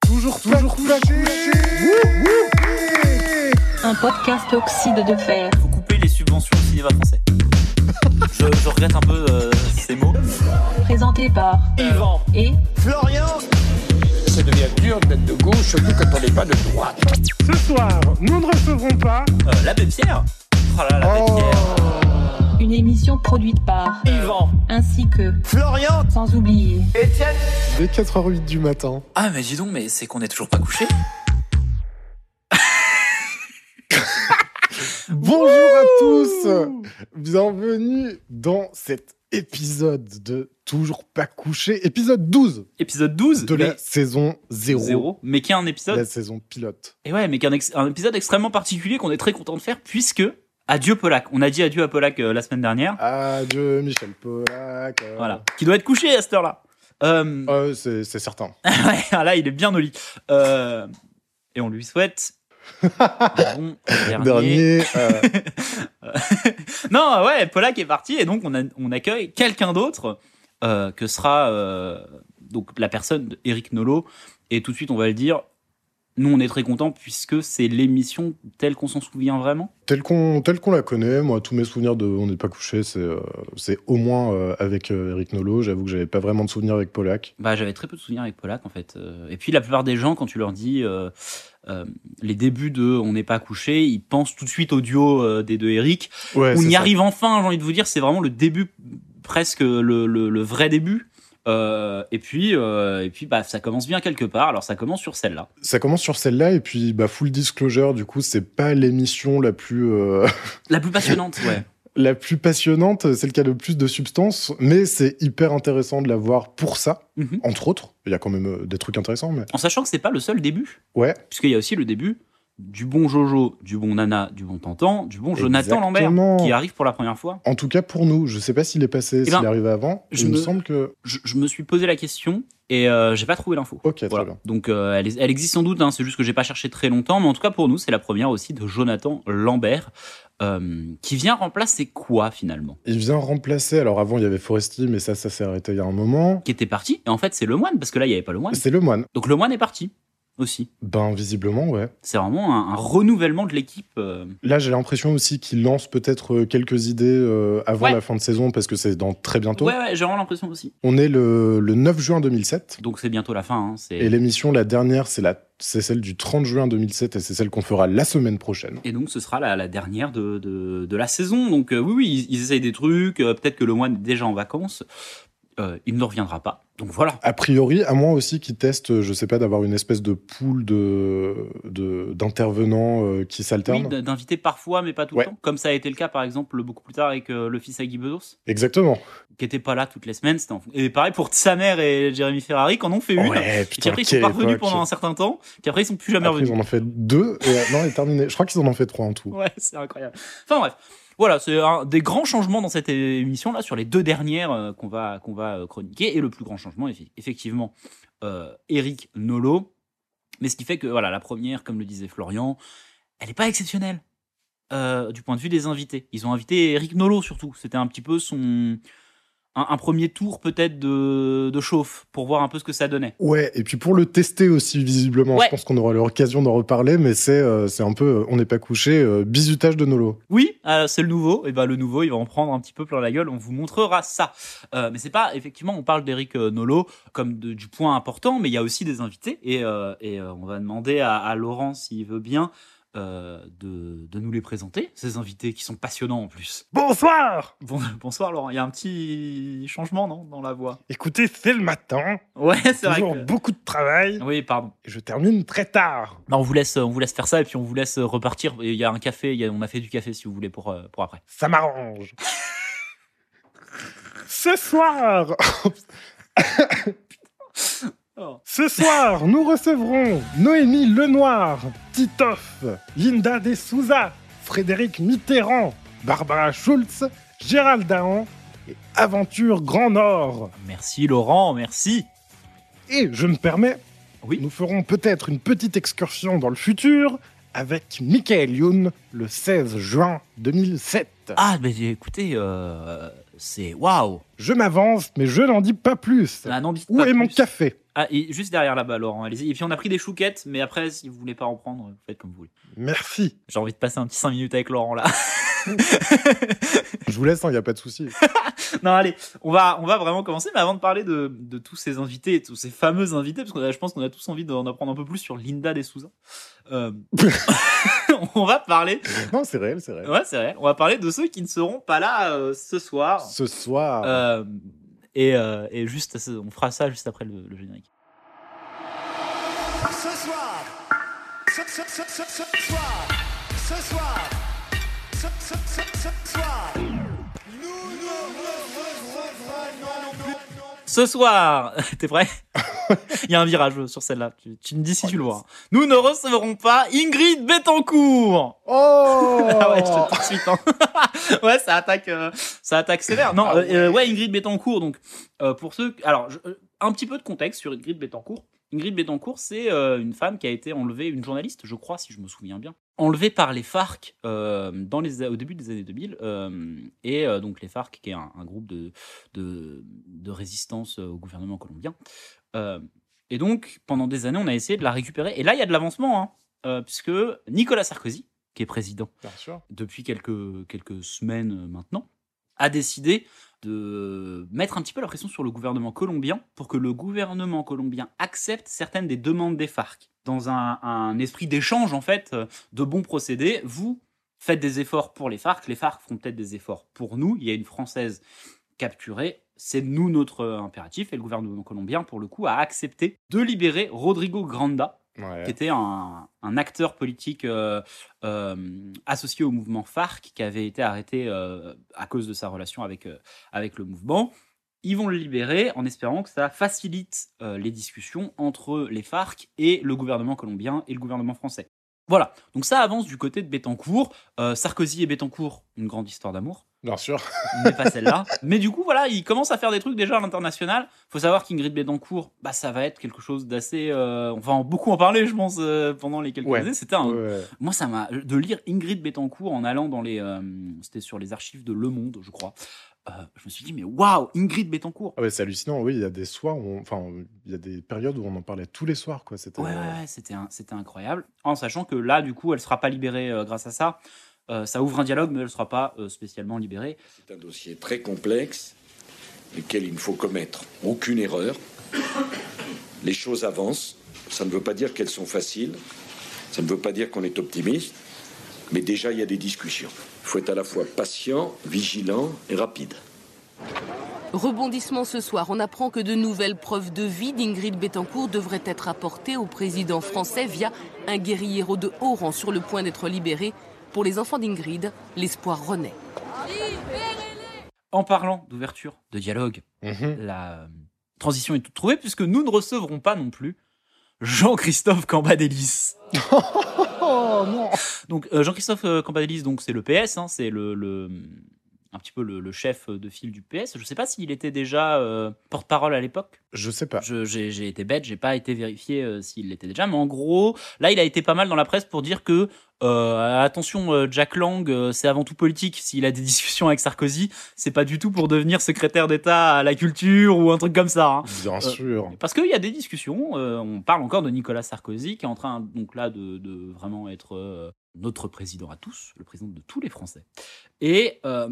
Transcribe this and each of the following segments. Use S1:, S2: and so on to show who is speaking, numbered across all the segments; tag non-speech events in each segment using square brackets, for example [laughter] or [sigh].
S1: toujours, toujours touché.
S2: Un podcast oxyde de fer.
S3: faut couper les subventions au cinéma français. je, je regrette un peu euh, ces mots.
S2: Présenté par
S4: Yvan,
S2: et
S4: Florian,
S5: Ça devient dur d'être de gauche, surtout quand on n'est pas de droite.
S1: Ce soir, nous ne recevrons pas
S3: Euh, l'abbé Pierre Oh là là, l'abbé
S1: Oh.
S3: Pierre
S2: une émission produite par
S4: Yvan,
S2: ainsi que
S4: Florian,
S2: sans oublier
S4: Étienne.
S6: Dès 4h08 du matin.
S3: Ah, mais dis donc, mais c'est qu'on est toujours pas couché
S6: Bonjour à tous Bienvenue dans cet épisode de Toujours pas couché, épisode 12
S3: Épisode 12
S6: de la
S3: mais...
S6: saison 0.
S3: zéro, mais qui est un épisode.
S6: La saison pilote.
S3: Et ouais, mais qui est un, ex- un épisode extrêmement particulier qu'on est très content de faire puisque. Adieu Polak. On a dit adieu à Polak euh, la semaine dernière.
S6: Adieu Michel Pollack. euh,
S3: Voilà. Qui doit être couché à cette heure-là. Euh,
S6: euh, c'est c'est certain.
S3: [laughs] ouais, ah, là, il est bien au lit. Euh, et on lui
S6: [laughs]
S3: souhaite. un bon
S6: Dernier, euh,
S3: Non, ouais, Polak est parti et donc on, a- on accueille quelqu'un d'autre euh, que sera euh, donc la personne d'Eric Nolo. Et tout de suite, on va le dire. Nous, on est très contents puisque c'est l'émission telle qu'on s'en souvient vraiment.
S6: tel qu'on tel qu'on la connaît, moi, tous mes souvenirs de On n'est pas couché, c'est euh, c'est au moins euh, avec euh, Eric Nolo. J'avoue que j'avais pas vraiment de souvenirs avec Pollack.
S3: Bah, j'avais très peu de souvenirs avec Polak en fait. Euh, Et puis la plupart des gens, quand tu leur dis euh, euh, les débuts de On n'est pas couché, ils pensent tout de suite au duo euh, des deux Eric.
S6: Ouais,
S3: on
S6: c'est
S3: y
S6: ça.
S3: arrive enfin, j'ai envie de vous dire, c'est vraiment le début, presque le, le- le vrai début. Euh, et puis, euh, et puis bah, ça commence bien quelque part. Alors ça commence sur celle-là.
S6: Ça commence sur celle-là, et puis bah, full disclosure, du coup, c'est pas l'émission la plus, euh, [laughs]
S3: La plus passionnante, ouais.
S6: la plus passionnante, celle qui a le plus de substance, mais c'est hyper intéressant de la voir pour ça,
S3: Mhm.
S6: entre autres. Il y a quand même euh, des trucs intéressants, mais.
S3: En sachant que c'est pas le seul début,
S6: Ouais.
S3: puisqu'il y a aussi le début du bon Jojo, du bon Nana, du bon Tantan, du bon Jonathan
S6: Exactement.
S3: Lambert, qui arrive pour la première fois.
S6: En tout cas, pour nous, je sais pas s'il est passé, s'il
S3: ben,
S6: est arrivé avant.
S3: je
S6: il me
S3: me-
S6: semble que.
S3: Je, je me suis posé la question et euh, j'ai pas trouvé l'info.
S6: Ok, très
S3: Voilà.
S6: bien.
S3: Donc euh, elle, est- elle existe sans doute, hein, c'est juste que j'ai pas cherché très longtemps, mais en tout cas pour nous c'est la première aussi de Jonathan Lambert, euh, qui vient remplacer quoi finalement
S6: Il vient remplacer. Alors avant, il y avait Foresti, mais ça, ça s'est arrêté il y a un moment.
S3: Qui était parti, et en fait c'est le moine, parce que là il y avait pas le moine.
S6: C'est le moine.
S3: Donc le moine est parti aussi.
S6: Ben, visiblement, ouais.
S3: C'est vraiment un, un renouvellement de l'équipe. euh.
S6: Là, j'ai l'impression aussi qu'il lance peut-être euh, quelques idées euh, avant
S3: Ouais.
S6: la fin de saison, parce que c'est dans très bientôt.
S3: Ouais, ouais, j'ai vraiment l'impression aussi.
S6: On est le, le 9 juin 2007.
S3: Donc c'est bientôt la fin. hein, c'est-
S6: Et l'émission, la dernière, c'est la- c'est celle du 30 juin 2007 et c'est celle qu'on fera la semaine prochaine.
S3: Et donc, ce sera la, la dernière de, de, de la saison. Donc, euh, oui, oui, ils, ils essayent des trucs. euh, Peut-être que le moine est déjà en vacances. Euh, il ne reviendra pas. Donc, voilà.
S6: A priori, à moins aussi qu'ils testent, je sais pas, d'avoir une espèce de pool de de- d'intervenants euh, qui
S3: Oui,
S6: s'alternent.
S3: d- d'inviter parfois, mais pas tout
S6: Ouais.
S3: le temps. Comme ça a été le cas, par exemple, beaucoup plus tard avec euh, le fils à Guy Bedos,
S6: Exactement.
S3: qui était pas là toutes les semaines. c'était en- Et pareil pour sa mère et Jérémy Ferrari, qui en ont fait une.
S6: ouais,
S3: Puis après, ils sont
S6: quelle
S3: pas revenus
S6: époque.
S3: pendant un certain temps. Puis après, ils sont plus jamais
S6: Après,
S3: revenus.
S6: ils en ont fait deux. Et, euh, non, et terminé. Je crois qu'ils en ont fait trois en tout.
S3: Ouais, [laughs] c'est incroyable. Enfin, bref. Voilà, c'est un des grands changements dans cette é- émission-là, sur les deux dernières euh, qu'on va, qu'on va euh, chroniquer. Et le plus grand changement, effe- effectivement, euh, Eric Nolo. Mais ce qui fait que, voilà, la première, comme le disait Florian, elle n'est pas exceptionnelle euh, du point de vue des invités. Ils ont invité Eric Nolo, surtout. C'était un petit peu son. Un, un premier tour, peut-être, de, de chauffe, pour voir un peu ce que ça donnait.
S6: Ouais, et puis pour le tester aussi, visiblement,
S3: Ouais.
S6: je pense qu'on aura l'occasion d'en reparler, mais c'est euh, c'est un peu, euh, on n'est pas couché, euh, bisutage de Nolo.
S3: Oui, euh, c'est le nouveau. Et ben le nouveau, il va en prendre un petit peu plein la gueule. On vous montrera ça. Euh, mais c'est pas effectivement, on parle d'Eric euh, Nolo comme de- du point important, mais il y a aussi des invités et, euh, et, euh, on va demander à, à Laurent s'il veut bien euh, de, de nous les présenter. Ces invités qui sont passionnants en plus.
S1: Bonsoir
S3: Bon, [laughs] bonsoir Laurent. Il y a un petit changement non dans la voix.
S1: Écoutez, c'est le matin,
S3: Ouais, c'est vrai.
S1: toujours
S3: que-
S1: beaucoup de travail,
S3: Oui, pardon.
S6: Et je termine très tard.
S3: Bah, on vous laisse, on vous laisse faire ça et puis on vous laisse euh, repartir. Il y a un café. il y a- on a fait du café si vous voulez pour euh, pour après.
S1: ça m'arrange. Ce soir Ce soir, nous recevrons Noémie Lenoir, Titoff, Linda De Souza, Frédéric Mitterrand, Barbara Schulz, Gérald Dahan et Aventure Grand Nord.
S3: Merci Laurent. Merci.
S1: Et je me permets,
S3: Oui.
S1: nous ferons peut-être une petite excursion dans le futur avec Michael Youn le 16 juin 2007.
S3: Ah, mais écoutez, euh, c'est waouh.
S1: Je m'avance, mais je n'en dis pas plus.
S3: Ah, n'en dites
S1: Où
S3: pas
S1: est mon
S3: plus.
S1: café
S3: Ah, et juste derrière là-bas, Laurent, allez-y. Et puis on a pris des chouquettes, mais après, si vous voulez pas en prendre, vous faites comme vous voulez.
S1: Merci.
S3: J'ai envie de passer un petit 5 minutes avec Laurent là.
S6: Je vous laisse, il n'y a pas de souci.
S3: non, allez, on va, on va vraiment commencer. Mais avant de parler de, de tous ces invités, tous ces fameux invités, parce que je pense qu'on a tous envie d'en apprendre un peu plus sur Linda des Souza. Euh, [laughs] on va parler.
S6: Non, c'est réel, c'est réel.
S3: Ouais, c'est vrai. On va parler de ceux qui ne seront pas là euh, ce soir.
S6: Ce soir,
S3: Euh, et, euh, et juste, on fera ça juste après le, le générique.
S4: Ce soir, ce, ce, ce, ce, ce soir, ce soir, ce, ce, ce, ce soir, nous nous retrouvons.
S3: Ce soir, [laughs] t'es prêt Il y a un virage sur celle-là. Tu, tu me dis si tu le vois. Nous ne recevrons pas Ingrid Betancourt.
S6: Oh
S3: [laughs] Ah ouais, je te tout de suite. hein. [laughs] ouais, ça attaque, euh, ça attaque sévère. Non, euh, euh, ouais. Ingrid Betancourt. Donc, euh, pour ceux, alors je- euh, un petit peu de contexte sur Ingrid Betancourt. Ingrid Betancourt, c'est euh, une femme qui a été enlevée, une journaliste, je crois, si je me souviens bien, enlevée par les FARC euh, dans les, au début des années 2000. euh, et euh, donc les FARC, qui est un, un groupe de, de, de résistance euh, au gouvernement colombien. Euh, et donc, pendant des années, on a essayé de la récupérer. Et là, il y a de l'avancement, hein, euh, puisque Nicolas Sarkozy, qui est président
S6: Bien sûr.
S3: depuis quelques, quelques semaines euh, maintenant, a décidé de mettre un petit peu la pression sur le gouvernement colombien pour que le gouvernement colombien accepte certaines des demandes des FARC. Dans un, un esprit d'échange, en fait, euh, de bons procédés, vous faites des efforts pour les FARC, les FARC font peut-être des efforts pour nous. Il y a une Française capturée, c'est nous notre euh, impératif, et le gouvernement colombien, pour le coup, a accepté de libérer Rodrigo Granda, qui
S6: Ouais.
S3: était un, un acteur politique euh, euh, associé au mouvement FARC, qui avait été arrêté euh, à cause de sa relation avec, euh, avec le mouvement. Ils vont le libérer en espérant que ça facilite euh, les discussions entre les FARC et le gouvernement colombien et le gouvernement français. Voilà, donc ça avance du côté de Bettencourt. Euh, Sarkozy et Bettencourt, une grande histoire d'amour
S6: Bien sûr.
S3: mais pas celle-là. Mais du coup, voilà, il commence à faire des trucs déjà à l'international. Faut savoir qu'Ingrid Bedancourt, bah, ça va être quelque chose d'assez. euh, on va en, beaucoup en parler, je pense, euh, pendant les quelques
S6: Ouais.
S3: années. C'était un.
S6: Ouais.
S3: Moi, ça m'a. De lire Ingrid Betancourt en allant dans les. euh, C'était sur les archives de Le Monde, je crois. Euh, je me suis dit, mais waouh, Ingrid Betancourt
S6: Ah ouais, c'est hallucinant. Oui, il y a des soirs où, on- enfin, il y a des périodes où on en parlait tous les soirs, quoi. C'était. euh,
S3: Ouais, ouais, ouais, c'était un- c'était incroyable. En sachant que là, du coup, elle sera pas libérée euh, grâce à ça. Euh, ça ouvre un dialogue, mais elle sera pas euh, spécialement libérée.
S5: C'est un dossier très complexe, lequel il ne faut commettre aucune erreur. Les choses avancent. Ça ne veut pas dire qu'elles sont faciles. Ça ne veut pas dire qu'on est optimiste. Mais déjà, il y a des discussions. Il faut être à la fois patient, vigilant et rapide.
S7: Rebondissement ce soir, on apprend que de nouvelles preuves de vie d'Ingrid Bettencourt devraient être apportées au président français via un guérillero de haut rang sur le point d'être libéré. Pour les enfants d'Ingrid, l'espoir renaît.
S3: En parlant d'ouverture, de dialogue,
S6: Mhm.
S3: la euh, transition est toute trouvée puisque nous ne recevrons pas non plus Jean-Christophe Cambadélis. Donc euh, Jean-Christophe euh, Cambadélis, donc c'est le PS, hein, c'est le, le- un petit peu le, le chef de file du PS. Je ne sais pas s'il était déjà euh, porte-parole à l'époque.
S6: Je sais pas.
S3: Je- J'ai j'ai été bête, j'ai pas été vérifié euh, s'il l'était déjà, mais en gros, là, il a été pas mal dans la presse pour dire que euh, attention, euh, Jack Lang, euh, c'est avant tout politique. S'il a des [laughs] discussions avec Sarkozy, c'est pas du tout pour devenir secrétaire d'État à la culture ou un truc comme ça. hein.
S6: Bien sûr.
S3: Parce qu'il y a des discussions. euh, on parle encore de Nicolas Sarkozy qui est en train donc là de, de vraiment être euh, notre président à tous, le président de tous les Français. Et euh,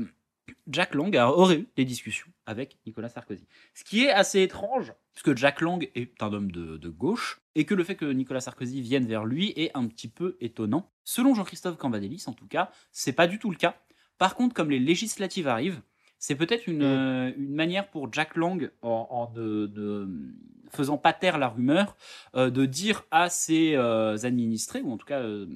S3: Jack Lang a- aurait eu des discussions avec Nicolas Sarkozy. Ce qui est assez étrange, puisque Jack Lang est un homme de, de gauche, et que le fait que Nicolas Sarkozy vienne vers lui est un petit peu étonnant. Selon Jean-Christophe Cambadélis, en tout cas, c'est pas du tout le cas. Par contre, comme les législatives arrivent, c'est peut-être une, euh, une manière pour Jack Lang, en, en ne, ne faisant pas taire la rumeur, euh, de dire à ses euh, administrés, ou en tout cas euh,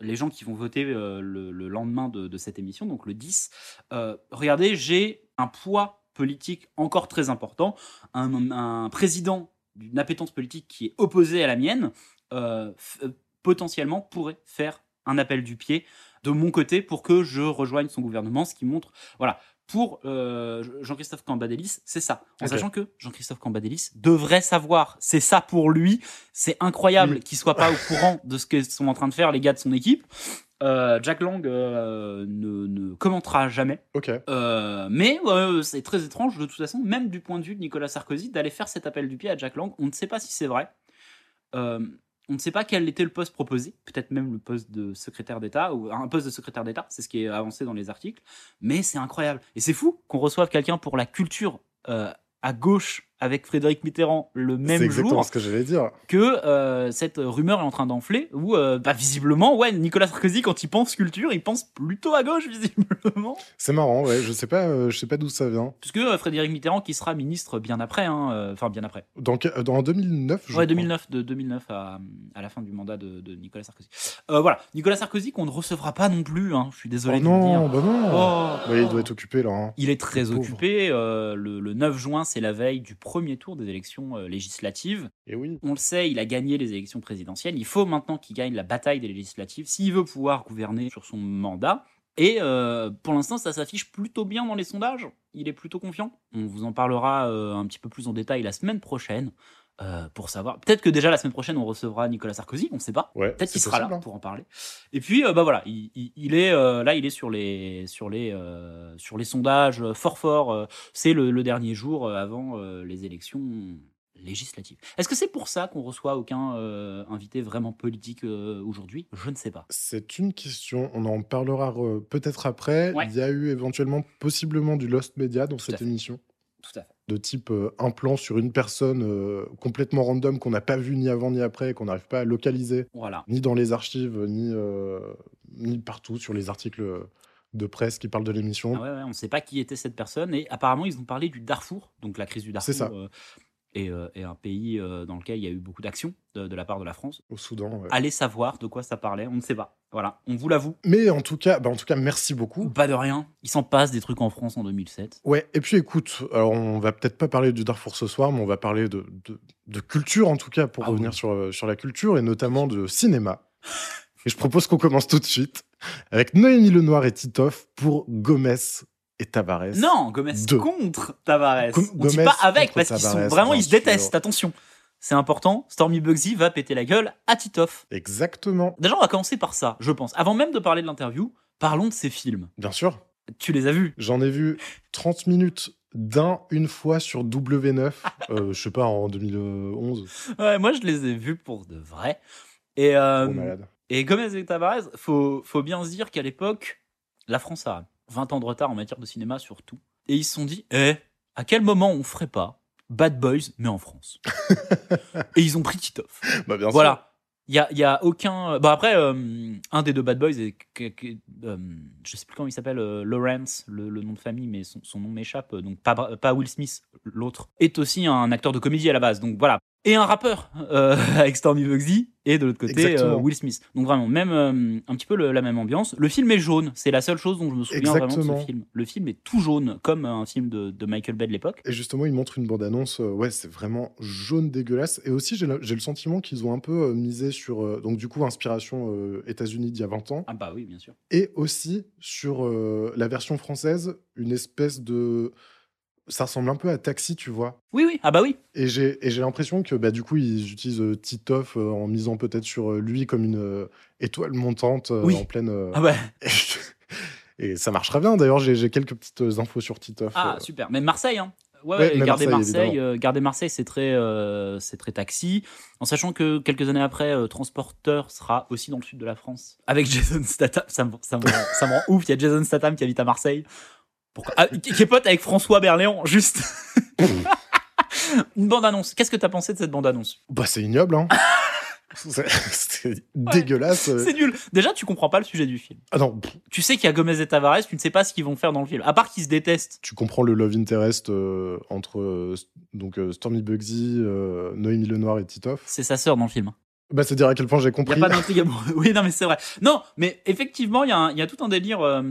S3: les gens qui vont voter euh, le, le lendemain de, de cette émission, donc le 10, euh, regardez, j'ai un poids politique encore très important, un, un président d'une appétence politique qui est opposée à la mienne, euh, f- euh, potentiellement pourrait faire un appel du pied de mon côté pour que je rejoigne son gouvernement, ce qui montre, voilà, pour euh, Jean-Christophe Cambadélis, c'est ça. En
S6: Ok.
S3: sachant que Jean-Christophe Cambadélis devrait savoir, c'est ça pour lui, c'est incroyable qu'il soit pas au courant de ce qu'ils sont en train de faire les gars de son équipe. Euh, Jack Lang euh, ne, ne commentera jamais.
S6: Ok.
S3: Euh, mais euh, c'est très étrange, de toute façon, même du point de vue de Nicolas Sarkozy, d'aller faire cet appel du pied à Jack Lang. On ne sait pas si c'est vrai. Euh, on ne sait pas quel était le poste proposé, peut-être même le poste de secrétaire d'État, ou un poste de secrétaire d'État, c'est ce qui est avancé dans les articles. Mais c'est incroyable. Et c'est fou qu'on reçoive quelqu'un pour la culture euh, à gauche avec Frédéric Mitterrand le
S6: C'est
S3: même
S6: exactement
S3: jour
S6: ce que j'allais dire.
S3: que euh, cette rumeur est en train d'enfler, où euh, bah, visiblement, ouais, Nicolas Sarkozy, quand il pense culture, il pense plutôt à gauche, [laughs] visiblement.
S6: C'est marrant, ouais. Je sais pas, euh, je sais pas d'où ça vient.
S3: Puisque euh, Frédéric Mitterrand, qui sera ministre bien après, hein, euh, enfin bien après,
S6: Donc, euh, dans 2009, je
S3: ouais,
S6: crois.
S3: 2009, de 2009 à, à la fin du mandat de, de Nicolas Sarkozy. Euh, voilà, Nicolas Sarkozy qu'on ne recevra pas non plus, hein, je suis
S6: Oh
S3: désolé de vous
S6: non,
S3: dire.
S6: bah non.
S3: Oh.
S6: Bah, il doit être occupé là. hein.
S3: Il est très
S6: Pauvre.
S3: occupé. euh, le, le 9 juin, c'est la veille du premier tour des élections euh, législatives.
S6: Et Eh oui.
S3: On le sait, il a gagné les élections présidentielles. Il faut maintenant qu'il gagne la bataille des législatives s'il veut pouvoir gouverner sur son mandat. Et euh, pour l'instant, ça s'affiche plutôt bien dans les sondages. Il est plutôt confiant. On vous en parlera euh, un petit peu plus en détail la semaine prochaine euh, pour savoir. Peut-être que déjà la semaine prochaine, on recevra Nicolas Sarkozy. On ne sait pas.
S6: Ouais.
S3: Peut-être
S6: c'est
S3: qu'il sera
S6: possible,
S3: là
S6: hein.
S3: pour en parler. Et puis, euh, bah voilà, il, il- il est euh, là, il est sur les sur les euh, sur les sondages euh, fort fort. euh, c'est le, le dernier jour euh, avant euh, les élections législatives. Est-ce que c'est pour ça qu'on reçoit aucun euh, invité vraiment politique euh, aujourd'hui Je ne sais pas.
S6: C'est une question. On en parlera euh, peut-être après.
S3: Ouais.
S6: Il y a eu éventuellement, possiblement, du Lost Media dans
S3: Tout à
S6: cette
S3: fait.
S6: émission.
S3: Tout à fait.
S6: De type euh, un plan sur une personne euh, complètement random qu'on n'a pas vu ni avant ni après et qu'on n'arrive pas à localiser,
S3: Voilà.
S6: ni dans les archives, ni, euh, ni partout sur les articles euh, de presse qui parlent de l'émission.
S3: Ah ouais, ouais, on ne sait pas qui était cette personne et apparemment ils ont parlé du Darfour, donc la crise du Darfour.
S6: C'est ça.
S3: euh, et, euh, et un pays euh, dans lequel il y a eu beaucoup d'actions de, de la part de la France.
S6: Au Soudan. ouais.
S3: Allez savoir de quoi ça parlait, on ne sait pas. Voilà, on vous l'avoue.
S6: Mais en tout cas, bah, en tout cas, merci beaucoup.
S3: Pas de rien. Il s'en passe des trucs en France en 2007.
S6: Ouais, et puis écoute, alors on va peut-être pas parler du Darfour ce soir, mais on va parler de, de, de culture en tout cas, pour
S3: Ah
S6: revenir sur, euh, sur la culture et notamment de cinéma. et je propose qu'on commence tout de suite avec Noémie Lenoir et Titoff pour Gomez et Tavares.
S3: Non, Gomez
S6: Deux.
S3: contre Tavares.
S6: Com-
S3: on dit
S6: Gomez
S3: pas avec
S6: contre
S3: parce qu'ils sont
S6: Tavares,
S3: vraiment,
S6: bien
S3: ils se
S6: sûr.
S3: détestent. Attention, c'est important. Stormy Bugsy va péter la gueule à Titoff.
S6: Exactement,
S3: Déjà, on va commencer par ça, je pense. Avant même de parler de l'interview, parlons de ces films.
S6: bien sûr.
S3: Tu les as vus
S6: J'en ai vu 30 minutes d'un une fois sur W9, euh, je sais pas, en 2011.
S3: Ouais, moi je les ai vus pour de vrai. Et, euh,
S6: Oh, malade.
S3: et Gomez et Tavares, faut, faut bien se dire qu'à l'époque, la France a 20 ans de retard en matière de cinéma surtout. Et ils se sont dit, eh, à quel moment on ferait pas Bad Boys, mais en France Et ils ont pris Titoff.
S6: Bah, bien sûr.
S3: Voilà. Il y a, y a aucun. Bon, après, euh, un des deux Bad Boys, est... que- que- euh, je sais plus comment il s'appelle, euh, Lawrence, le, le nom de famille, mais son, son nom m'échappe, euh, donc pas, Bra- pas Will Smith, l'autre, est aussi un acteur de comédie à la base, donc voilà. Et un rappeur euh, [laughs] avec Stormy Bugsy, et de l'autre côté, euh,
S6: Exactement.
S3: Will Smith. Donc vraiment, même euh, un petit peu le- la même ambiance. Le film est jaune, c'est la seule chose dont je me souviens vraiment de
S6: Exactement.
S3: ce film. Le film est tout jaune, comme un film de, de Michael Bay de l'époque.
S6: Et justement, ils montrent une bande-annonce. euh, ouais, c'est vraiment jaune dégueulasse. Et aussi, j'ai le j'ai le sentiment qu'ils ont un peu euh, misé sur. euh, donc, du coup, inspiration euh, États-Unis d'il y a 20 ans.
S3: Ah bah oui, bien sûr.
S6: Et aussi, sur euh, la version française, une espèce de. Ça ressemble un peu à Taxi, tu vois.
S3: Oui, oui, ah bah oui.
S6: Et j'ai et j'ai l'impression que, bah, du coup, ils utilisent euh, Titoff euh, en misant peut-être sur euh, lui comme une euh, étoile montante euh,
S3: Oui.
S6: en pleine. euh,
S3: Ah bah.
S6: [laughs] Et ça marchera bien. D'ailleurs, j'ai j'ai quelques petites infos sur Titoff.
S3: Ah,
S6: euh,
S3: super. Mais Marseille, hein. Ouais,
S6: Ouais,
S3: ouais,
S6: mais
S3: garder
S6: Marseille,
S3: Marseille, euh, garder Marseille, c'est très, euh, c'est très taxi. En sachant que quelques années après, euh, Transporteur sera aussi dans le sud de la France avec Jason Statham. Ça me, ça me, rend- ça me rend ouf. Il y a Jason Statham qui habite à Marseille. Pourquoi Ah, qui qui est pote avec François Berléand, juste. [laughs] Une bande annonce. Qu'est-ce que t'as pensé de cette bande annonce
S6: Bah, c'est ignoble,
S3: [laughs]
S6: hein. C'est- [laughs] c'est dégueulasse. euh.
S3: C'est nul. Déjà, tu comprends pas le sujet du film.
S6: Ah non, pff,
S3: Tu sais qu'il y a Gomez et Tavares, tu ne sais pas ce qu'ils vont faire dans le film. À part qu'ils se détestent.
S6: tu comprends le love interest euh, entre euh, donc euh, Stormy Bugsy, euh, Noémie Lenoir et Titoff.
S3: C'est sa sœur dans le film. hein.
S6: Bah, c'est dire à quel point j'ai
S3: Il
S6: compris.
S3: n'y a pas d'intrigue amoureuse. [laughs] Oui, non, mais c'est vrai. Non, mais effectivement, il y, a un- il y a tout un délire euh,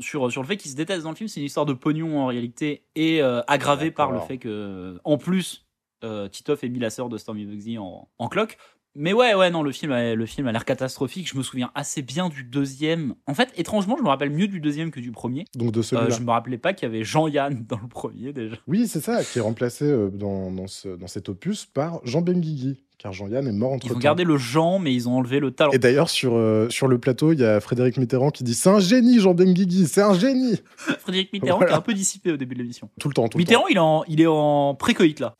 S3: sur, sur le fait qu'ils se détestent dans le film. C'est une histoire de pognon en réalité et euh, aggravée par le
S6: D'accord.
S3: fait que, en plus, euh, Titoff ait mis la sœur de Stormy Bugsy en, en cloque. Mais ouais, ouais, non, le film, a- le film a l'air catastrophique. Je me souviens assez bien du deuxième. En fait, étrangement, je me rappelle mieux du deuxième que du premier.
S6: Donc de
S3: Euh,
S6: celui-là.
S3: je me rappelais pas qu'il y avait Jean-Yann [laughs] dans le premier déjà.
S6: Oui, c'est ça, qui est remplacé euh, dans, dans, ce- dans cet opus par Jean Benguigui, car Jean-Yann est mort entre
S3: Ils ont
S6: temps.
S3: gardé le Jean, mais ils ont enlevé le talent.
S6: Et d'ailleurs, sur, euh, sur le plateau, il y a Frédéric Mitterrand qui dit C'est un génie, Jean Benguigui, c'est un génie
S3: Frédéric Mitterrand
S6: Voilà.
S3: qui est un peu dissipé au début de l'émission.
S6: Tout le temps, tout le
S3: Mitterrand, il est en, il est en précoïte là.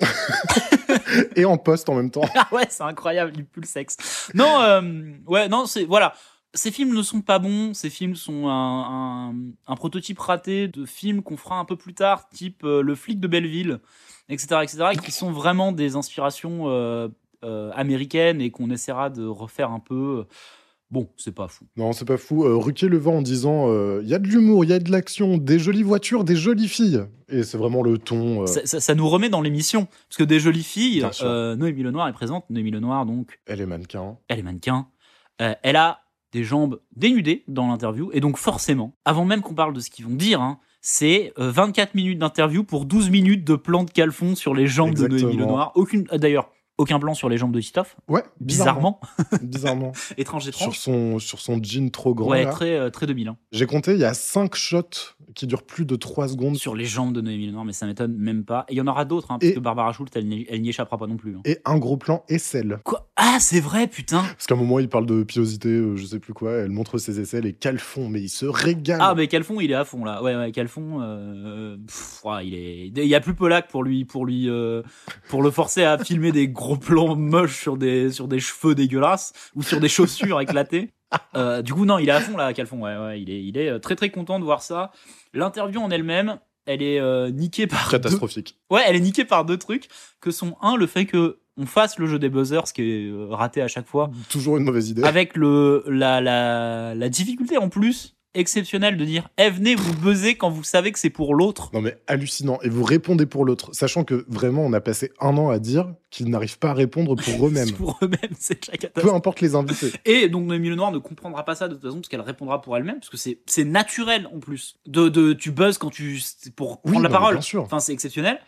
S6: temps. Et en poste en même temps.
S3: ah [laughs] ouais, c'est incroyable, il pue le sexe.
S6: [laughs]
S3: Non, euh, ouais, non, c'est voilà. Ces films ne sont pas bons, ces films sont un, un- un prototype raté de films qu'on fera un peu plus tard, type euh, Le flic de Belleville, etc., etc., qui sont vraiment des inspirations euh, euh, américaines et qu'on essaiera de refaire un peu. Bon, c'est pas fou.
S6: Non, c'est pas fou. Euh, Ruquier le vent en disant euh, Il y a de l'humour, il y a de l'action, des jolies voitures, des jolies filles. Et c'est vraiment le ton. euh,
S3: Ça, ça- ça nous remet dans l'émission, parce que des jolies filles,
S6: Bien sûr.
S3: euh, Noémie Lenoir est présente, Noémie Lenoir donc
S6: elle est mannequin.
S3: elle est mannequin, euh, elle a des jambes dénudées dans l'interview, et donc forcément, avant même qu'on parle de ce qu'ils vont dire, hein, c'est euh, 24 minutes d'interview pour 12 minutes de plan de calfon sur les jambes de Noémie
S6: Exactement.
S3: Lenoir. Aucune, euh, d'ailleurs, aucun plan sur les jambes de Titoff,
S6: Ouais, bizarrement.
S3: bizarrement, [laughs]
S6: Bizarrement.
S3: étrange étrange.
S6: sur, son, sur son jean trop grand.
S3: ouais,
S6: là.
S3: très, euh, très 2000 hein,
S6: J'ai compté, il y a 5 shots qui durent plus de 3 secondes.
S3: sur les jambes de Noémie Lenoir, mais ça m'étonne même pas. Mm. Et il y en aura d'autres, hein, parce
S6: Et-
S3: que Barbara Schultz, elle, n'y- elle n'y échappera pas non plus. hein.
S6: Et un gros plan aisselle.
S3: Quoi Ah, c'est vrai, putain
S6: Parce qu'à un moment, il parle de piosité, euh, je sais plus quoi. Elle montre ses aisselles et qu'elles font, mais il se régale.
S3: Ah, mais Calfon, il est à fond là. Ouais, ouais, Calfon, euh, pff, ouah, il est. Il y a plus Polac pour lui, pour lui, euh, pour le forcer à filmer des gros plans moches sur des sur des cheveux dégueulasses ou sur des chaussures éclatées. Euh, du coup, non, il est à fond là, Calfon. Ouais, ouais, il est, il est euh, très très content de voir ça. L'interview en elle-même, elle est euh, niquée par deux-
S6: Catastrophique.
S3: Ouais, elle est niquée par deux trucs que sont un, le fait que on fasse le jeu des buzzers, ce qui est euh, raté à chaque fois
S6: Toujours une mauvaise idée.
S3: avec le, la, la, la difficulté en plus exceptionnelle de dire Eh, venez vous buzzer quand vous savez que c'est pour l'autre.
S6: Non mais hallucinant. Et vous répondez pour l'autre, sachant que vraiment on a passé un an à dire qu'ils n'arrivent pas à répondre
S3: [laughs]
S6: pour eux-mêmes.
S3: C'est Pour eux-mêmes, c'est de la
S6: Peu
S3: catastrophe.
S6: importe les invités.
S3: Et donc Noémie Lenoir ne comprendra pas ça de toute façon parce qu'elle répondra pour elle-même parce que c'est c'est naturel en plus. De, de tu buzzes quand tu c'est pour prendre
S6: non,
S3: la
S6: mais
S3: parole.
S6: Bien sûr.
S3: Enfin c'est exceptionnel.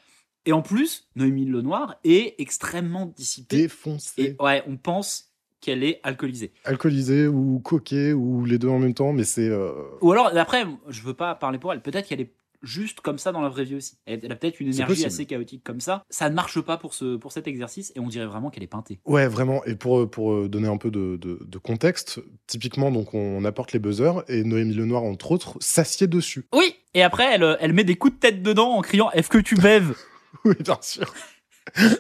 S3: Et en plus Noémie Lenoir est extrêmement dissipée.
S6: Défoncé,
S3: Et ouais on pense qu'elle est alcoolisée.
S6: alcoolisé ou coqué ou les deux en même temps, mais c'est euh,
S3: Ou alors après je veux pas parler pour elle. Peut-être qu'elle est juste comme ça dans la vraie vie aussi. Elle, elle a peut-être une
S6: C'est
S3: énergie
S6: possible.
S3: assez chaotique comme ça. Ça ne marche pas pour, ce, pour cet exercice et on dirait vraiment qu'elle est peintée.
S6: ouais vraiment. Et pour pour euh, donner un peu de, de- de contexte, typiquement donc on apporte les buzzers et Noémie Lenoir entre autres s'assied dessus. [laughs]
S3: Oui Et après, elle, euh, elle met des coups de tête dedans en criant « Est-ce que tu bèves
S6: Oui bien sûr. ?»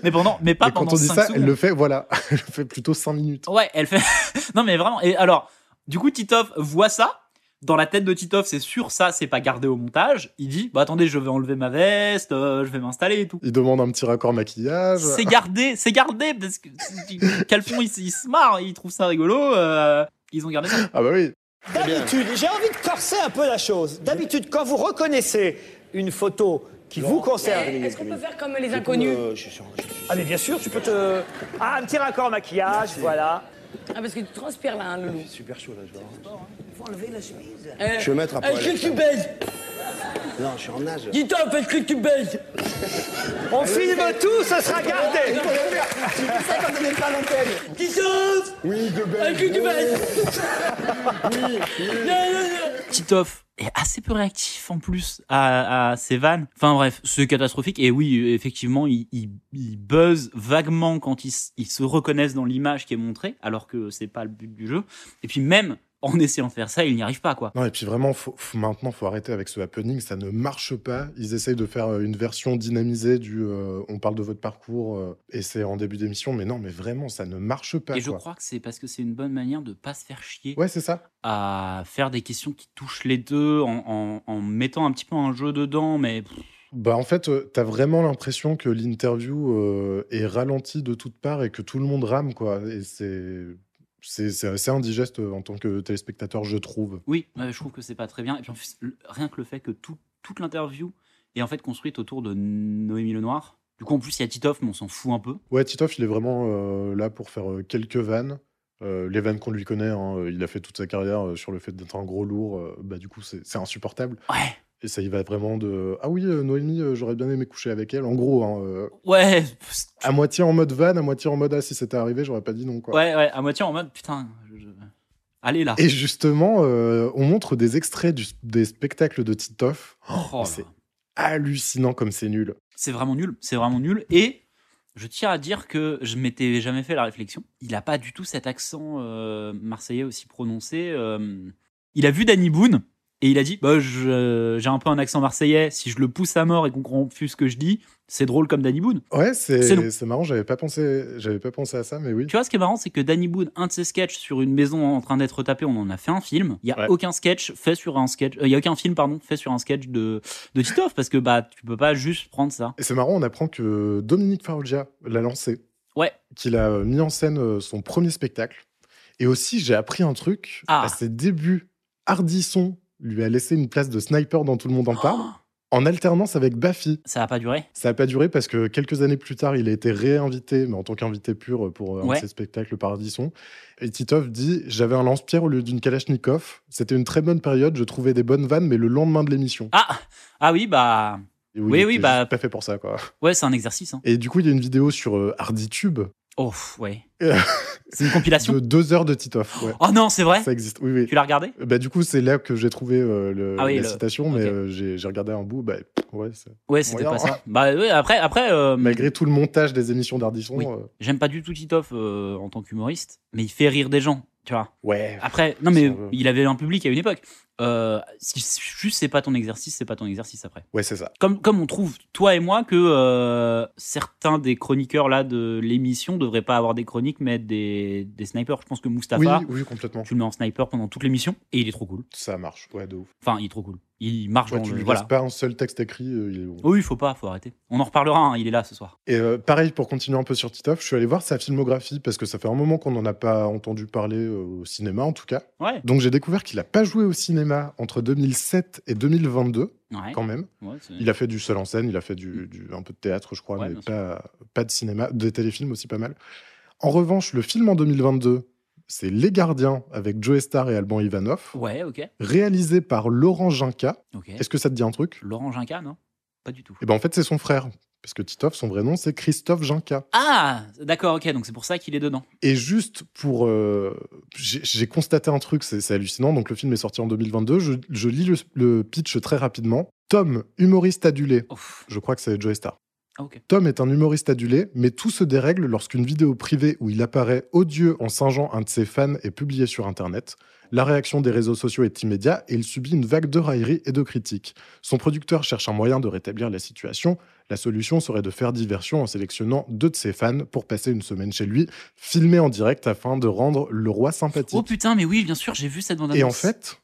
S3: Mais pendant, mais pas
S6: et quand
S3: pendant
S6: on dit
S3: 5
S6: ça,
S3: secondes.
S6: elle le fait voilà, [laughs] elle le fait plutôt cinq minutes.
S3: Ouais, elle fait... [laughs] non mais vraiment, et alors, du coup, Titoff voit ça. Dans la tête de Titoff, c'est sûr, ça, c'est pas gardé au montage. Il dit « Bah attendez, je vais enlever ma veste, euh, je vais m'installer et tout. »
S6: Il demande un petit raccord maquillage.
S3: C'est gardé, c'est gardé parce que Calfon il, se- il se marre, il trouve ça rigolo. euh, ils ont gardé ça.
S6: Ah bah oui.
S8: D'habitude, j'ai envie de corser un peu la chose. D'habitude, quand vous reconnaissez une photo qui vous concerne.
S7: Est-ce qu'on peut faire comme les inconnus
S9: euh,
S8: Ah, mais bien sûr, tu peux te. Ah, un petit raccord maquillage, voilà.
S7: Ah, parce que tu transpires là, hein, Loulou. Euh,
S9: Super chaud là, je vais.
S7: Je
S9: vais mettre à poil.
S10: Est-ce que tu baises
S9: Non, je suis en nage.
S10: Dis-toi, est-ce que tu baises
S8: On filme tout, ce sera gardé.
S10: Titoff
S9: Oui, de belle.
S10: Est-ce que tu baises Non, non, non
S3: Titoff est assez peu réactif en plus à, à ses vannes. Enfin bref, c'est catastrophique. Et oui, effectivement, il, il, il buzz vaguement quand ils, s- ils se reconnaissent dans l'image qui est montrée, alors que c'est pas le but du jeu. Et puis même en essayant de faire ça, il n'y arrive pas quoi.
S6: Non, et puis vraiment, faut, faut- maintenant, faut arrêter avec ce happening, ça ne marche pas. Ils essayent de faire euh, une version dynamisée du euh, on parle de votre parcours euh, et c'est en début d'émission, mais non, mais vraiment, ça ne marche pas.
S3: Et je
S6: quoi.
S3: crois que c'est parce que c'est une bonne manière de pas se faire chier
S6: Ouais, c'est ça.
S3: à faire des questions qui touchent les deux en, en, en mettant un petit peu un jeu dedans, mais pff,
S6: Bah, en fait, euh, t'as vraiment l'impression que l'interview euh, est ralentie de toutes parts et que tout le monde rame, quoi. Et c'est. C'est c'est assez indigeste euh, en tant que téléspectateur, je trouve.
S3: Oui, ouais, je trouve que c'est pas très bien. Et puis en plus, le- rien que le fait que tout- toute l'interview est en fait construite autour de Noémie Lenoir. Du coup, en plus, il y a Titoff, mais on s'en fout un peu.
S6: Ouais, Titoff, il est vraiment euh, là pour faire euh, quelques vannes. Euh, les vannes qu'on lui connaît, hein, euh, il a fait toute sa carrière euh, sur le fait d'être un gros lourd. euh, bah, du coup, c'est c'est insupportable.
S3: Ouais,
S6: Et ça y va vraiment de Ah oui, euh, Noémie, euh, j'aurais bien aimé coucher avec elle. En gros, hein, euh,
S3: ouais, pff,
S6: à moitié en mode van, à moitié en mode Ah, si c'était arrivé, j'aurais pas dit non. Quoi.
S3: ouais, ouais, à moitié en mode putain, je- je- allez là.
S6: Et justement, euh, on montre des extraits du- des spectacles de Titoff.
S3: Oh là.
S6: c'est hallucinant comme c'est nul.
S3: C'est vraiment nul, c'est vraiment nul. Et Je tiens à dire que je m'étais jamais fait la réflexion. Il n'a pas du tout cet accent euh, marseillais aussi prononcé. euh. Il a vu Danny Boone et il a dit bah, je- J'ai un peu un accent marseillais. Si je le pousse à mort et qu'on confuse ce que je dis, c'est drôle comme Danny Boone.
S6: Ouais,
S3: C'est long.
S6: c'est c'est marrant, j'avais pas, pensé- j'avais pas pensé à ça, mais oui.
S3: Tu vois, ce qui est marrant, c'est que Danny Boone, un de ses sketchs sur une maison en train d'être tapée, on en a fait un film. Il n'y a
S11: Ouais.
S3: aucun sketch fait sur un sketch. euh, Il y a aucun film, pardon, fait sur un sketch de, de Titoff parce que bah, tu peux pas juste prendre ça.
S6: Et c'est marrant, on apprend que Dominique Farrugia l'a lancé.
S3: Ouais.
S6: Qu'il a euh, mis en scène euh, son premier spectacle. Et aussi, j'ai appris un truc.
S3: Ah.
S6: À ses débuts, Ardisson lui a laissé une place de sniper dans Tout le monde en
S3: [gasps]
S6: parle, en alternance avec Baffy.
S3: Ça a pas duré.
S6: Ça n'a pas duré parce que quelques années plus tard, il a été réinvité, mais en tant qu'invité pur pour euh, un
S3: Ouais.
S6: de ses spectacles par Ardisson. Et Titov dit J'avais un lance-pierre au lieu d'une Kalachnikov. C'était une très bonne période, je trouvais des bonnes vannes, mais le lendemain de l'émission.
S3: Ah Ah oui, bah.
S6: Et où
S3: oui,
S6: il
S3: oui,
S6: était
S3: bah-
S6: juste Pas fait pour ça, quoi.
S3: Ouais, c'est un exercice. Hein.
S6: Et du coup, il y a une vidéo sur euh, Arditube
S3: Oh,
S6: [laughs]
S3: pff, ouais.
S6: Euh,
S3: C'est une compilation.
S6: de deux heures de Titoff.
S3: [gasps]
S6: ouais.
S3: Oh non, c'est vrai
S6: Ça existe, oui, oui.
S3: Tu l'as regardé
S6: Bah, du coup, c'est là que j'ai trouvé euh, le-
S3: Ah oui,
S6: la
S3: le-
S6: citation, mais
S3: ok.
S6: euh, j'ai j'ai regardé un bout. Bah, pff, ouais, c'est-
S3: Ouais, c'était
S6: Moyen, hein.
S3: pas ça. Bah ouais, après, après euh,
S6: Malgré tout le montage des émissions d'Ardisson.
S3: Oui.
S6: euh,
S3: j'aime pas du tout Titoff euh, en tant qu'humoriste, mais il fait rire des gens, tu vois.
S6: ouais.
S3: Après, non
S6: Si
S3: mais
S6: on veut.
S3: il avait un public à une époque. Euh, si juste c'est pas ton exercice, c'est pas ton exercice après.
S6: Ouais, c'est ça.
S3: Comme, comme on trouve, toi et moi, que euh, certains des chroniqueurs là de l'émission devraient pas avoir des chroniques mais être des, des snipers. Je pense que
S6: Oui,
S3: Mustapha,
S6: oui, complètement.
S3: tu le mets en sniper pendant toute l'émission et il est trop cool.
S6: Ça marche, ouais, de ouf.
S3: Enfin, il est trop cool. Il marche
S6: Ouais,
S3: dans
S6: tu
S3: le-
S6: lui
S3: euh, Voilà.
S6: laisses pas un seul texte écrit. euh, il est bon.
S3: Oui, il faut pas, faut arrêter. On en reparlera, hein, il est là ce soir.
S6: Et euh, pareil, pour continuer un peu sur Titoff, je suis allé voir sa filmographie parce que ça fait un moment qu'on n'en a pas entendu parler euh, au cinéma, en tout cas.
S3: Ouais.
S6: Donc, j'ai découvert qu'il a pas joué au cinéma entre 2007 et 2022,
S3: Ouais.
S6: quand même.
S3: Ouais, c'est-
S6: Il a fait du seul en scène, il a fait du, du- un peu de théâtre, je crois,
S3: Mm. Ouais,
S6: mais
S3: bien
S6: pas, pas de cinéma, des téléfilms aussi pas mal. En revanche, le film en 2022, c'est Les Gardiens avec Joe Star et Alban Ivanov,
S3: Ouais, ok.
S6: réalisé par Laurent Ginca.
S3: Oh. Ok.
S6: Est-ce que ça te dit un truc
S3: Laurent Ginca, non Pas du tout.
S6: Eh ben en fait, c'est son frère, parce que Titov, son vrai nom, c'est Christophe Ginca.
S3: Ah, d'accord, ok, donc c'est pour ça qu'il est dedans.
S6: Et juste pour. euh, J'ai j'ai constaté un truc, c'est c'est hallucinant. Donc, le film est sorti en 2022. Je, je lis le, le pitch très rapidement. Tom, humoriste adulé.
S3: Ouf.
S6: Je crois que c'est Joe Star.
S3: Ah, ok.
S6: Tom est un humoriste adulé, mais tout se dérègle lorsqu'une vidéo privée où il apparaît odieux en singeant un de ses fans est publiée sur Internet. La réaction des réseaux sociaux est immédiate et il subit une vague de railleries et de critiques. Son producteur cherche un moyen de rétablir la situation. La solution serait de faire diversion en sélectionnant deux de ses fans pour passer une semaine chez lui, filmé en direct afin de rendre le roi sympathique.
S3: Oh putain, mais oui, bien sûr, j'ai vu cette bande-annonce.
S6: et en fait,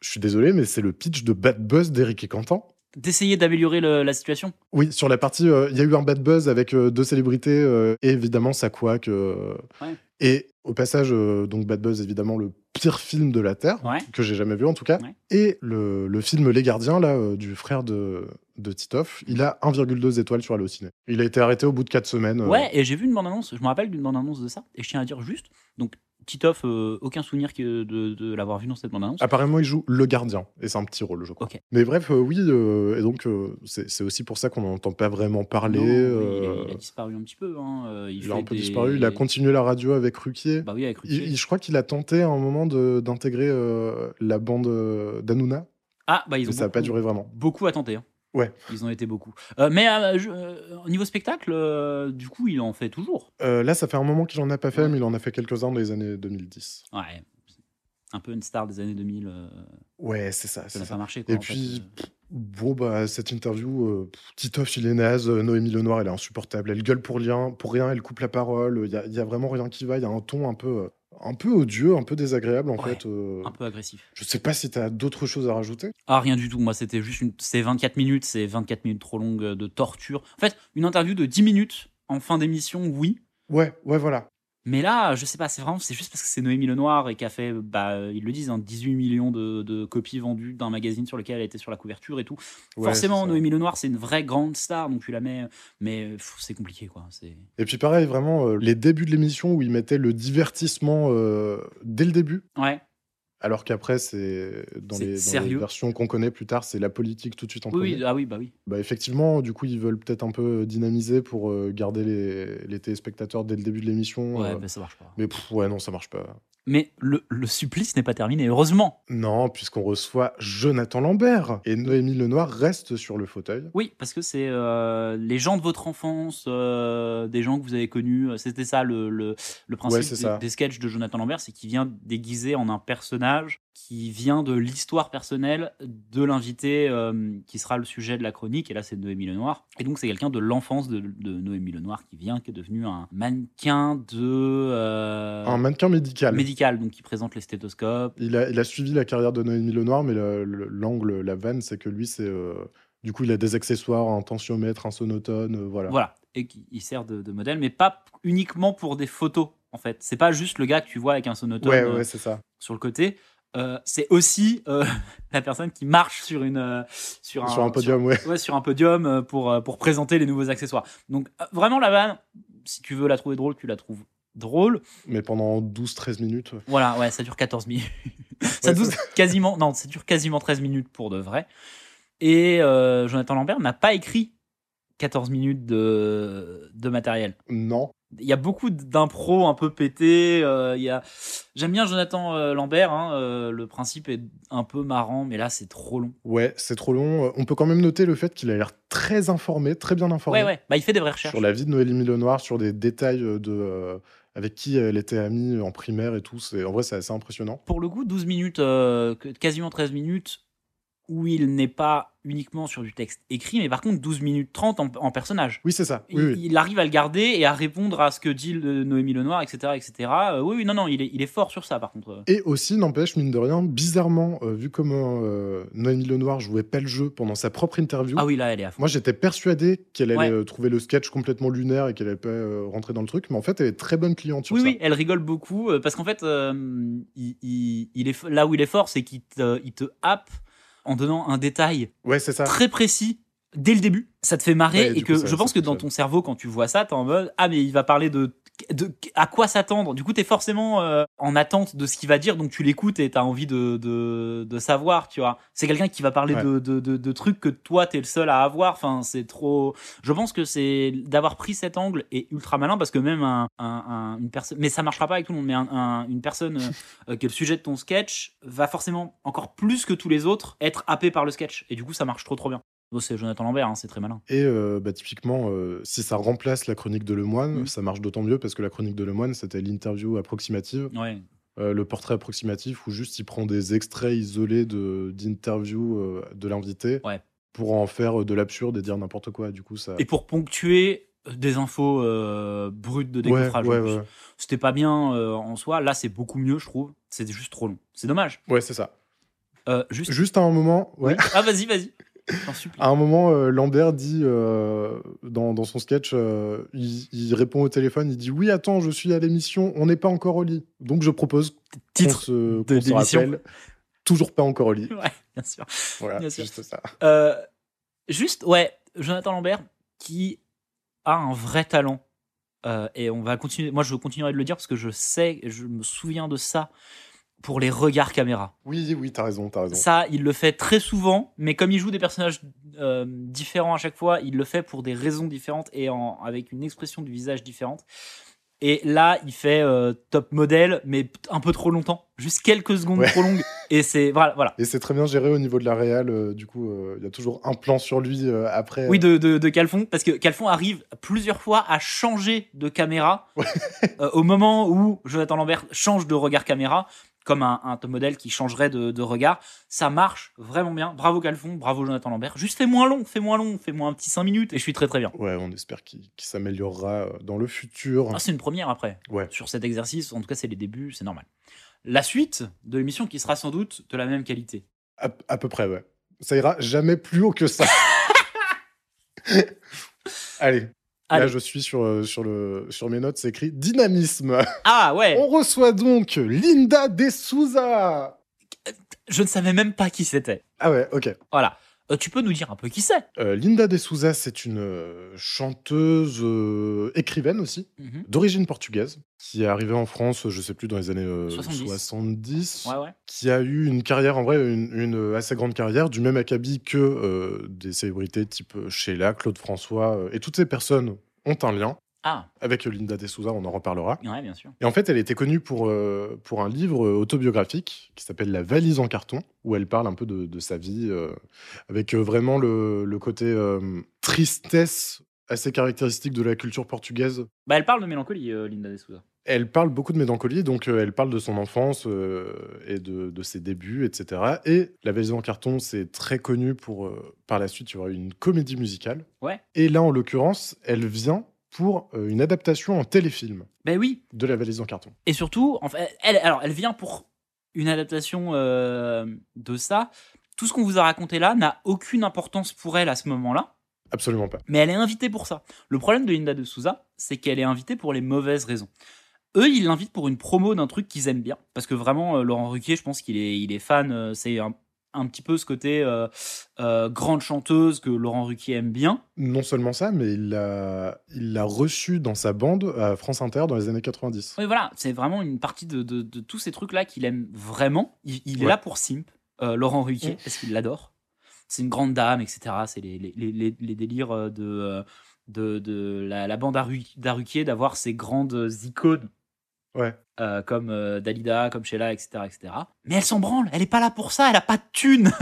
S6: je suis désolé, mais c'est le pitch de Bad Buzz d'Eric et Quentin.
S3: D'essayer d'améliorer le- la situation.
S6: Oui, sur la partie, euh, il y a eu un bad buzz avec euh, deux célébrités euh, et évidemment sa couac. euh.
S3: Ouais.
S6: Et au passage, euh, donc Bad Buzz, évidemment, le pire film de la Terre,
S3: Ouais.
S6: que j'ai jamais vu en tout cas.
S3: Ouais.
S6: Et le, le film Les Gardiens, là, euh, du frère de, de Titoff, il a 1,2 étoiles sur Allociné. Il a été arrêté au bout de 4 semaines. euh.
S3: Ouais, et j'ai vu une bande-annonce, je me rappelle d'une bande-annonce de ça, et je tiens à dire juste, donc Titoff, euh, aucun souvenir que de, de l'avoir vu dans cette bande-annonce.
S6: Apparemment, il joue le gardien, et c'est un petit rôle, je crois.
S3: Ok.
S6: Mais bref, euh, oui, euh, et donc euh, c'est c'est aussi pour ça qu'on n'entend pas vraiment parler.
S3: Non, oui, il,
S6: euh,
S3: a, il a disparu un petit peu. hein, euh, il
S6: il a
S3: fait
S6: un peu
S3: des-
S6: disparu, il a continué la radio avec Ruquier.
S3: Bah oui, avec Ruquier.
S6: Il- il- je crois qu'il a tenté à un moment de- d'intégrer euh, la bande euh, d'Hanouna,
S3: Ah, bah ils
S6: mais
S3: ont
S6: ça n'a
S3: beaucoup,
S6: pas duré vraiment.
S3: beaucoup à tenter. hein.
S6: Ouais.
S3: Ils ont été beaucoup. Euh, mais euh, je- euh, au niveau spectacle, euh, du coup, il en fait toujours.
S6: Euh, là, ça fait un moment qu'il en a pas fait,
S3: Ouais.
S6: mais il en a fait quelques-uns dans les années 2010.
S3: Ouais. Un peu une star des années 2000. euh,
S6: Ouais, c'est ça,
S3: ça
S6: c'est
S3: n'a pas
S6: ça.
S3: marché. quoi,
S6: Et
S3: en fait,
S6: puis,
S3: euh.
S6: pff, bon, bah, cette interview, euh, pff, Titoff, il est naze, euh, Noémie Lenoir, elle est insupportable, elle gueule pour rien, pour rien elle coupe la parole, il y a, il y a vraiment rien qui va, il y a un ton un peu, euh, un peu odieux, un peu désagréable, en
S3: Ouais.
S6: fait. euh,
S3: un peu agressif.
S6: Je sais pas si t'as d'autres choses à rajouter.
S3: Ah, rien du tout. Moi, c'était juste une. C'est 24 minutes, c'est 24 minutes trop longues de torture. En fait, une interview de 10 minutes en fin d'émission, oui.
S6: Ouais, ouais, voilà.
S3: Mais là, je sais pas, c'est vraiment, c'est juste parce que c'est Noémie Lenoir et qu'a fait, bah, ils le disent, hein, 18 millions de, de copies vendues d'un magazine sur lequel elle était sur la couverture et tout.
S6: Ouais,
S3: Forcément,
S6: c'est ça.
S3: Noémie Lenoir, c'est une vraie grande star, donc tu la mets, mais pff, c'est compliqué, quoi. C'est...
S6: Et puis pareil, vraiment, euh, les débuts de l'émission où ils mettaient le divertissement euh, dès le début,
S3: Ouais,
S6: alors qu'après, c'est dans,
S3: C'est
S6: les, dans les
S3: sérieux.
S6: versions qu'on connaît plus tard, c'est la politique tout de suite en
S3: oui,
S6: premier.
S3: oui, ah oui, bah oui.
S6: Bah, effectivement, du coup, ils veulent peut-être un peu dynamiser pour euh, garder les, les téléspectateurs dès le début de l'émission.
S3: Ouais,
S6: euh,
S3: bah, ça marche pas.
S6: Mais pff, ouais, non, ça marche pas.
S3: Mais le, le supplice n'est pas terminé, heureusement.
S6: Non, puisqu'on reçoit Jonathan Lambert et Noémie Lenoir reste sur le fauteuil.
S3: Oui, parce que c'est euh, les gens de votre enfance, euh, des gens que vous avez connus. euh, C'était ça le, le, le principe
S6: Ouais, c'est
S3: des,
S6: ça.
S3: des sketchs de Jonathan Lambert, c'est qu'il vient déguisé en un personnage qui vient de l'histoire personnelle de l'invité euh, qui sera le sujet de la chronique. Et là, c'est Noémie Lenoir. Et donc, c'est quelqu'un de l'enfance de, de Noémie Lenoir qui vient, qui est devenu un mannequin de... euh,
S6: Un mannequin médical.
S3: médical, donc qui présente les stéthoscopes.
S6: Il a, il a suivi la carrière de Noémie Lenoir, mais le- le- l'angle, la vanne, c'est que lui, c'est. euh, du coup, il a des accessoires, un tensiomètre, un sonotone, euh, voilà.
S3: Voilà. Et qui il sert de, de modèle, mais pas uniquement pour des photos, en fait. C'est pas juste le gars que tu vois avec un sonotone
S6: Ouais,
S3: euh,
S6: ouais, c'est ça.
S3: sur le côté. Euh, c'est aussi euh, [laughs] la personne qui marche sur, une, euh, sur, un,
S6: Sur un podium, ouais.
S3: sur- ouais, sur un podium euh, pour, euh, pour présenter les nouveaux accessoires. Donc, euh, vraiment, la vanne, si tu veux la trouver drôle, tu la trouves drôle.
S6: Mais pendant 12-13 minutes.
S3: Voilà, ouais, ça dure 14 minutes. [laughs] ça
S6: Ouais,
S3: dure
S6: ça-
S3: quasiment, non, ça dure quasiment 13 minutes pour de vrai. Et euh, Jonathan Lambert n'a pas écrit 14 minutes de, de matériel.
S6: Non.
S3: Il y a beaucoup d'impro un peu pété. euh, il y a... J'aime bien Jonathan euh, Lambert. hein, euh, le principe est un peu marrant, mais là, c'est trop long.
S6: Ouais, c'est trop long. Euh, On peut quand même noter le fait qu'il a l'air très informé, très bien informé.
S3: Ouais, ouais. Bah, il fait des vraies recherches.
S6: Sur la vie de Noémie Lenoir, sur des détails euh, de. euh, avec qui elle était amie en primaire et tout. C'est- En vrai, c'est assez impressionnant.
S3: Pour le coup, 12 minutes, euh, que- quasiment 13 minutes, où il n'est pas uniquement sur du texte écrit, mais par contre 12 minutes 30 en- en personnage.
S6: Oui, c'est ça.
S3: il,
S6: Oui, oui.
S3: il arrive à le garder et à répondre à ce que dit le- Noémie Lenoir, etc. etc. Euh, oui, oui, non, non, il est, il est fort sur ça, par contre.
S6: Et aussi, n'empêche, mine de rien, bizarrement, euh, vu comment euh, Noémie Lenoir jouait pas le jeu pendant sa propre interview,
S3: Ah oui, là, elle est à fond.
S6: moi j'étais persuadé qu'elle allait
S3: Ouais.
S6: euh, trouver le sketch complètement lunaire et qu'elle allait pas euh, rentrer dans le truc, mais en fait, elle est très bonne cliente sur
S3: Oui,
S6: ça.
S3: oui, elle rigole beaucoup euh, parce qu'en fait, euh, il, il- il est, f- là où il est fort, c'est qu'il te, il te happe en donnant un détail
S6: Ouais, c'est ça.
S3: très précis dès le début. Ça te fait marrer
S6: Ouais,
S3: et
S6: du
S3: que
S6: coup, ça-
S3: je pense
S6: ça
S3: que dans
S6: fonctionne.
S3: ton cerveau, quand tu vois ça, t'es en mode Ah, mais il va parler de. de- à quoi s'attendre Du coup, t'es forcément euh, en attente de ce qu'il va dire, donc tu l'écoutes et t'as envie de, de, de savoir, tu vois. C'est quelqu'un qui va parler
S6: Ouais.
S3: de, de, de, de trucs que toi, t'es le seul à avoir. Enfin, c'est trop. Je pense que c'est d'avoir pris cet angle est ultra malin parce que même un, un- un- une personne, mais ça marchera pas avec tout le monde, mais un- un- une personne
S6: [laughs]
S3: euh, euh, qui est le sujet de ton sketch va forcément encore plus que tous les autres être happé par le sketch et du coup ça marche trop trop bien. Bon, c'est Jonathan Lambert, hein, c'est très malin.
S6: Et euh, bah, typiquement, euh, si ça remplace la chronique de Lemoine,
S3: Mhm.
S6: ça marche d'autant mieux parce que la chronique de Lemoine, c'était l'interview approximative,
S3: Ouais.
S6: euh, le portrait approximatif où juste il prend des extraits isolés de- d'interviews euh, de, l'invité
S3: Ouais.
S6: pour en faire euh, de l'absurde et dire n'importe quoi. Du coup, ça.
S3: Et pour ponctuer euh, des infos euh, brutes de
S6: Ouais,
S3: décoffrage. en
S6: ouais,
S3: plus.
S6: ouais.
S3: C'était pas bien euh, en soi. Là, c'est beaucoup mieux, je trouve. C'était juste trop long. C'est dommage.
S6: Ouais, c'est ça.
S3: Euh, juste.
S6: Juste à un moment, ouais.
S3: Ah, vas-y, vas-y. Je t'en supplie.
S6: À un moment, euh, Lambert dit euh, dans, dans son sketch, euh, il, il répond au téléphone, il dit oui, attends, je suis à l'émission, on n'est pas encore au lit. Donc je propose qu'on
S3: Titre.
S6: se,
S3: de
S6: qu'on se
S3: l'émission.
S6: rappelle, toujours pas encore au
S3: [laughs]
S6: lit.
S3: Ouais, bien sûr.
S6: Voilà,
S3: Bien sûr.
S6: juste ça.
S3: Euh, juste, ouais, Jonathan Lambert qui a un vrai talent. Euh, et on va continuer. Moi, je continuerai de le dire parce que je sais, je me souviens de ça pour les regards caméra.
S6: Oui, oui, t'as raison, t'as raison.
S3: Ça, il le fait très souvent, mais comme il joue des personnages euh, différents à chaque fois, il le fait pour des raisons différentes et en, avec une expression du visage différente. Et là, il fait euh, top modèle, mais p- un peu trop longtemps, juste quelques secondes
S6: Ouais.
S3: trop longues. Et c'est voilà, voilà.
S6: Et c'est très bien géré au niveau de la réal. euh, du coup, euh, il y a toujours un plan sur lui euh, après.
S3: Oui, de, de, de Calfon, parce que Calfon arrive plusieurs fois à changer de caméra [laughs] euh, au moment où Jonathan Lambert change de regard caméra, comme un, un top modèle qui changerait de, de regard. Ça marche vraiment bien. Bravo Calfon, bravo Jonathan Lambert. Juste fais moins long, fais moins long, fais moins un petit 5 minutes et je suis très très bien.
S6: Ouais, on espère qu'il qu'il s'améliorera euh, dans le futur.
S3: Ah, c'est une première après.
S6: Ouais.
S3: Sur cet exercice, en tout cas, c'est les débuts, c'est normal. La suite de l'émission qui sera sans doute de la même qualité.
S6: À, à peu près, ouais. Ça ira jamais plus haut que
S3: [laughs]
S6: ça. Allez. Là,
S3: Allez.
S6: je suis sur, euh, sur, le, sur mes notes, c'est écrit dynamisme. [laughs]
S3: Ah ouais,
S6: On reçoit donc Linda De Souza.
S3: je ne savais même pas qui c'était.
S6: Ah ouais, ok.
S3: Voilà. Euh, tu peux nous dire un peu qui c'est
S6: Euh, Linda De Souza, c'est une euh, chanteuse euh, écrivaine aussi,
S3: Mhm.
S6: d'origine portugaise, qui est arrivée en France, je sais plus, dans les années euh,
S3: 70.
S6: 70,
S3: Ouais, ouais.
S6: qui a eu une carrière, en vrai, une, une assez grande carrière, du même acabit que euh, des célébrités type Sheila, Claude François, euh, et toutes ces personnes ont un lien.
S3: Ah,
S6: avec Linda De Souza, on en reparlera.
S3: ouais, bien sûr.
S6: Et en fait, elle était connue pour, euh, pour un livre euh, autobiographique qui s'appelle La valise en carton, où elle parle un peu de, de sa vie, euh, avec euh, vraiment le, le côté euh, tristesse assez caractéristique de la culture portugaise.
S3: Bah, elle parle de mélancolie, euh, Linda de Souza.
S6: Elle parle beaucoup de mélancolie, donc euh, elle parle de son enfance euh, et de, de ses débuts, etc. Et La valise en carton, c'est très connu pour, euh, par la suite, il y aura une comédie musicale.
S3: Ouais.
S6: Et là, en l'occurrence, elle vient pour euh, une adaptation en téléfilm
S3: Ben oui.
S6: de La valise en carton.
S3: Et surtout, enfin, elle, alors, elle vient pour une adaptation euh, de ça. Tout ce qu'on vous a raconté là n'a aucune importance pour elle à ce moment-là,
S6: Absolument pas.
S3: mais elle est invitée pour ça. Le problème de Linda de Souza, c'est qu'elle est invitée pour les mauvaises raisons. Eux, ils l'invitent pour une promo d'un truc qu'ils aiment bien, parce que vraiment, euh, Laurent Ruquier, je pense qu'il est, il est fan, euh, c'est un, un petit peu ce côté euh, euh, grande chanteuse que Laurent Ruquier aime bien.
S6: Non seulement ça, mais il l'a il l'a reçu dans sa bande à France Inter dans les années 90.
S3: Oui, voilà, c'est vraiment une partie de, de- de tous ces trucs-là qu'il aime vraiment. Il, il est
S6: Ouais.
S3: là pour Simp, euh, Laurent Ruquier,
S6: Mm.
S3: parce qu'il l'adore. C'est une grande dame, etc. C'est les, les- les- les- les délires euh, de, euh, de, de la, la bande à Ru- d'à Ruquier d'avoir ces grandes icônes.
S6: Ouais.
S3: euh, comme euh, Dalida, comme Sheila, etc., etc. Mais elle s'en branle, elle est pas là pour ça, elle a pas de thune.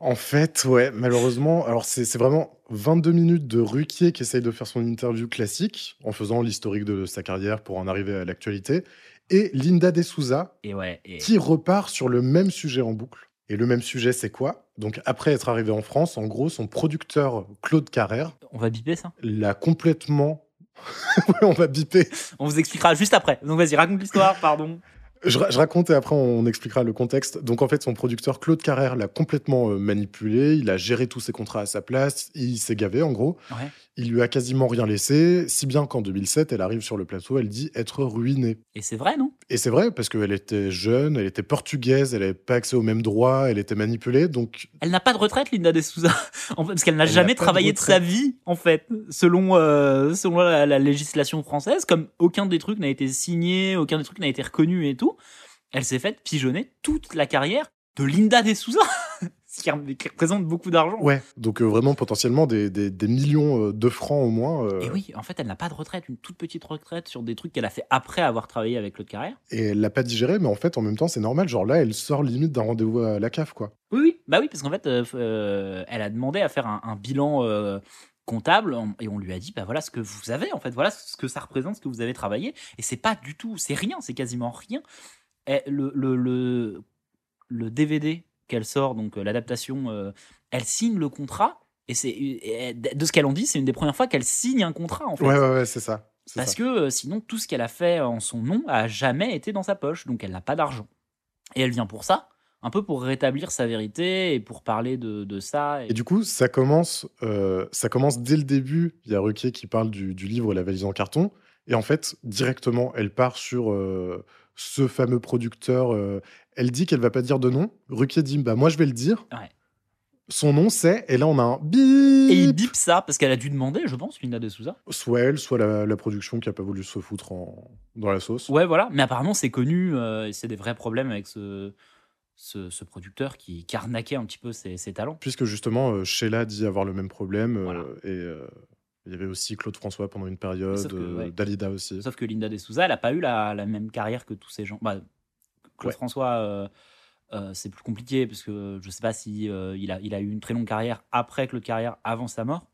S6: En fait, ouais, malheureusement, alors c'est c'est vraiment 22 minutes de Ruquier qui essaye de faire son interview classique en faisant l'historique de sa carrière pour en arriver à l'actualité, et Linda De Souza
S3: Et ouais, et-
S6: qui repart sur le même sujet en boucle. Et le même sujet, c'est quoi Donc après être arrivé en France, en gros, son producteur Claude Carrère
S3: on va biper ça.
S6: l'a complètement. [laughs] ouais, on va biper.
S3: On vous expliquera juste après. Donc vas-y, raconte l'histoire, pardon.
S6: Je, ra- je raconte et après on expliquera le contexte. Donc en fait, son producteur Claude Carrère l'a complètement euh, manipulé, il a géré tous ses contrats à sa place, il s'est gavé en gros.
S3: Ouais.
S6: Il lui a quasiment rien laissé, si bien qu'en 2007, elle arrive sur le plateau, elle dit être ruinée.
S3: Et c'est vrai, non
S6: Et c'est vrai, parce qu'elle était jeune, elle était portugaise, elle n'avait pas accès aux mêmes droits, elle était manipulée, donc
S3: Elle n'a pas de retraite, Linda de Souza, [laughs] en fait, parce qu'elle n'a
S6: Elle n'a
S3: jamais
S6: pas de
S3: travaillé de, sa
S6: retraite.
S3: vie, en fait, selon, euh, selon la, la législation française, comme aucun des trucs n'a été signé, aucun des trucs n'a été reconnu et tout, elle s'est faite pigeonner toute la carrière de Linda de Souza, [laughs] ce qui rem- qui représente beaucoup d'argent.
S6: ouais. Donc euh, vraiment potentiellement des, des- des millions euh, de francs au moins. euh,
S3: Et oui, en fait, elle n'a pas de retraite, une toute petite retraite sur des trucs qu'elle a fait après avoir travaillé avec Claude Carrière.
S6: Et elle l'a pas digéré, mais en fait en même temps c'est normal, genre là elle sort limite d'un rendez-vous à la CAF quoi.
S3: Oui, oui, bah oui, parce qu'en fait, euh, euh, elle a demandé à faire un, un bilan euh, comptable on- et on lui a dit, bah voilà ce que vous avez en fait, voilà ce que ça représente, ce que vous avez travaillé, et c'est pas du tout, c'est rien, c'est quasiment rien. Et le, le, le, le DVD qu'elle sort, donc euh, l'adaptation, euh, elle signe le contrat. Et c'est et de ce qu'elle en dit, c'est une des premières fois qu'elle signe un contrat en fait.
S6: Ouais, ouais, ouais, c'est ça. c'est
S3: Parce
S6: ça.
S3: que euh, sinon, tout ce qu'elle a fait en son nom a jamais été dans sa poche, donc elle n'a pas d'argent. Et elle vient pour ça, un peu pour rétablir sa vérité et pour parler de, de ça. Et,
S6: Et du coup, ça commence, euh, ça commence dès le début. Il y a Ruquier qui parle du, du livre La valise en carton. Et en fait, directement, elle part sur euh, ce fameux producteur. euh, elle dit qu'elle va pas dire de nom. Ruquier dit Bah, moi, je vais le dire.
S3: Ouais.
S6: Son nom, c'est. Et là, on a un bip.
S3: et il bip ça, parce qu'elle a dû demander, je pense, Linda de Souza.
S6: Soit elle, soit la, la production qui a pas voulu se foutre en- dans la sauce.
S3: Ouais, voilà. Mais apparemment, c'est connu, euh, et c'est des vrais problèmes avec ce, ce, ce producteur qui carnaquait un petit peu ses, ses talents.
S6: Puisque justement, euh, Sheila dit avoir le même problème. euh,
S3: Voilà.
S6: et euh, il y avait aussi Claude François pendant une période,
S3: que,
S6: euh,
S3: ouais.
S6: Dalida aussi.
S3: Sauf que Linda de Souza, elle n'a pas eu la, la même carrière que tous ces gens. Bah,
S6: Ouais.
S3: Claude François, euh, euh, c'est plus compliqué parce que je ne sais pas si euh, il, a, il a eu une très longue carrière après Claude Carrière, avant sa mort.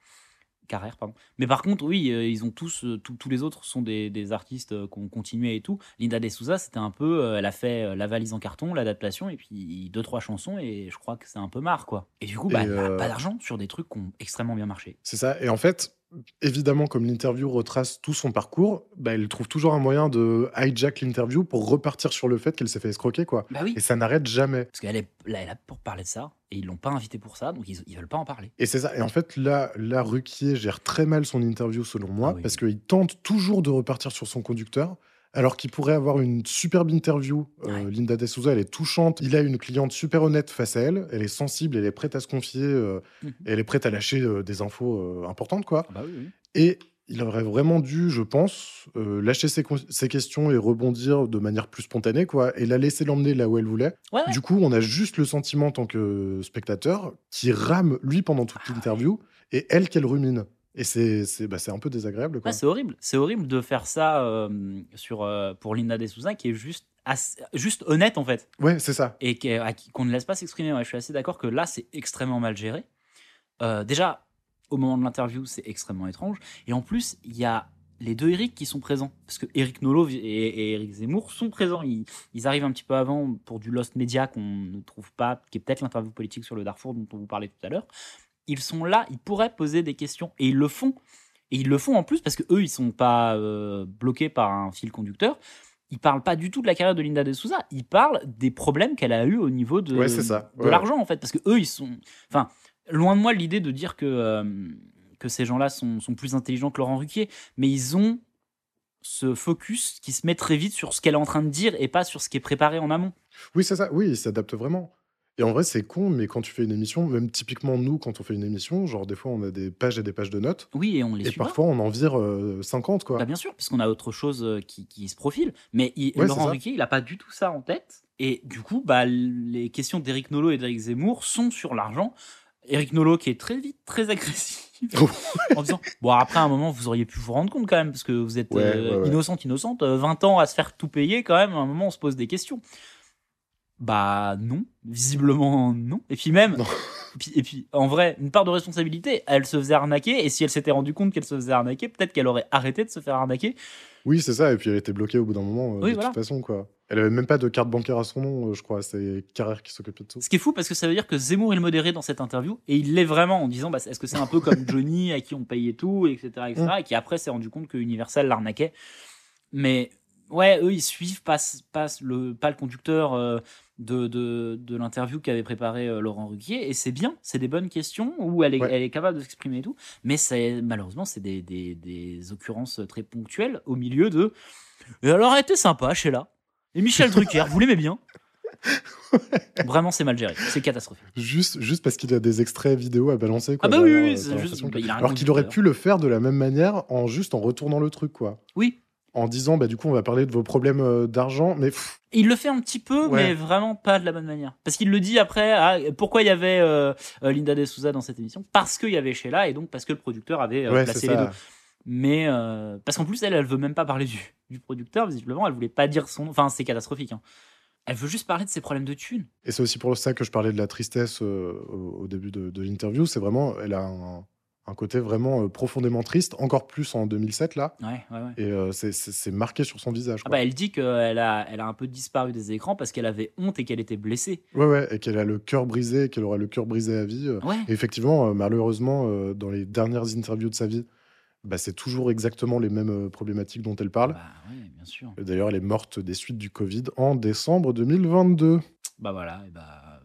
S3: Carrière, pardon. Mais par contre, oui, euh, ils ont tous, euh, tous- tous les autres sont des, des artistes euh, qui ont continué et tout. Linda de Souza, c'était un peu, euh, elle a fait euh, la valise en carton, l'adaptation, et puis deux, trois chansons, et je crois que c'est un peu marre, quoi. Et du coup, bah,
S6: Et,
S3: elle n'a
S6: euh,
S3: pas d'argent sur des trucs qui ont extrêmement bien marché.
S6: C'est ça. Et en fait, évidemment, comme l'interview retrace tout son parcours, bah, elle trouve toujours un moyen de hijack l'interview pour repartir sur le fait qu'elle s'est fait escroquer, quoi.
S3: Bah oui.
S6: Et ça n'arrête jamais.
S3: Parce qu'elle est là, elle a pour parler de ça, et ils l'ont pas invité pour ça, donc ils, ils veulent pas en parler.
S6: Et c'est ça. Et en fait, là, là, Ruquier gère très mal son interview, selon moi,
S3: Ah oui.
S6: parce qu'il tente toujours de repartir sur son conducteur. Alors qu'il pourrait avoir une superbe interview. Euh,
S3: Ouais.
S6: Linda De Souza, elle est touchante. Il a une cliente super honnête face à elle. Elle est sensible, elle est prête à se confier, euh,
S3: Mhm.
S6: et elle est prête à lâcher euh, des infos euh, importantes, quoi.
S3: bah oui, oui.
S6: Et il aurait vraiment dû, je pense, euh, lâcher ses, con- ses questions et rebondir de manière plus spontanée, quoi, et la laisser l'emmener là où elle voulait.
S3: Ouais, ouais.
S6: Du coup, on a juste le
S3: Ah
S6: sentiment, en tant que spectateur, qui rame, lui, pendant toute l'interview, et elle qu'elle rumine. Et c'est c'est- bah, c'est un peu désagréable. Quoi.
S3: Ouais, c'est horrible. C'est horrible de faire ça euh, sur, euh, pour Linda de Souza, qui est juste, assez- juste honnête, en fait,
S6: ouais, c'est ça.
S3: et qui- à qui- qu'on ne laisse pas s'exprimer. Ouais, je suis assez d'accord que là, c'est extrêmement mal géré. Euh, déjà, au moment de l'interview, c'est extrêmement étrange. Et en plus, il y a les deux Eric qui sont présents. Parce que Eric Nolot et, et Eric Zemmour sont présents. Ils, ils arrivent un petit peu avant pour du Lost Media qu'on ne trouve pas, qui est peut-être l'interview politique sur le Darfour dont on vous parlait tout à l'heure. Ils sont là, ils pourraient poser des questions. Et ils le font. Et ils le font en plus parce que eux, ils sont pas euh, bloqués par un fil conducteur. Ils parlent pas du tout de la carrière de Linda de Souza. Ils parlent des problèmes qu'elle a eu au niveau de,
S6: Ouais, c'est ça.
S3: de
S6: Ouais.
S3: l'argent en fait. Parce que eux, ils sont. Enfin, loin de moi l'idée de dire que euh, que ces gens-là sont, sont plus intelligents que Laurent Ruquier, mais ils ont ce focus qui se met très vite sur ce qu'elle est en train de dire et pas sur ce qui est préparé en amont.
S6: Oui, c'est ça. Oui, il s'adapte vraiment. Et en vrai, c'est con, mais quand tu fais une émission, même typiquement nous, quand on fait une émission, genre des fois, on a des pages et des pages de notes.
S3: Oui, et on les
S6: Et
S3: suit pas.
S6: parfois, on en vire euh, 50, quoi.
S3: Bah, bien sûr, parce qu'on a autre chose euh, qui, qui se profile. Mais il-
S6: Ouais, c'est
S3: Laurent
S6: ça.
S3: Ruquier, il n'a pas du tout ça en tête. Et du coup, bah, les questions d'Éric Nolot et d'Éric Zemmour sont sur l'argent. Éric Nolot qui est très vite très [laughs] agressif en disant bon après à un moment vous auriez pu vous rendre compte quand même parce que vous êtes
S6: Ouais,
S3: euh,
S6: ouais, ouais.
S3: innocente innocente euh, 20 ans à se faire tout payer quand même à un moment on se pose des questions bah non visiblement non et puis même
S6: Non.
S3: Et, puis, et puis en vrai une part de responsabilité elle se faisait arnaquer et si elle s'était rendue compte qu'elle se faisait arnaquer peut-être qu'elle aurait arrêté de se faire arnaquer
S6: Oui, c'est ça. Et puis, elle était bloquée au bout d'un moment, euh,
S3: Oui,
S6: de
S3: voilà.
S6: toute façon, quoi. Elle avait même pas de carte bancaire à son nom, euh, je crois. C'est Carrère qui s'occupait de tout.
S3: Ce qui est fou parce que ça veut dire que Zemmour est le modéré dans cette interview et il l'est vraiment en disant bah, est-ce que c'est un peu comme Johnny à qui on payait tout, etc. etc. et qui après s'est rendu compte que Universal l'arnaquait. Mais ouais, eux ils suivent pas, pas, le, pas le conducteur euh, de, de, de l'interview qu'avait préparé euh, Laurent Ruquier et c'est bien, c'est des bonnes questions où elle est,
S6: Ouais.
S3: elle est capable de s'exprimer et tout. Mais c'est- malheureusement, c'est des, des, des occurrences très ponctuelles au milieu de. Et alors elle était sympa, Sheila. Et Michel Drucker, vous l'aimez bien Vraiment, c'est mal géré. C'est catastrophique.
S6: Juste, juste parce qu'il a des extraits vidéo à balancer. Quoi,
S3: Ah bah oui,
S6: derrière,
S3: oui,
S6: euh,
S3: c'est
S6: t'as
S3: juste-
S6: l'impression que-
S3: il a un
S6: Alors qu'il aurait
S3: conducteur.
S6: pu le faire de la même manière en juste en retournant le truc, quoi.
S3: Oui.
S6: En disant, bah, du coup, on va parler de vos problèmes euh, d'argent, mais pff,
S3: Il le fait un petit peu,
S6: Ouais.
S3: mais vraiment pas de la bonne manière. Parce qu'il le dit après, ah, pourquoi il y avait euh, euh, Linda De Souza dans cette émission Parce qu'il y avait Sheila et donc parce que le producteur avait euh,
S6: ouais, c'est
S3: placé les
S6: ça.
S3: deux. Mais euh, parce qu'en plus, elle, elle veut même pas parler du, du producteur, visiblement, elle voulait pas dire son nom. Enfin, c'est catastrophique. hein. Elle veut juste parler de ses problèmes de thunes.
S6: Et c'est aussi pour ça que je parlais de la tristesse euh, au, au début de, de l'interview. C'est vraiment, elle a un, un côté vraiment euh, profondément triste, encore plus en 2007 là.
S3: Ouais, ouais, ouais.
S6: Et euh, c'est- c'est c'est marqué sur son visage.
S3: Ah
S6: Quoi.
S3: bah, elle dit qu'elle a, elle a un peu disparu des écrans parce qu'elle avait honte et qu'elle était blessée.
S6: Ouais, ouais, et qu'elle a le cœur brisé, et qu'elle aura le cœur brisé à vie. euh.
S3: Ouais.
S6: Et effectivement, euh, malheureusement, euh, dans les dernières interviews de sa vie, bah, c'est toujours exactement les mêmes euh, problématiques dont elle parle.
S3: Bah, ouais, bien sûr.
S6: Et D'ailleurs, elle est morte des suites du Covid en décembre 2022.
S3: Bah voilà, et bah.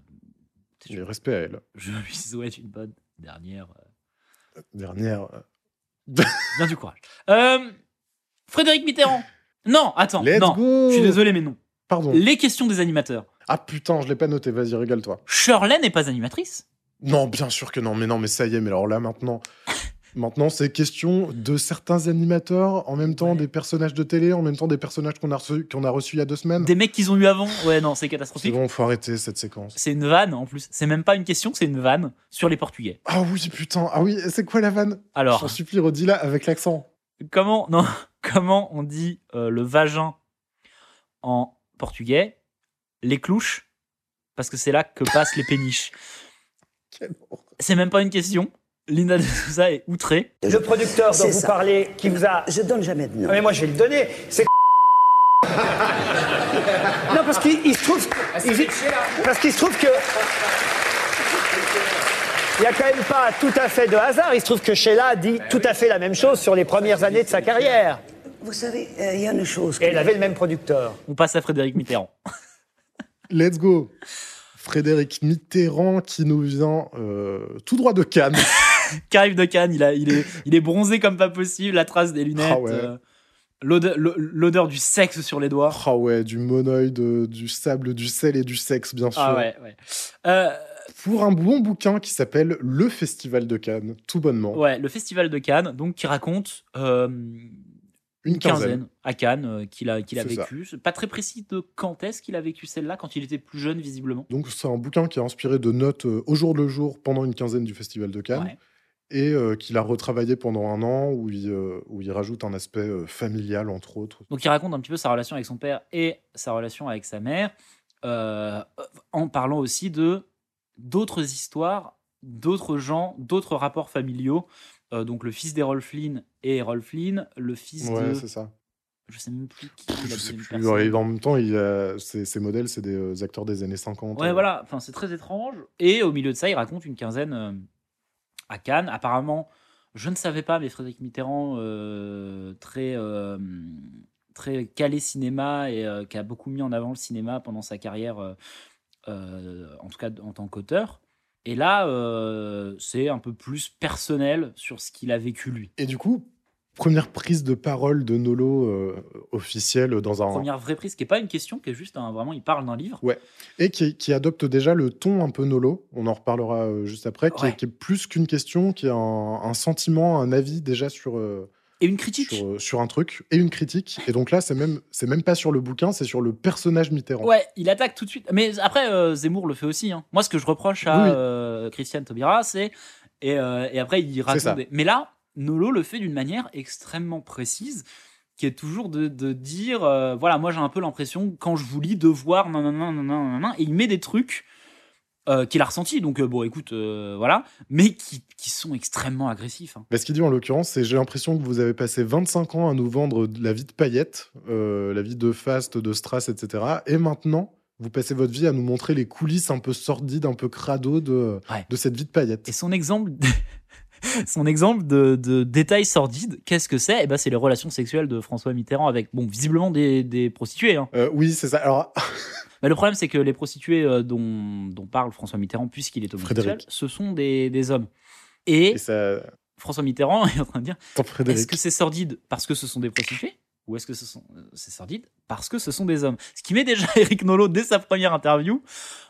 S6: Et respect à elle.
S3: Je lui souhaite une bonne dernière. euh,
S6: Dernière. euh,
S3: Bien du courage. Euh, Frédéric Mitterrand. Non, attends.
S6: Let's
S3: non.
S6: go
S3: Je suis désolé, mais non.
S6: Pardon.
S3: Les questions des animateurs.
S6: Ah putain, je l'ai pas noté, vas-y, régale-toi.
S3: Shirley n'est pas animatrice.
S6: Non, bien sûr que non, mais non, mais ça y est, mais alors là
S3: [laughs]
S6: maintenant, maintenant c'est question de certains animateurs, en même temps des personnages de télé, en même temps des personnages qu'on a reçus qu'on a reçus il y a deux semaines.
S3: Des mecs qu'ils ont eu avant. Ouais, non, c'est
S6: C'est
S3: catastrophique.
S6: bon, faut arrêter cette séquence.
S3: C'est une vanne en plus. C'est même pas une question, c'est une vanne sur les Portugais.
S6: Ah oui, putain, ah oui, c'est quoi la vanne Je t'en
S3: Alors,
S6: supplie, redis-la avec l'accent.
S3: comment, non, [laughs] comment on dit euh, le vagin en portugais Les clouches, parce que c'est là que passent les péniches.
S6: Quelle horreur.
S3: C'est même pas une question. Linda de Souza est outrée.
S8: Le producteur dont
S10: C'est
S8: vous
S10: ça.
S8: parlez, qui vous a...
S10: Je donne jamais de nom.
S8: Non, mais moi, je vais le donner. C'est... non, parce qu'il il se trouve... il- parce qu'il se trouve que... Il n'y a quand même pas tout à fait de hasard. Il se trouve que Sheila a dit tout à fait la même chose sur les premières années de sa carrière.
S10: Vous savez, euh, il y a une chose.
S8: Et elle avait le même producteur.
S3: On passe à Frédéric Mitterrand.
S6: Let's go. Frédéric Mitterrand qui nous vient euh, tout droit de
S3: [laughs]
S6: Cannes.
S3: qui arrive de Cannes, il, a, il, est, il est bronzé comme pas possible, la trace des lunettes,
S6: Ah ouais.
S3: euh, l'odeur- l'o- l'odeur du sexe sur les doigts.
S6: Ah ouais, du monoïde, du sable, du sel et du sexe, bien sûr.
S3: Ah ouais, ouais. Euh,
S6: Pour un bon bouquin qui s'appelle Le Festival de Cannes, tout bonnement.
S3: ouais, le festival de Cannes, donc qui raconte euh, une
S6: Une quinzaine.
S3: quinzaine à Cannes euh, qu'il a, qu'il a
S6: C'est ça.
S3: vécu. C'est Pas très précis de quand est-ce qu'il a vécu celle-là, quand il était plus jeune visiblement.
S6: Donc c'est un bouquin qui est inspiré de notes euh, au jour le jour pendant une quinzaine du Festival de Cannes.
S3: Ouais.
S6: et euh, qu'il a retravaillé pendant un an où il, euh, où il rajoute un aspect euh, familial, entre autres.
S3: Donc il raconte un petit peu sa relation avec son père et sa relation avec sa mère, euh, en parlant aussi de d'autres histoires, d'autres gens, d'autres rapports familiaux. Euh, donc le fils d'Errol Flynn et Errol Flynn, le fils
S6: Ouais,
S3: de...
S6: c'est ça.
S3: Je sais même plus qui est la
S6: Je sais
S3: deuxième
S6: plus.
S3: personne.
S6: ouais, en même temps, il a- ces ces modèles, c'est des euh, acteurs des années 50.
S3: Ouais,
S6: euh,
S3: voilà, enfin, c'est très étrange. Et au milieu de ça, il raconte une quinzaine euh, à Cannes. Apparemment, je ne savais pas, mais Frédéric Mitterrand, euh, très, euh, très calé cinéma et euh, qui a beaucoup mis en avant le cinéma pendant sa carrière, euh, euh, en tout cas en tant qu'auteur. Et là, euh, c'est un peu plus personnel sur ce qu'il a vécu lui.
S6: Et du coup, première prise de parole de Nolo euh, officielle dans un.
S3: Première vraie prise, qui n'est pas une question, qui est juste un- vraiment, il parle d'un livre.
S6: Et qui, qui adopte déjà le ton un peu Nolo, on en reparlera euh, juste après, qui,
S3: Ouais.
S6: est, qui est plus qu'une question, qui est un, un sentiment, un avis déjà sur, euh,
S3: Et une critique.
S6: sur, euh, sur un truc et une critique. Et donc là, c'est même, c'est même pas sur le bouquin, c'est sur le personnage Mitterrand.
S3: Ouais, il attaque tout de suite. Mais après, euh, Zemmour le fait aussi. hein. Moi, ce que je reproche à
S6: Oui.
S3: euh, Christiane Taubira, c'est. Et, euh, et après,
S6: ça.
S3: il raconte. des- Mais là, Nolo le fait d'une manière extrêmement précise, qui est toujours de, de dire euh, voilà, moi, j'ai un peu l'impression, quand je vous lis, de voir. Nanana, nanana, nanana, et il met des trucs. euh, qu'il a ressenti, donc euh, bon, écoute, euh, voilà, mais qui, qui sont extrêmement agressifs. hein.
S6: Mais ce qu'il dit en l'occurrence, c'est j'ai l'impression que vous avez passé 25 ans à nous vendre de la vie de paillettes, euh, la vie de Fast, de Strass, etc. Et maintenant, vous passez votre vie à nous montrer les coulisses un peu sordides, un peu crado de,
S3: Ouais.
S6: de cette vie de paillettes.
S3: Et son exemple, [laughs] son exemple de, de détail sordide, qu'est-ce que c'est Eh ben, c'est les relations sexuelles de François Mitterrand avec, bon, visiblement des, des prostituées. hein.
S6: Euh, oui, c'est ça. Alors,
S3: Mais le problème, c'est que les prostituées euh, dont, dont parle François Mitterrand, puisqu'il est homosexuel,
S6: Frédéric.
S3: ce sont des, des hommes. Et
S6: et ça,
S3: François Mitterrand est en train de dire
S6: tant Frédéric.
S3: est-ce que c'est sordide parce que ce sont des prostituées ou est-ce que ce sont euh, c'est sordide parce que ce sont des hommes Ce qui met déjà [laughs] Eric Nolot dès sa première interview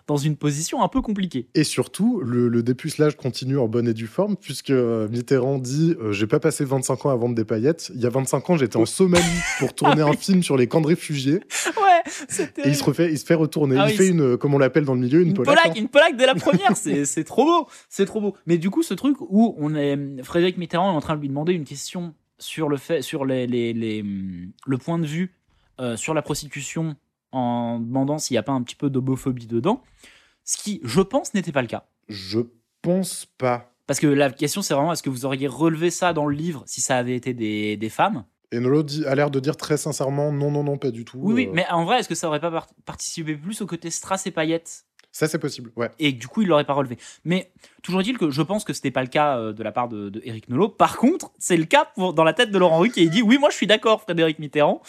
S3: dans une position un peu compliquée.
S6: Et surtout, le, le dépucelage continue en bonne et due forme, puisque euh, Mitterrand dit euh, J'ai pas passé 25 ans à vendre des paillettes. Il y a 25 ans,
S3: Oh.
S6: j'étais en Somalie
S3: [laughs] Ah
S6: pour tourner un film sur les camps de réfugiés.
S3: Ouais, c'était
S6: Et il se, refait, il se fait retourner.
S3: Ah
S6: il
S3: oui,
S6: fait
S3: c'est-
S6: une, euh, comme on l'appelle dans le milieu, une,
S3: une
S6: polaque.
S3: polaque,
S6: hein.
S3: une polaque dès la première, [laughs] c'est c'est trop beau, c'est trop beau. Mais du coup, ce truc où on est, Frédéric Mitterrand est en train de lui demander une question sur le fait, sur les, les, les, hum, le point de vue euh, sur la prostitution, en demandant s'il n'y a pas un petit peu d'homophobie dedans, ce qui, je pense, n'était pas le cas.
S6: Je pense pas.
S3: Parce que la question, c'est vraiment, est-ce que vous auriez relevé ça dans le livre si ça avait été des, des femmes
S6: Et Nolo dit- a l'air de dire très sincèrement non, non, non, pas du tout.
S3: Oui, oui,
S6: Euh,
S3: mais en vrai, est-ce que ça aurait pas par- participé plus au côté strass et paillettes
S6: Ça, c'est possible, ouais.
S3: et du coup il l'aurait pas relevé. Mais toujours est-il que je pense que c'était pas le cas euh, de la part de, de Eric Nolot. Par contre, c'est le cas pour, dans la tête de Laurent Ruquier. Il dit oui, moi je suis d'accord, Frédéric Mitterrand,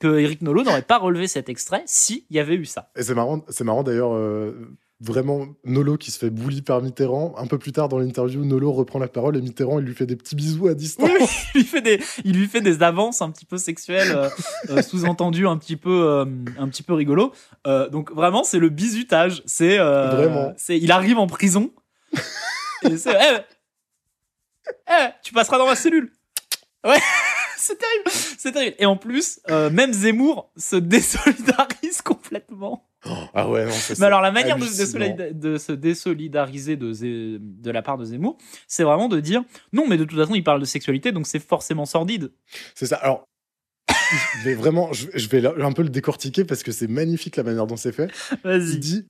S3: que Eric Nolot n'aurait pas relevé cet extrait s'il y avait eu ça.
S6: Et c'est marrant, c'est marrant d'ailleurs, euh, vraiment, Nolo qui se fait bully par Mitterrand. Un peu plus tard dans l'interview, Nolo reprend la parole et Mitterrand, il lui fait des petits bisous à distance.
S3: il [laughs] lui fait des, il lui fait des avances un petit peu sexuelles, euh, euh, sous-entendues un petit peu, euh, un petit peu rigolo. Euh, donc vraiment, c'est le bizutage. C'est euh,
S6: Vraiment.
S3: C'est, il arrive
S6: [laughs]
S3: en prison. et c'est, Eh, eh, tu passeras dans ma cellule. Ouais, [laughs] c'est terrible, c'est terrible. Et en plus, euh, même Zemmour se désolidarise [laughs] complètement.
S6: Ah ouais, non, ça, c'est
S3: Mais alors la manière de se,
S6: hallucinant.
S3: désolida- de se désolidariser de, Zé- de la part de Zemmour, c'est vraiment de dire non, mais de toute façon, il parle de sexualité, donc c'est forcément sordide.
S6: C'est ça. Alors, [laughs] je vais vraiment, je, je vais un peu le décortiquer parce que c'est magnifique la manière dont c'est fait. Il
S3: Vas-y.
S6: dit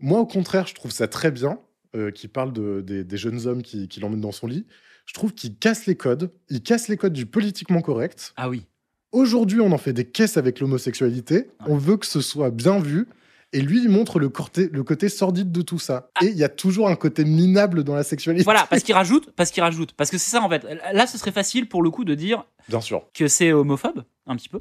S6: Moi, au contraire, je trouve ça très bien euh, qu'il parle de, des, des jeunes hommes qui, qui l'emmènent dans son lit. Je trouve qu'il casse les codes. Il casse les codes du politiquement correct.
S3: Ah oui.
S6: Aujourd'hui, on en fait des caisses avec l'homosexualité. On veut que ce soit bien vu. Et lui, il montre le, corté- le côté sordide de tout ça. Et il y a toujours un côté minable dans la sexualité.
S3: Ah. Voilà, parce qu'il rajoute, parce qu'il rajoute, parce que c'est ça en fait. Là, ce serait facile pour le coup de dire
S6: [laughs] Bien sûr.
S3: que c'est homophobe, un petit peu.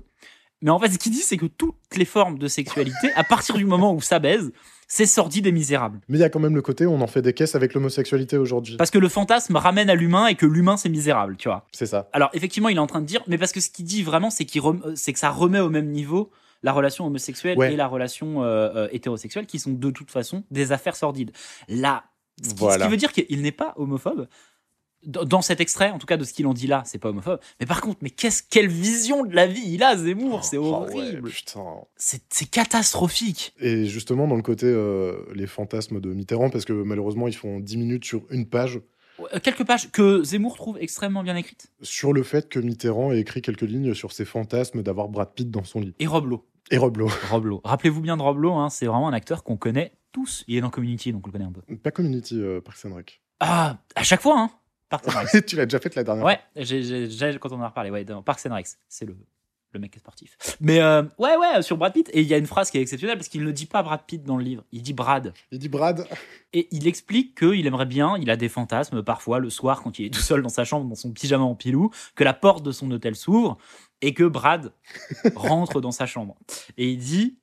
S3: Mais en fait, ce qu'il dit, c'est que toutes les formes de sexualité, à partir du moment où ça baise, c'est sordide et misérable.
S6: Mais il y a quand même le côté on en fait des caisses avec l'homosexualité aujourd'hui.
S3: Parce que le fantasme ramène à l'humain et que l'humain, c'est misérable, tu vois.
S6: C'est ça.
S3: Alors, effectivement, il est en train de dire, mais parce que ce qu'il dit vraiment, c'est qu'il rem- euh, c'est que ça remet au même niveau la relation homosexuelle
S6: Ouais.
S3: et la relation euh, euh, hétérosexuelle, qui sont de toute façon des affaires sordides. Là, ce qui, ce
S6: Voilà.
S3: qui veut dire qu'il n'est pas homophobe. Dans dans cet extrait, en tout cas de ce qu'il en dit là, c'est pas homophobe. Mais par contre, mais qu'est-ce quelle vision de la vie il a, Zemmour C'est
S6: Oh,
S3: horrible.
S6: ouais, putain.
S3: c'est c'est catastrophique.
S6: Et justement, dans le côté euh, les fantasmes de Mitterrand, parce que malheureusement, ils font 10 minutes sur une page.
S3: euh, quelques pages que Zemmour trouve extrêmement bien écrites.
S6: Sur le fait que Mitterrand ait écrit quelques lignes sur ses fantasmes d'avoir Brad Pitt dans son lit.
S3: Et Roblo.
S6: Et Roblo.
S3: Roblo. Rappelez-vous bien de Roblo, hein, c'est vraiment un acteur qu'on connaît tous. Il est dans Community, donc on le connaît un peu.
S6: [laughs] Pas Community, euh, Parks and Rec.
S3: Ah, à chaque fois, hein Parks and
S6: [laughs]
S3: Rec.
S6: tu l'as déjà fait la dernière
S3: Ouais, j'ai- j'ai- j'ai- quand on en a reparlé, ouais, dans Parks and Rec, c'est le, le mec qui est sportif. Mais euh, ouais, ouais, sur Brad Pitt. Et il y a une phrase qui est exceptionnelle parce qu'il ne dit pas Brad Pitt dans le livre, il dit Brad.
S6: fois. Il dit Brad,
S3: Et il explique qu'il aimerait bien, il a des fantasmes parfois le soir quand il est tout seul dans sa chambre, dans son pyjama en pilou, que la porte de son hôtel s'ouvre et que Brad rentre dans sa chambre. Et il dit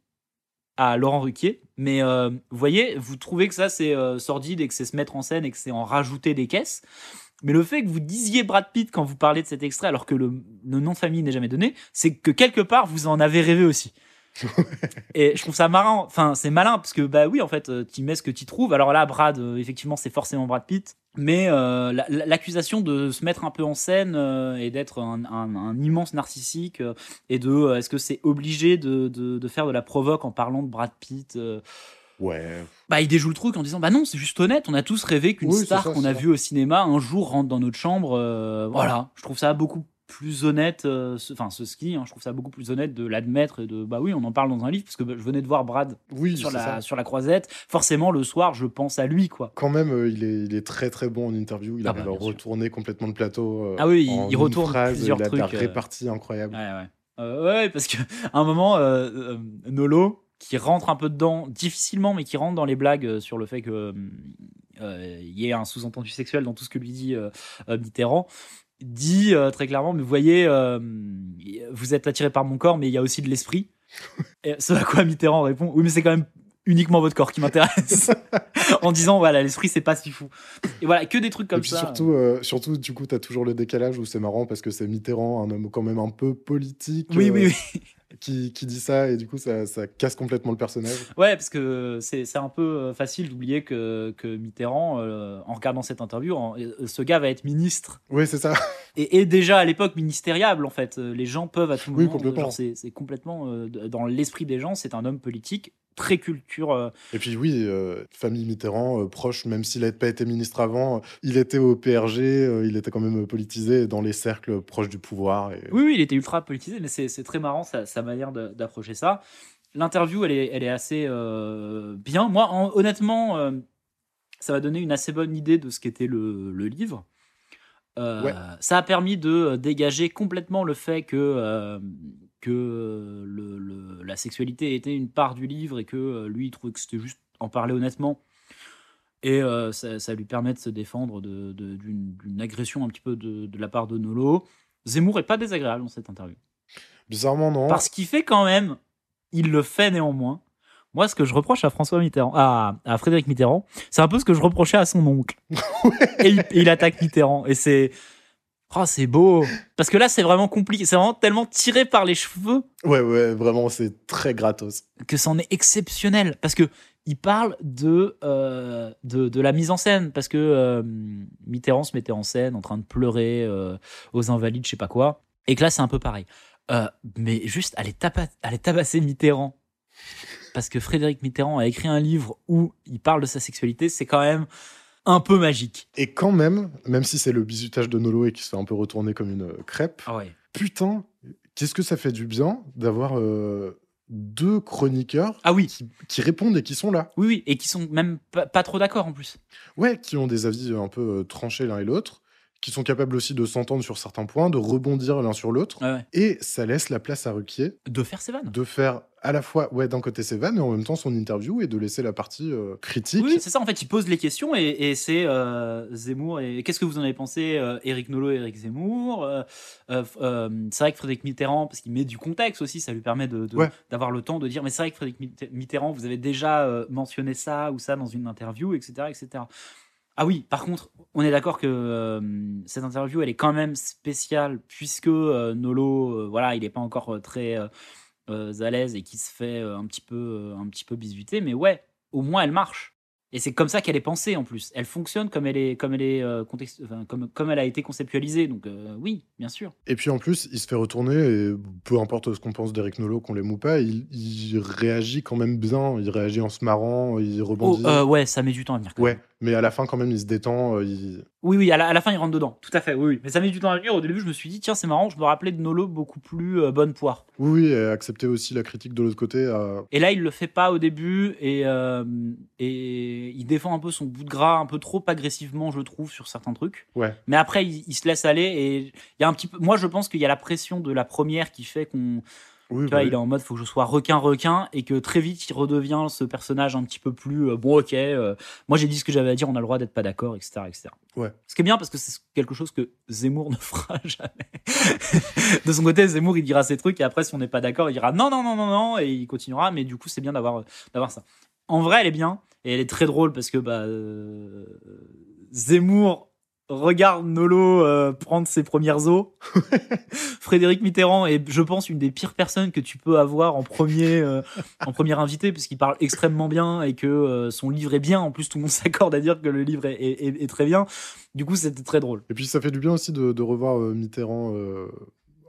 S3: à Laurent Ruquier, mais euh, vous voyez, vous trouvez que ça c'est euh, sordide et que c'est se mettre en scène et que c'est en rajouter des caisses. Mais le fait que vous disiez Brad Pitt quand vous parlez de cet extrait alors que le, le nom de famille n'est jamais donné, c'est que quelque part vous en avez rêvé aussi. Et je trouve ça marrant, enfin c'est malin parce que bah oui en fait euh, tu mets ce que tu trouves. Alors là Brad, euh, effectivement c'est forcément Brad Pitt, mais euh, la- la- l'accusation de se mettre un peu en scène euh, et d'être un, un- un immense narcissique euh, et de euh, est-ce que c'est obligé de, de- de faire de la provoque en parlant de Brad Pitt euh,
S6: ouais,
S3: bah, il déjoue le truc en disant bah non, c'est juste honnête, on a tous rêvé qu'une
S6: Oui, c'est
S3: star
S6: ça,
S3: qu'on
S6: c'est
S3: a
S6: ça.
S3: vue au cinéma un jour rentre dans notre chambre. euh, voilà, je trouve ça beaucoup plus honnête, euh, ce- enfin ce ski, hein, je trouve ça beaucoup plus honnête de l'admettre et de bah oui, on en parle dans un livre parce que bah, je venais de voir Brad
S6: oui,
S3: sur
S6: c'est ça.
S3: la sur la croisette. Forcément, le soir, je pense à lui quoi.
S6: Quand même, euh, il, est, il est très très bon en interview. Il
S3: Ah
S6: arrive à
S3: bah, bien sûr.
S6: retourner complètement le plateau. euh,
S3: Ah oui, il-
S6: en
S3: il
S6: une
S3: retourne
S6: phrase,
S3: plusieurs
S6: il a de la
S3: trucs, euh,
S6: répartie incroyable.
S3: Ouais, ouais. Euh, ouais, parce qu'à un moment, euh, euh, Nolo, qui rentre un peu dedans, difficilement, mais qui rentre dans les blagues euh, sur le fait que euh, euh, il y ait un sous-entendu sexuel dans tout ce que lui dit euh, euh, Mitterrand, dit euh, très clairement, mais vous voyez, euh, vous êtes attiré par mon corps, mais il y a aussi de
S6: [laughs]
S3: l'esprit. Et ce à quoi Mitterrand répond, oui, mais c'est quand même uniquement votre corps
S6: [laughs]
S3: qui m'intéresse. en disant, voilà, l'esprit, c'est pas si fou. Et voilà, que des trucs comme
S6: et puis
S3: ça.
S6: surtout, euh, surtout, du coup, tu as toujours le décalage où c'est marrant parce que c'est Mitterrand, un homme quand même un peu politique,
S3: oui,
S6: euh,
S3: oui, oui.
S6: [laughs] Qui, qui dit ça et du coup, ça, ça casse complètement le
S3: [laughs]
S6: personnage.
S3: Ouais, parce que c'est c'est un peu euh, facile d'oublier que, que Mitterrand, euh, en regardant cette interview, en- euh, ce gars va être ministre.
S6: Oui, c'est ça.
S3: Et, et déjà à l'époque ministériable, en fait. Euh, Les gens peuvent à tout
S6: Oui,
S3: moment. euh,
S6: complètement.
S3: genre, C'est c'est complètement euh, d- dans l'esprit des gens, c'est un homme politique, très culture. euh,
S6: Et puis, oui, euh, famille Mitterrand, euh, proche, même s'il n'avait pas été ministre avant, euh, il était au PRG, euh, il était quand même euh, politisé dans les cercles proches du pouvoir. Et...
S3: Oui, oui, il était ultra politisé, mais c'est c'est très marrant sa, sa manière de- d'approcher ça. L'interview, elle est, elle est assez euh, bien. Moi, en- honnêtement, euh, ça m'a donné une assez bonne idée de ce qu'était le, le livre. Euh,
S6: Ouais.
S3: Ça a permis de dégager complètement le fait que, euh, que le- le- la sexualité était une part du livre et que euh, lui, il trouvait que c'était juste en parler honnêtement. Et euh, ça, ça lui permet de se défendre de- de- d'une d'une agression un petit peu de, de la part de Nolo. Zemmour est pas désagréable dans cette interview.
S6: Bizarrement, non.
S3: Parce qu'il fait quand même, il le fait néanmoins. Moi, ce que je reproche à François Mitterrand, à, à Frédéric Mitterrand, c'est un peu ce que je reprochais à son oncle. et il, et il attaque Mitterrand. Et c'est. Oh, c'est beau. Parce que là, c'est vraiment compliqué. C'est vraiment tellement tiré par les cheveux
S6: Ouais, ouais, vraiment, c'est très gratos.
S3: que c'en est exceptionnel parce que il parle de, euh, de de la mise en scène parce que euh, Mitterrand se mettait en scène en train de pleurer euh, aux invalides, je sais pas quoi, et que là c'est un peu pareil. Euh, mais juste aller tapa- aller tabasser Mitterrand parce que Frédéric Mitterrand a écrit un livre où il parle de sa sexualité, c'est quand même un peu magique.
S6: Et quand même, même si c'est le bisutage de Nolo et qui se fait un peu retourner comme une euh, crêpe,
S3: Ah ouais.
S6: putain, qu'est-ce que ça fait du bien d'avoir euh, deux chroniqueurs
S3: Ah oui,
S6: qui, qui répondent et qui sont là.
S3: oui, oui, et qui sont même pas, pas trop d'accord en plus.
S6: Ouais, qui ont des avis un peu euh, tranchés l'un et l'autre, qui sont capables aussi de s'entendre sur certains points, de rebondir l'un sur l'autre.
S3: Ouais, ouais.
S6: Et ça laisse la place à Ruquier
S3: De faire ses vannes.
S6: de faire à la fois, ouais, d'un côté ses vannes et en même temps son interview et de laisser la partie euh, critique.
S3: Oui, c'est ça. En fait, il pose les questions et, et c'est euh, Zemmour. Et qu'est-ce que vous en avez pensé, euh, Éric Nolot et Éric Zemmour Euh, euh, f- euh, C'est vrai que Frédéric Mitterrand, parce qu'il met du contexte aussi, ça lui permet de- de-
S6: Ouais.
S3: d'avoir le temps de dire. Mais c'est vrai que Frédéric Mitter- Mitterrand, vous avez déjà euh, mentionné ça ou ça dans une interview, etc., etc. Ah oui, par contre, on est d'accord que euh, cette interview, elle est quand même spéciale puisque euh, Nolo, euh, voilà, il n'est pas encore euh, très euh, euh, à l'aise et qui se fait euh, un petit peu, euh, un petit peu bisuter. Mais ouais, au moins elle marche. Et c'est comme ça qu'elle est pensée en plus. Elle fonctionne comme elle est, comme elle est euh, contexte, enfin, comme, comme elle a été conceptualisée. Donc euh, oui, bien sûr.
S6: Et puis en plus, il se fait retourner, et peu importe ce qu'on pense d'Eric Nolot, qu'on l'aime ou pas, il, il réagit quand même bien, il réagit en se marrant, il
S3: Oh,
S6: rebondit.
S3: euh, ouais, ça met du temps à venir. quand
S6: Ouais,
S3: même.
S6: mais à la fin, quand même, il se détend. euh, il-
S3: Oui, oui, à la, à la fin, il rentre dedans. Tout à fait, oui, oui. Mais ça met du temps à venir. Au début, je me suis dit, tiens, c'est marrant, je me rappelais de Nolo beaucoup plus euh, bonne poire.
S6: Oui, oui, et accepter aussi la critique de l'autre côté. euh,
S3: Et là, il le fait pas au début et, euh, et il défend un peu son bout de gras un peu trop agressivement, je trouve, sur certains trucs.
S6: Ouais.
S3: Mais après, il, il se laisse aller et il y a un petit peu. Moi, je pense qu'il y a la pression de la première qui fait qu'on.
S6: Oui,
S3: Tu vois,
S6: bah,
S3: il est en mode faut que je sois requin requin et que très vite il redevient ce personnage un petit peu plus euh, bon ok euh, moi j'ai dit ce que j'avais à dire on a le droit d'être pas d'accord etc etc
S6: Ouais.
S3: ce qui est bien parce que c'est quelque chose que Zemmour [laughs] ne fera jamais de son côté Zemmour il dira ses trucs et après si on n'est pas d'accord il dira non non non non non et il continuera mais du coup c'est bien d'avoir euh, d'avoir ça en vrai elle est bien et elle est très drôle parce que bah euh, Zemmour regarde Nolo euh, prendre ses premières eaux Frédéric Mitterrand est, je pense, une des pires personnes que tu peux avoir en premier, euh, en premier invité, parce qu'il parle extrêmement bien et que euh, son livre est bien. En plus, tout le monde [laughs] s'accorde à dire que le livre est, est- est- est très bien. Du coup, c'était très drôle.
S6: Et puis ça fait du bien aussi de, de revoir euh, Mitterrand euh,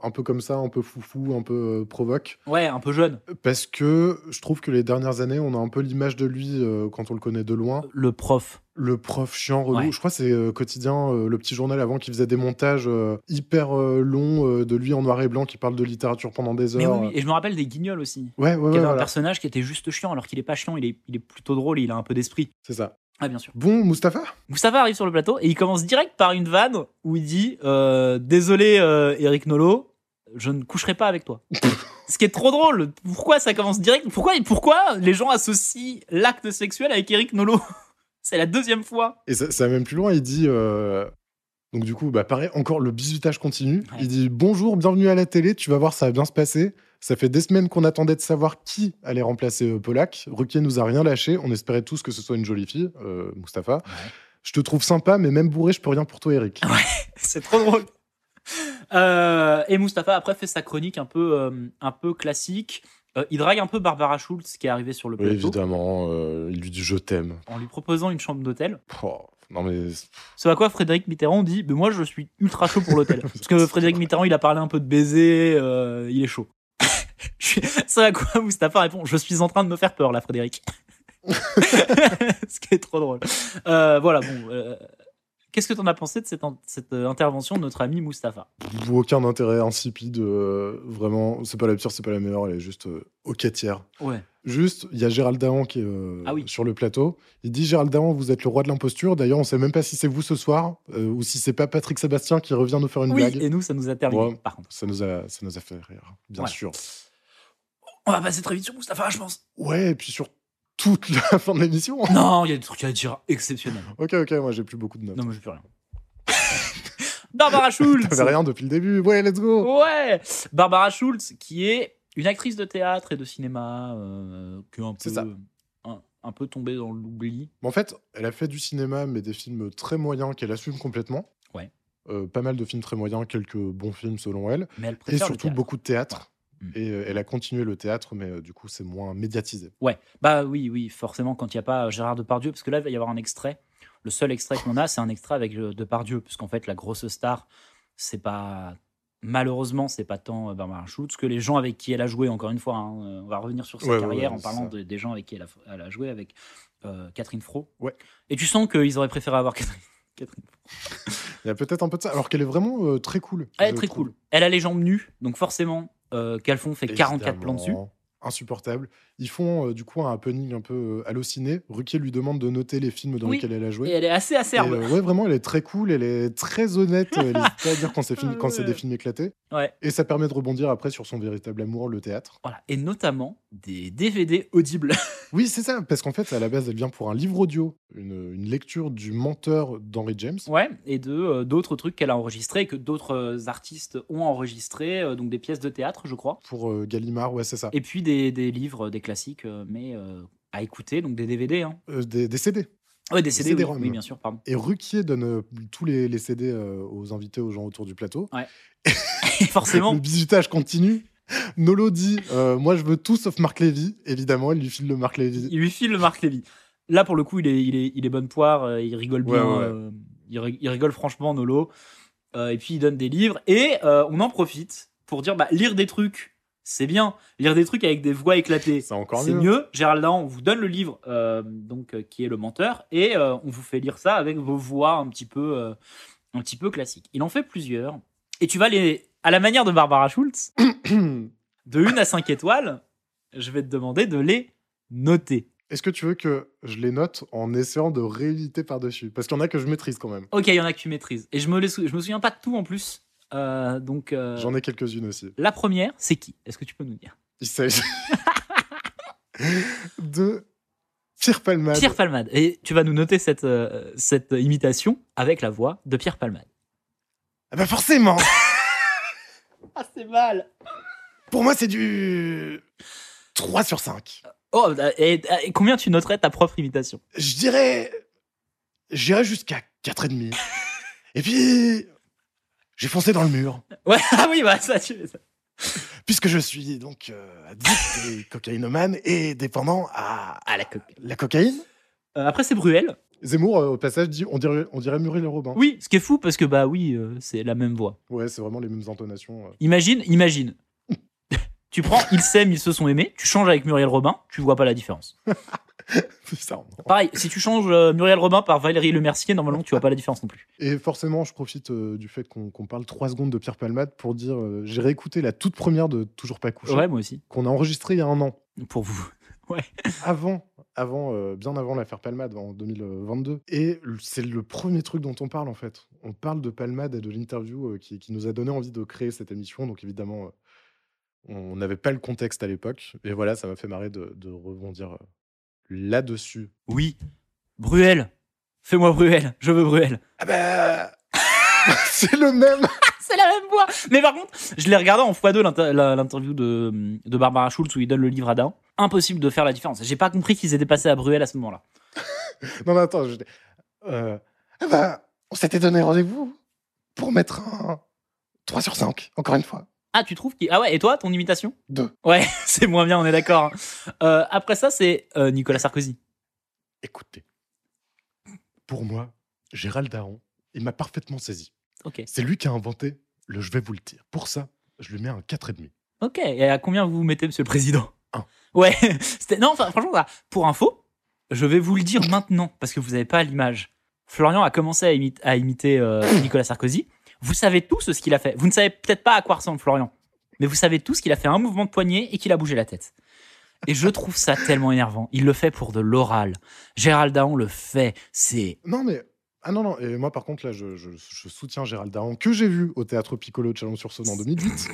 S6: un peu comme ça, un peu foufou, un peu euh, provoque.
S3: Ouais, un peu jeune.
S6: Parce que je trouve que les dernières années, on a un peu l'image de lui euh, quand on le connaît de loin.
S3: Le prof.
S6: Le prof chiant, relou.
S3: Ouais.
S6: Je crois que c'est euh, quotidien, euh, le petit journal avant qui faisait des montages euh, hyper euh, longs euh, de lui en noir et blanc qui parle de littérature pendant des
S3: Mais
S6: heures.
S3: oui, oui, et je me rappelle des guignols aussi.
S6: Ouais, ouais, ouais,
S3: Il y avait un
S6: voilà,
S3: personnage qui était juste chiant, alors qu'il est pas chiant, il est, il est plutôt drôle, il a un peu d'esprit.
S6: c'est ça.
S3: Ah, bien sûr.
S6: Bon, Mustapha
S3: Moustapha arrive sur le plateau et il commence direct par une vanne où il dit euh, Désolé, euh, Eric Nolo, je ne coucherai pas avec [laughs] toi. Ce qui est trop drôle. Pourquoi ça commence direct Pourquoi et pourquoi les gens associent l'acte sexuel avec Eric Nolo [laughs] C'est la deuxième fois.
S6: Et ça, ça va même plus loin, il dit. euh, Donc, du coup, bah, pareil, encore le bisutage continue.
S3: Ouais.
S6: Il dit Bonjour, bienvenue à la télé, tu vas voir, ça va bien se passer. Ça fait des semaines qu'on attendait de savoir qui allait remplacer euh, Polak. Ruquier nous a rien lâché, on espérait tous que ce soit une jolie fille, euh, Mustapha. Je te trouve sympa, mais même bourré, je peux rien pour toi, Eric.
S3: C'est trop drôle. Euh, et Moustapha après fait sa chronique un peu, euh, un peu classique. Euh, il drague un peu Barbara Schultz qui est arrivée sur le
S6: Oui,
S3: plateau
S6: évidemment, euh, il lui dit Je t'aime.
S3: en lui proposant une chambre d'hôtel.
S6: Oh, non, mais
S3: Ce à quoi Frédéric Mitterrand dit Mais moi, je suis ultra chaud
S6: [laughs]
S3: pour l'hôtel. Parce que Frédéric Mitterrand, il a parlé un peu de baiser, euh, il
S6: [laughs]
S3: est chaud. Je suis- Ce à quoi Moustapha répond Je suis en train de me faire peur,
S6: [laughs]
S3: là, Frédéric. Ce qui est trop drôle. Euh, voilà, bon. euh, Qu'est-ce que t'en as pensé de cette, in- cette euh, intervention de notre ami Moustapha
S6: pff, aucun intérêt insipide, euh, vraiment. C'est pas la pire, c'est pas la meilleure, elle est juste euh, au catière.
S3: Ouais.
S6: Juste, il y a Gérald Dahan qui est euh,
S3: Ah oui.
S6: sur le plateau. Il dit Gérald Dahan, vous êtes le roi de l'imposture. D'ailleurs, on sait même pas si c'est vous ce soir euh, ou si c'est pas Patrick Sébastien qui revient nous faire une
S3: Oui,
S6: blague.
S3: et nous, ça nous a terminé,
S6: Ouais.
S3: par contre.
S6: Ça nous a, ça nous a fait rire, bien
S3: Voilà.
S6: sûr.
S3: On va passer très vite sur Moustapha, je pense.
S6: Ouais, et puis sur toute [laughs] la fin de l'émission.
S3: Non, il y a des trucs à dire exceptionnels.
S6: ok, ok, moi j'ai plus beaucoup de notes.
S3: Non, mais
S6: [laughs]
S3: je plus rien. Barbara Schultz
S6: T'avais rien depuis le début. Ouais, let's go.
S3: Ouais Barbara Schultz, qui est une actrice de théâtre et de cinéma, euh, qui est un peu,
S6: C'est ça.
S3: Un, un peu tombée dans l'oubli.
S6: Mais en fait, elle a fait du cinéma, mais des films très moyens qu'elle assume complètement.
S3: Ouais.
S6: Euh, pas mal de films très moyens, quelques bons films selon elle.
S3: Mais elle
S6: Et
S3: préfère le
S6: surtout
S3: théâtre.
S6: beaucoup de théâtre.
S3: Ouais. Mm.
S6: Et euh, elle a continué le théâtre, mais euh, du coup, c'est moins médiatisé.
S3: Ouais, bah oui, oui, forcément, quand il n'y a pas euh, Gérard Depardieu, parce que là, il va y avoir un extrait. Le seul extrait qu'on a, c'est un extrait avec euh, Depardieu, parce qu'en fait, la grosse star, c'est pas. Malheureusement, c'est pas tant euh, Barbara Schultz que les gens avec qui elle a joué, encore une fois. hein. Euh, On va revenir sur sa
S6: Ouais, ouais,
S3: carrière
S6: ouais,
S3: en
S6: c'est
S3: parlant
S6: ça.
S3: de- des gens avec qui elle a, elle a joué, avec euh, Catherine Fro.
S6: Ouais.
S3: Et tu sens qu'ils auraient préféré avoir Catherine, Catherine
S6: Il y a peut-être un peu de ça, alors qu'elle est vraiment euh, très cool.
S3: Elle est
S6: je
S3: très
S6: trouve.
S3: cool. Elle a les jambes nues, donc forcément, euh, Calfon fait 44 plans dessus.
S6: Évidemment, Insupportable. Ils font euh, du coup un happening un peu euh, halluciné. Ruquier lui demande de noter les films dans
S3: Oui.
S6: lesquels elle a joué.
S3: Et elle est assez
S6: Et,
S3: acerbe.
S6: euh, ouais, vraiment, elle est très cool, elle est très honnête. Elle n'hésite pas à dire quand
S3: [laughs]
S6: c'est fini-
S3: Ah
S6: quand c'est des
S3: ouais.
S6: films éclatés.
S3: Ouais.
S6: Et ça permet de rebondir après sur son véritable amour, le théâtre.
S3: Voilà. Et notamment des DVD
S6: [laughs]
S3: audibles.
S6: Oui, c'est ça, parce qu'en fait, à la base, elle vient pour un livre audio, une, une lecture du menteur d'Henry James.
S3: ouais, et de euh, d'autres trucs qu'elle a enregistrés et que d'autres euh, artistes ont enregistrés, euh, donc des pièces de théâtre, je crois.
S6: Pour euh, Gallimard, ouais, c'est ça.
S3: Et puis des, des livres, des classiques, euh, mais euh, à écouter, donc des DVD. Hein.
S6: Euh, des, des CD.
S3: Ouais, des CD, oui,
S6: CD-ROM.
S3: oui, bien sûr, pardon. [laughs]
S6: Et Ruquier donne euh, tous les, les CD euh, aux invités, aux gens autour du plateau.
S3: Forcément.
S6: Le bisutage continue. Nolo dit euh, Moi, je veux tout sauf Marc Lévy. Évidemment, il lui file le Marc Lévy.
S3: Il lui file le Marc Lévy. Là, pour le coup, il est, il est, il est bonne poire, euh, il rigole
S6: Ouais,
S3: bien,
S6: ouais.
S3: euh, il, ri- il rigole franchement, Nolo. Euh, et puis, il donne des livres. Et euh, on en profite pour dire bah, lire des trucs, c'est bien. Lire des trucs avec des voix éclatées,
S6: C'est encore
S3: c'est
S6: mieux.
S3: mieux. Gérald Dahan, on vous donne le livre euh, donc euh, qui est le menteur et euh, on vous fait lire ça avec vos voix un petit peu euh, un petit peu classiques. Il en fait plusieurs et tu vas les à la manière de Barbara Schultz
S6: [clears throat]
S3: de 1 à 5 étoiles, je vais te demander de les noter.
S6: Est-ce que tu veux que je les note en essayant de rééditer par-dessus Parce qu'il y en a que je maîtrise quand même.
S3: OK, il y en a que tu maîtrises et je me les sou- je me souviens pas de tout en plus. Euh, donc euh,
S6: J'en ai quelques-unes aussi.
S3: la première, c'est qui Est-ce que tu peux nous dire
S6: Il s'agit [laughs] de Pierre Palmade.
S3: Pierre Palmade. Et tu vas nous noter cette, euh, cette imitation avec la voix de Pierre Palmade.
S6: Ah bah forcément
S3: [laughs] Ah, c'est mal
S6: Pour moi, c'est du 3 sur 5.
S3: Oh, et, et combien tu noterais ta propre imitation
S6: Je dirais. J'irais jusqu'à 4,5. Et puis. J'ai foncé dans le mur,
S3: [laughs] Ouais, ah oui, bah ça, tu ça.
S6: puisque je suis donc euh, addict et cocaïnomane et dépendant à
S3: Ah, la coque.
S6: la cocaïne.
S3: Euh, après, c'est Bruel.
S6: Zemmour, euh, au passage, dit on dirait, on dirait Muriel Robin.
S3: Oui, ce qui est fou, parce que bah oui, euh, c'est la même voix.
S6: Ouais, c'est vraiment les mêmes intonations. euh.
S3: Imagine, imagine. [laughs] tu prends Ils s'aiment, ils se sont aimés, tu changes avec Muriel Robin, tu vois pas la différence.
S6: Bizarre, non
S3: Pareil, si tu changes euh, Muriel Robin par Valérie Lemercier, normalement, tu vois pas la différence non plus.
S6: Et forcément, je profite euh, du fait qu'on qu'on parle trois secondes de Pierre Palmade pour dire euh, j'ai réécouté la toute première de Toujours pas couché,
S3: Ouais, moi aussi.
S6: qu'on a enregistrée il y a un an,
S3: Pour vous.
S6: avant, avant euh, bien avant l'affaire Palmade, en 2022. Et l- c'est le premier truc dont on parle en fait. On parle de Palmade et de l'interview euh, qui, qui nous a donné envie de créer cette émission. Donc évidemment, euh, on n'avait pas le contexte à l'époque. Et voilà, ça m'a fait marrer de, de rebondir euh, là-dessus.
S3: Oui. Bruel. Fais-moi Bruel. Je veux Bruel.
S6: Ah bah [laughs] c'est le même.
S3: C'est la même voix. Mais par contre, je l'ai regardé en x2 l'inter- la- l'interview de, de Barbara Schultz où il donne le livre à Daon. Impossible de faire la différence. J'ai pas compris qu'ils étaient passés à Bruel à ce moment-là.
S6: Non, mais attends, je... euh, ah bah, on s'était donné rendez-vous pour mettre un 3 sur 5, encore une fois.
S3: Ah, tu trouves qu'il. Ah ouais, et toi, ton imitation
S6: Deux.
S3: Ouais, [laughs] c'est moins bien, on est d'accord. Euh, après ça, c'est euh, Nicolas Sarkozy.
S6: Écoutez, pour moi, Gérald Daron, il m'a parfaitement saisi.
S3: Ok.
S6: C'est lui qui a inventé le je vais vous le dire. Pour ça, je lui mets un 4,5.
S3: Ok, et à combien vous vous mettez, monsieur le président
S6: Un.
S3: Ouais, [laughs] c'était. Non, enfin, franchement, ça, pour info, je vais vous le dire maintenant parce que vous n'avez pas l'image. Florian a commencé à, imite- à imiter euh, Nicolas Sarkozy. Vous savez tous ce qu'il a fait. Vous ne savez peut-être pas à quoi ressemble Florian, mais vous savez tous qu'il a fait un mouvement de poignet et qu'il a bougé la tête. Et je trouve ça tellement énervant. Il le fait pour de l'oral. Gérald Daon le fait. C'est.
S6: Non, mais. Ah non, non, et moi par contre, là, je, je- je soutiens Gérald Daron, que j'ai vu au théâtre Piccolo de [clears throat] Chalon-sur-Saône en 2008.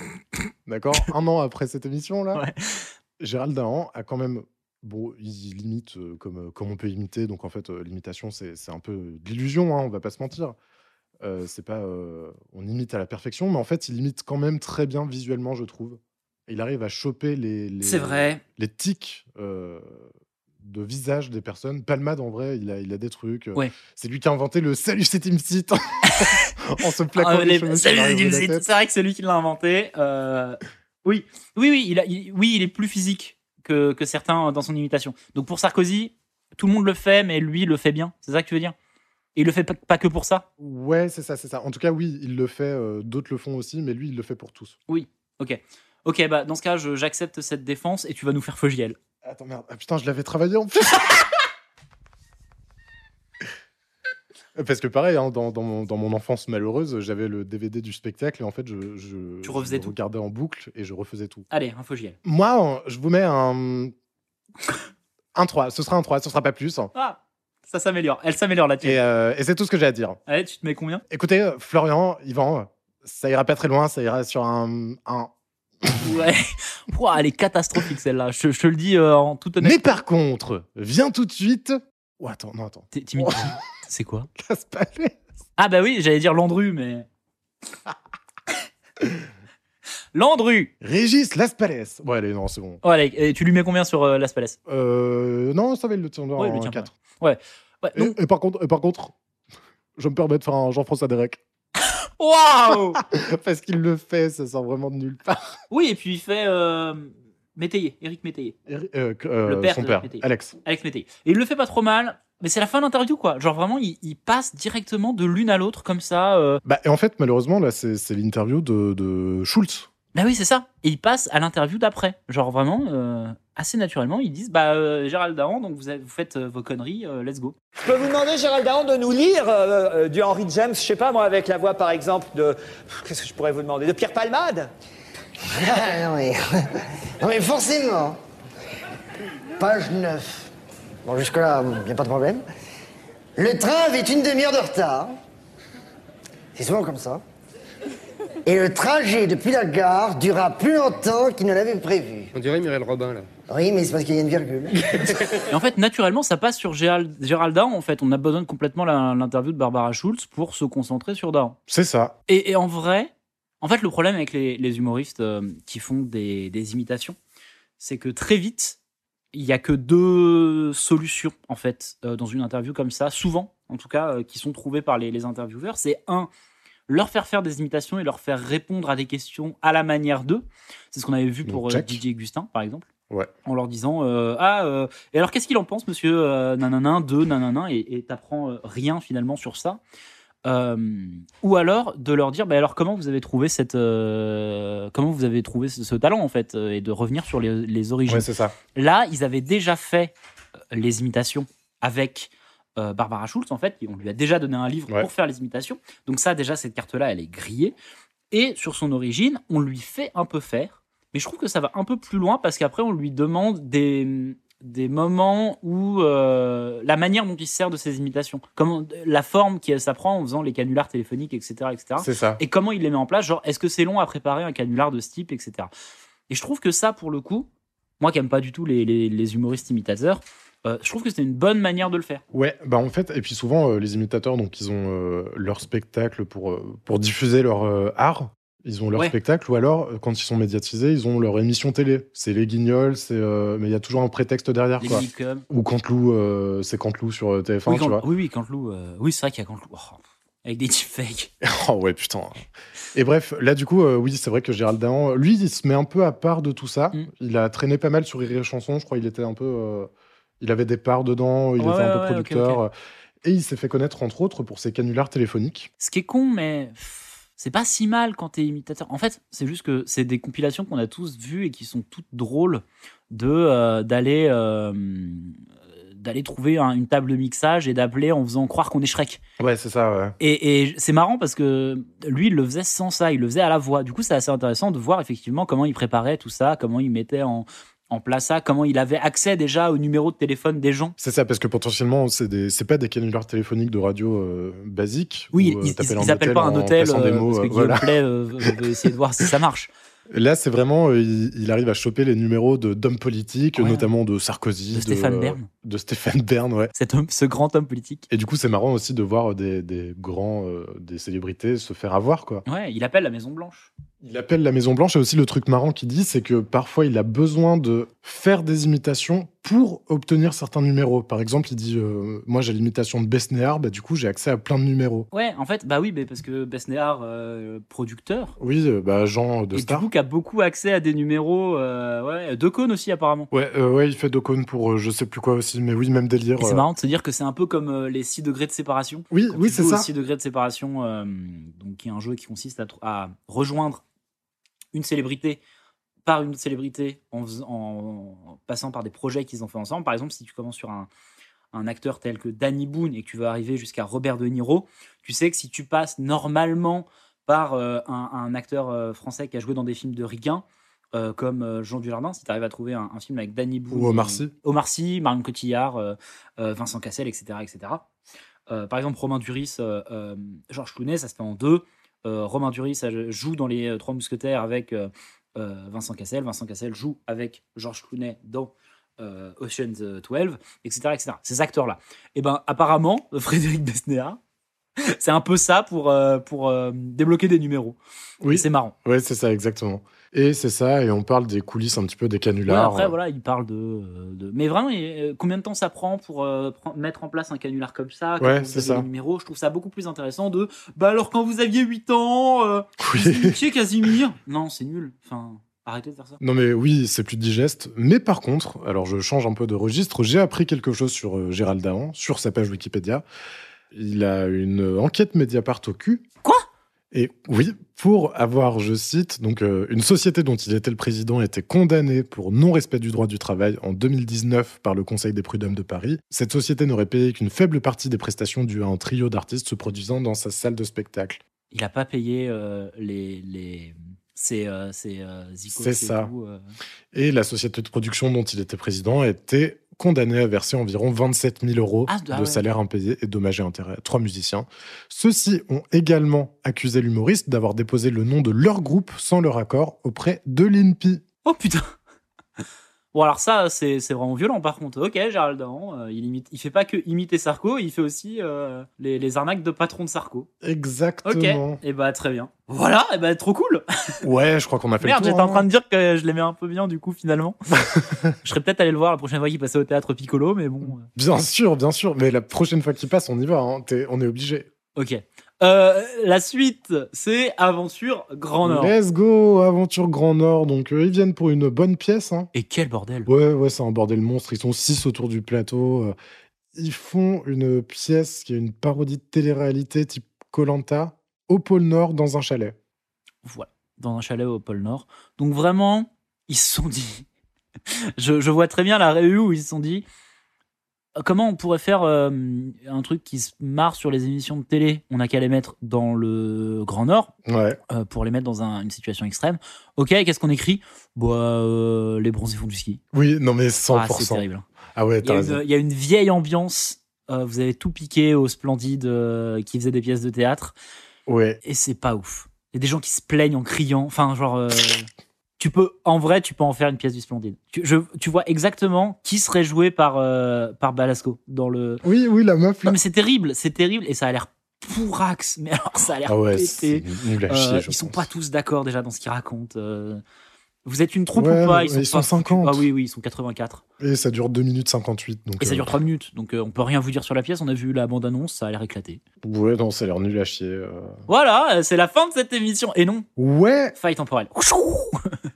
S6: D'accord Un an après cette émission, là.
S3: Ouais.
S6: Gérald Dahan a quand même. Bon, il imite euh, comme, euh, comme on peut imiter. Donc, en fait, euh, l'imitation, c'est c'est un peu de l'illusion, hein, on va pas se mentir. Euh, c'est pas. euh, on imite à la perfection, mais en fait, il imite quand même très bien visuellement, je trouve. Il arrive à choper les, les,
S3: C'est vrai.
S6: les tics euh, de visage des personnes. Palmade, en vrai, il a, il a des trucs. euh,
S3: Ouais.
S6: C'est lui qui a inventé le Salut, c'est Team Site [laughs] en se plaquant
S3: Ah,
S6: les
S3: les-
S6: cheveux sur
S3: salut,
S6: l'arrière de la
S3: c'est
S6: tête.
S3: c'est vrai que c'est lui qui l'a inventé. euh, oui, oui, oui, il a- il- oui, il est plus physique que, que certains dans son imitation. Donc pour Sarkozy, tout le monde le fait, mais lui il le fait bien. C'est ça que tu veux dire Et il le fait pas, pas que pour ça.
S6: Ouais, c'est ça, c'est ça. En tout cas, oui, il le fait. euh, D'autres le font aussi, mais lui, il le fait pour tous.
S3: Ok, bah dans ce cas, je- j'accepte cette défense et tu vas nous faire Fogiel.
S6: Attends, merde. Ah, putain, je l'avais travaillé en plus. [laughs] Parce que pareil, hein, dans, dans mon, dans mon enfance malheureuse, j'avais le DVD du spectacle et en fait, je, je,
S3: Tu refaisais
S6: je le
S3: tout.
S6: regardais en boucle et je refaisais tout.
S3: Allez, un Fogiel.
S6: Moi, en- je vous mets un... un 3. Ce sera un 3, ce sera pas plus.
S3: Ah, ça s'améliore. Elle s'améliore là-dessus.
S6: Et, euh, et c'est tout ce que j'ai à dire.
S3: Allez, tu te mets combien
S6: Écoutez, euh, Florian, Yvan, ça ira pas très loin, ça ira sur un... un...
S3: Ouais. [laughs] Ouah, elle est catastrophique celle-là. Je, je te le dis euh, en toute honnêteté.
S6: Mais par contre, viens tout de suite... Oh, attends, non, attends. [laughs]
S3: T'es timide. C'est quoi
S6: Casse pas les-
S3: Ah bah oui, j'allais dire Landru, mais... Landru
S6: Régis Laspalès. Ouais, allez, non, c'est bon.
S3: Oh, allez, et tu lui mets combien sur euh, Las Palais
S6: Euh, non, ça va, il le tient bien
S3: Ouais, il
S6: en
S3: le tient
S6: 4.
S3: Ouais,
S6: Et, [laughs]
S3: donc-
S6: et par contre, et par contre, je me permets de faire un Jean-François Derek.
S3: Waouh
S6: [laughs] Parce qu'il le fait, ça sort vraiment de nulle part.
S3: Oui, et puis il fait... Euh... Métayer, Eric Métayer,
S6: Et- euh, que- euh,
S3: Le père
S6: son
S3: de
S6: père,
S3: Mété.
S6: Alex.
S3: Alex Métayer. Et il le fait pas trop mal, mais c'est la fin de l'interview, quoi. Genre vraiment, il, il passe directement de l'une à l'autre, comme ça... euh,
S6: Bah, et en fait, malheureusement, là, c'est c'est l'interview de, de Schultz
S3: Bah oui, c'est ça. Et ils passent à l'interview d'après. Genre vraiment, euh, assez naturellement, ils disent Bah, euh, Gérald Daran, donc vous, avez- vous faites euh, vos conneries, euh, let's go.
S8: Je peux vous demander, Gérald Daron, de nous lire euh, euh, du Henry James, je sais pas moi, avec la voix par exemple de. Pff, Qu'est-ce que je pourrais vous demander De Pierre Palmade
S10: [laughs] Ah, non, mais... non, mais forcément. Page 9. Bon, jusque-là, il n'y a pas de problème. Le train avait une demi-heure de retard. C'est souvent comme ça. Et le trajet depuis la gare dura plus longtemps qu'il ne l'avait prévu.
S9: On dirait Muriel Robin, là.
S10: Oui, mais c'est parce qu'il y a une virgule.
S3: Et en fait, naturellement, ça passe sur Gérald, Gérald Daran, en fait. On abandonne complètement la- l'interview de Barbara Schulz pour se concentrer sur Daran.
S6: C'est ça.
S3: Et, et en vrai, en fait, le problème avec les, les humoristes euh, qui font des, des imitations, c'est que très vite, il n'y a que deux solutions, en fait, euh, dans une interview comme ça, souvent, en tout cas, euh, qui sont trouvées par les, les intervieweurs. C'est un, leur faire faire des imitations et leur faire répondre à des questions à la manière d'eux. C'est ce qu'on avait vu
S6: Donc,
S3: pour euh,
S6: check.
S3: Didier Gustin, par exemple.
S6: Ouais.
S3: En leur disant euh, Ah, euh, et alors qu'est-ce qu'il en pense, monsieur euh, Nanana, de nanana, et et t'apprends euh, rien finalement sur ça. Euh, ou alors de leur dire, bah alors comment vous avez trouvé cette, euh, comment vous avez trouvé ce, ce talent en fait, euh, et de revenir sur les, les origines.
S6: Ouais, c'est ça.
S3: Là, ils avaient déjà fait euh, les imitations avec euh, Barbara Schulz en fait. On lui a déjà donné un livre
S6: Ouais.
S3: pour faire les imitations. Donc ça, déjà cette carte-là, elle est grillée. Et sur son origine, on lui fait un peu faire. Mais je trouve que ça va un peu plus loin parce qu'après, on lui demande des des moments où euh, la manière dont il se sert de ses imitations, comment la forme qui ça prend en faisant les canulars téléphoniques, etc., etc
S6: C'est ça.
S3: et comment il les met en place. Genre, est-ce que c'est long à préparer un canular de ce type, etc. Et je trouve que ça, pour le coup, moi qui aime pas du tout les, les- les humoristes imitateurs, euh, je trouve que c'est une bonne manière de le faire.
S6: Ouais, bah en fait, et puis souvent, euh, les imitateurs, donc ils ont euh, leur spectacle pour, euh, pour diffuser leur euh, art. Ils ont leur
S3: Ouais.
S6: spectacle, ou alors, euh, quand ils sont médiatisés, ils ont leur émission télé. C'est les guignols, c'est, euh, mais il y a toujours un prétexte derrière,
S3: Les
S6: quoi.
S3: mini-coms.
S6: Ou Cantelou, euh, c'est Cantelou sur euh, TF1,
S3: oui,
S6: tu
S3: Can-
S6: vois.
S3: oui, oui, Canteloup, euh, oui, c'est vrai qu'il y a Canteloup. Oh, avec des deepfakes.
S6: Oh [laughs] ouais, putain. Et bref, là, du coup, euh, oui, c'est vrai que Gérald Dahan, euh, lui, il se met un peu à part de tout ça.
S3: Mm.
S6: Il a traîné pas mal sur Rire et Chanson, je crois, il était un peu... euh, il avait des parts dedans, il
S3: Ouais,
S6: était un
S3: ouais,
S6: peu
S3: ouais, ok,
S6: producteur. Et il s'est fait connaître, entre autres, pour ses canulars téléphoniques.
S3: Ce qui est con, mais pff, c'est pas si mal quand t'es imitateur. En fait, c'est juste que c'est des compilations qu'on a tous vues et qui sont toutes drôles de euh, d'aller euh, d'aller trouver un- une table de mixage et d'appeler en faisant croire qu'on est Shrek.
S6: Ouais, c'est ça, ouais.
S3: Et, et c'est marrant parce que lui, il le faisait sans ça, il le faisait à la voix. Du coup, c'est assez intéressant de voir effectivement comment il préparait tout ça, comment il mettait en, en place ça, comment il avait accès déjà au numéro de téléphone des gens.
S6: C'est ça, parce que potentiellement, c'est des- c'est pas des canulars téléphoniques de radio euh, basiques.
S3: Oui,
S6: où, euh,
S3: ils,
S6: t'appelles
S3: ils- ils appellent pas un
S6: en
S3: hôtel
S6: passant des
S3: euh,
S6: mots,
S3: parce que
S6: euh,
S3: Guillaume
S6: voilà.
S3: Play euh, veut
S6: [laughs]
S3: veut essayer de voir si ça marche.
S6: Là, c'est vraiment, euh, il, il arrive à choper les numéros de d'hommes politiques,
S3: Ouais.
S6: notamment de Sarkozy,
S3: De Stéphane
S6: euh,
S3: Bern,
S6: de Stéphane Bern, ouais.
S3: cet homme, ce grand homme politique.
S6: Et du coup, c'est marrant aussi de voir des, des grands, euh, des célébrités se faire avoir, quoi.
S3: Ouais, il appelle la Maison Blanche.
S6: Il appelle la Maison Blanche et aussi le truc marrant qu'il dit, c'est que parfois il a besoin de faire des imitations pour obtenir certains numéros. Par exemple, il dit euh, Moi j'ai l'imitation de Besnéard, bah, du coup j'ai accès à plein de numéros.
S3: Ouais, en fait, bah oui, mais parce que Besnéard, euh, producteur,
S6: Oui, euh, bah, Jean de
S3: et du
S6: Star.
S3: coup, qui a beaucoup accès à des numéros, euh, ouais, de Cône aussi apparemment.
S6: Ouais, euh, ouais, il fait Docone pour euh, je sais plus quoi aussi, mais oui, même délire.
S3: Et c'est
S6: euh.
S3: marrant de se dire que c'est un peu comme euh, les 6 degrés de séparation.
S6: Oui,
S3: Quand
S6: oui,
S3: tu
S6: c'est
S3: joues
S6: ça.
S3: aux 6 degrés de séparation, euh, donc, qui est un jeu qui consiste à, tr- à rejoindre une célébrité par une célébrité en, fais- en- en passant par des projets qu'ils ont fait ensemble. Par exemple, si tu commences sur un, un acteur tel que Danny Boone et que tu vas arriver jusqu'à Robert De Niro, tu sais que si tu passes normalement par euh, un, un acteur euh, français qui a joué dans des films de Rigain, euh, comme euh, Jean Dujardin, si tu arrives à trouver un, un film avec Danny Boone,
S6: Ou Omar
S3: et-
S6: Sy.
S3: Omar Sy, Marion Cotillard, euh, euh, Vincent Cassel, etc. etc. Euh, par exemple, Romain Duris, euh, euh, Georges Clooney, ça se fait en deux. Euh, Romain Duris ça joue dans Les euh, Trois Mousquetaires avec euh, euh, Vincent Cassel. Vincent Cassel joue avec Georges Clooney dans euh, Ocean's 12, etc. etc. Ces acteurs-là. Et ben apparemment, [laughs] euh, Frédéric Besnéard, c'est un peu ça pour, euh, pour euh, débloquer des numéros.
S6: Oui.
S3: Et C'est marrant.
S6: Ouais, c'est ça, exactement. Et c'est ça, et on parle des coulisses un petit peu des
S3: Ouais,
S6: canulars.
S3: après,
S6: euh.
S3: voilà, il parle de, euh, de- Mais vraiment, il- euh, combien de temps ça prend pour euh, pre- mettre en place un canular comme ça quand
S6: Ouais,
S3: vous
S6: c'est
S3: avez
S6: ça.
S3: les numéros Je trouve ça beaucoup plus intéressant de. Bah alors, quand vous aviez 8 ans, euh,
S6: [laughs]
S3: vous
S6: Oui.
S3: imitiez Casimir Non, c'est nul. Enfin, arrêtez de faire ça.
S6: Non mais oui, c'est plus digeste. Mais par contre, alors je change un peu de registre, j'ai appris quelque chose sur euh, Gérald Dahan, sur sa page Wikipédia. Il a une euh, enquête Mediapart au cul.
S3: Quoi
S6: Et oui, pour avoir, je cite, donc euh, une société dont il était le président était condamnée pour non-respect du droit du travail en 2019 par le Conseil des prud'hommes de Paris. Cette société n'aurait payé qu'une faible partie des prestations dues à un trio d'artistes se produisant dans sa salle de spectacle.
S3: Il n'a pas payé euh, les. les... C'est euh, c'est, euh, Zico.
S6: C'est
S3: c'est
S6: ça.
S3: tout, euh.
S6: Et la société de production dont il était président était condamnée à verser environ 27 000 euros
S3: Ah, ah
S6: de
S3: ouais.
S6: salaire impayé et dommages et intérêts à trois musiciens. Ceux-ci ont également accusé l'humoriste d'avoir déposé le nom de leur groupe sans leur accord auprès de l'INPI.
S3: Oh putain Bon, alors ça, c'est c'est vraiment violent par contre. Ok, Gérald Dahan, euh, il, imite, il fait pas que imiter Sarko, il fait aussi euh, les, les arnaques de patron de Sarko. Ok,
S6: Exactement.
S3: et bah très bien. Voilà, et bah trop cool
S6: Ouais, je crois qu'on a fait
S3: Merde,
S6: le
S3: j'étais
S6: tour. hein.
S3: en train de dire que je l'aimais un peu bien du
S6: [laughs]
S3: coup finalement. je serais peut-être allé le voir la prochaine fois qu'il passait au théâtre Piccolo, mais bon. euh,
S6: Bien sûr, bien sûr. Mais la prochaine fois qu'il passe, on y va. hein. T'es- on est obligé.
S3: Ok. Euh, la suite, c'est Aventure Grand Nord.
S6: Let's go, Aventure Grand Nord. Donc, euh, ils viennent pour une bonne pièce. hein.
S3: Et quel bordel
S6: Ouais, ouais, c'est un bordel monstre. Ils sont six autour du plateau. Euh, Ils font une pièce qui est une parodie de télé-réalité type Colanta au pôle Nord dans un chalet.
S3: voilà, dans un chalet au pôle Nord. Donc vraiment, ils se sont dit. [laughs] je, je vois très bien la réu où ils se sont dit comment on pourrait faire euh, un truc qui se marre sur les émissions de télé. On n'a qu'à les mettre dans le Grand Nord
S6: Ouais.
S3: euh, pour les mettre dans un- une situation extrême. Ok, qu'est-ce qu'on écrit Bah, euh, les bronzés font du ski.
S6: Oui, non, mais
S3: Ah, c'est
S6: 100%.
S3: terrible.
S6: Ah, ouais,
S3: Il y,
S6: t'as
S3: a
S6: raison.
S3: une, il y a une vieille ambiance. euh, vous avez tout piqué aux splendides euh, qui faisaient des pièces de théâtre
S6: Ouais.
S3: et c'est pas ouf. Il y a des gens qui se plaignent en criant. Enfin, genre, euh, tu peux, en vrai, tu peux en faire une pièce du Splendide. Tu, je- tu vois exactement qui serait joué par, euh, par Balasco dans le.
S6: Oui, oui, la meuf
S3: Non,
S6: là.
S3: mais c'est terrible, c'est terrible et ça a l'air pourrax. Mais alors, ça a l'air
S6: Ah ouais, c'est
S3: pété.
S6: nul à
S3: Euh,
S6: chier, je
S3: ils sont
S6: pense.
S3: pas tous d'accord déjà dans ce qu'ils racontent. euh. vous êtes une troupe
S6: Ouais,
S3: ou pas
S6: mais ils sont
S3: pas
S6: 50.
S3: Ah oui, oui, ils sont 84.
S6: Et ça dure 2 minutes 58. Donc,
S3: Et ça
S6: euh,
S3: dure 3 minutes, donc euh, on peut rien vous dire sur la pièce. On a vu la bande-annonce, ça a l'air éclaté.
S6: Ouais, non, ça a l'air nul à chier. euh.
S3: Voilà, euh, c'est la fin de cette émission. Et non,
S6: Ouais,
S3: faille temporelle.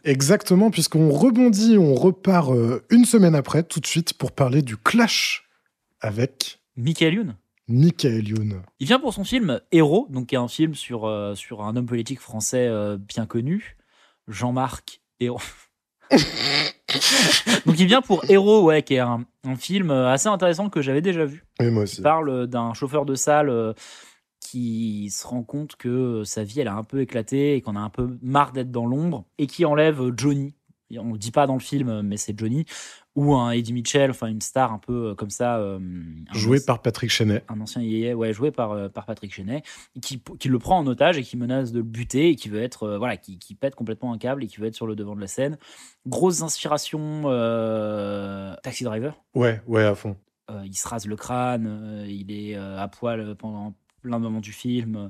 S6: Exactement, puisqu'on rebondit, on repart euh, une semaine après, tout de suite, pour parler du clash avec
S3: Michael Youn
S6: Michael Youn.
S3: Il vient pour son film Héros, donc qui est un film sur, euh, sur un homme politique français euh, bien connu, Jean-Marc Héros. donc il vient pour Héros, ouais, qui est un, un film euh, assez intéressant que j'avais déjà vu.
S6: Et moi
S3: Il
S6: aussi.
S3: parle euh, d'un chauffeur de salle euh, qui se rend compte que euh, sa vie, elle a un peu éclaté et qu'on a un peu marre d'être dans l'ombre et qui enlève euh, Johnny. Et On le dit pas dans le film, euh, mais c'est Johnny. Ou un Eddie Mitchell, enfin une star un peu euh, comme ça. euh, un
S6: Ah, Joué par Patrick Chenet.
S3: un ancien yéyé, ouais, joué par, euh, par Patrick Chenet, qui, qui le prend en otage et qui menace de le buter et qui veut être, euh, voilà, qui, qui pète complètement un câble et qui veut être sur le devant de la scène. Grosse inspiration euh, Taxi Driver.
S6: Ouais, ouais, à fond.
S3: Euh, il se rase le crâne, euh, il est euh, à poil pendant plein de moments du film. euh,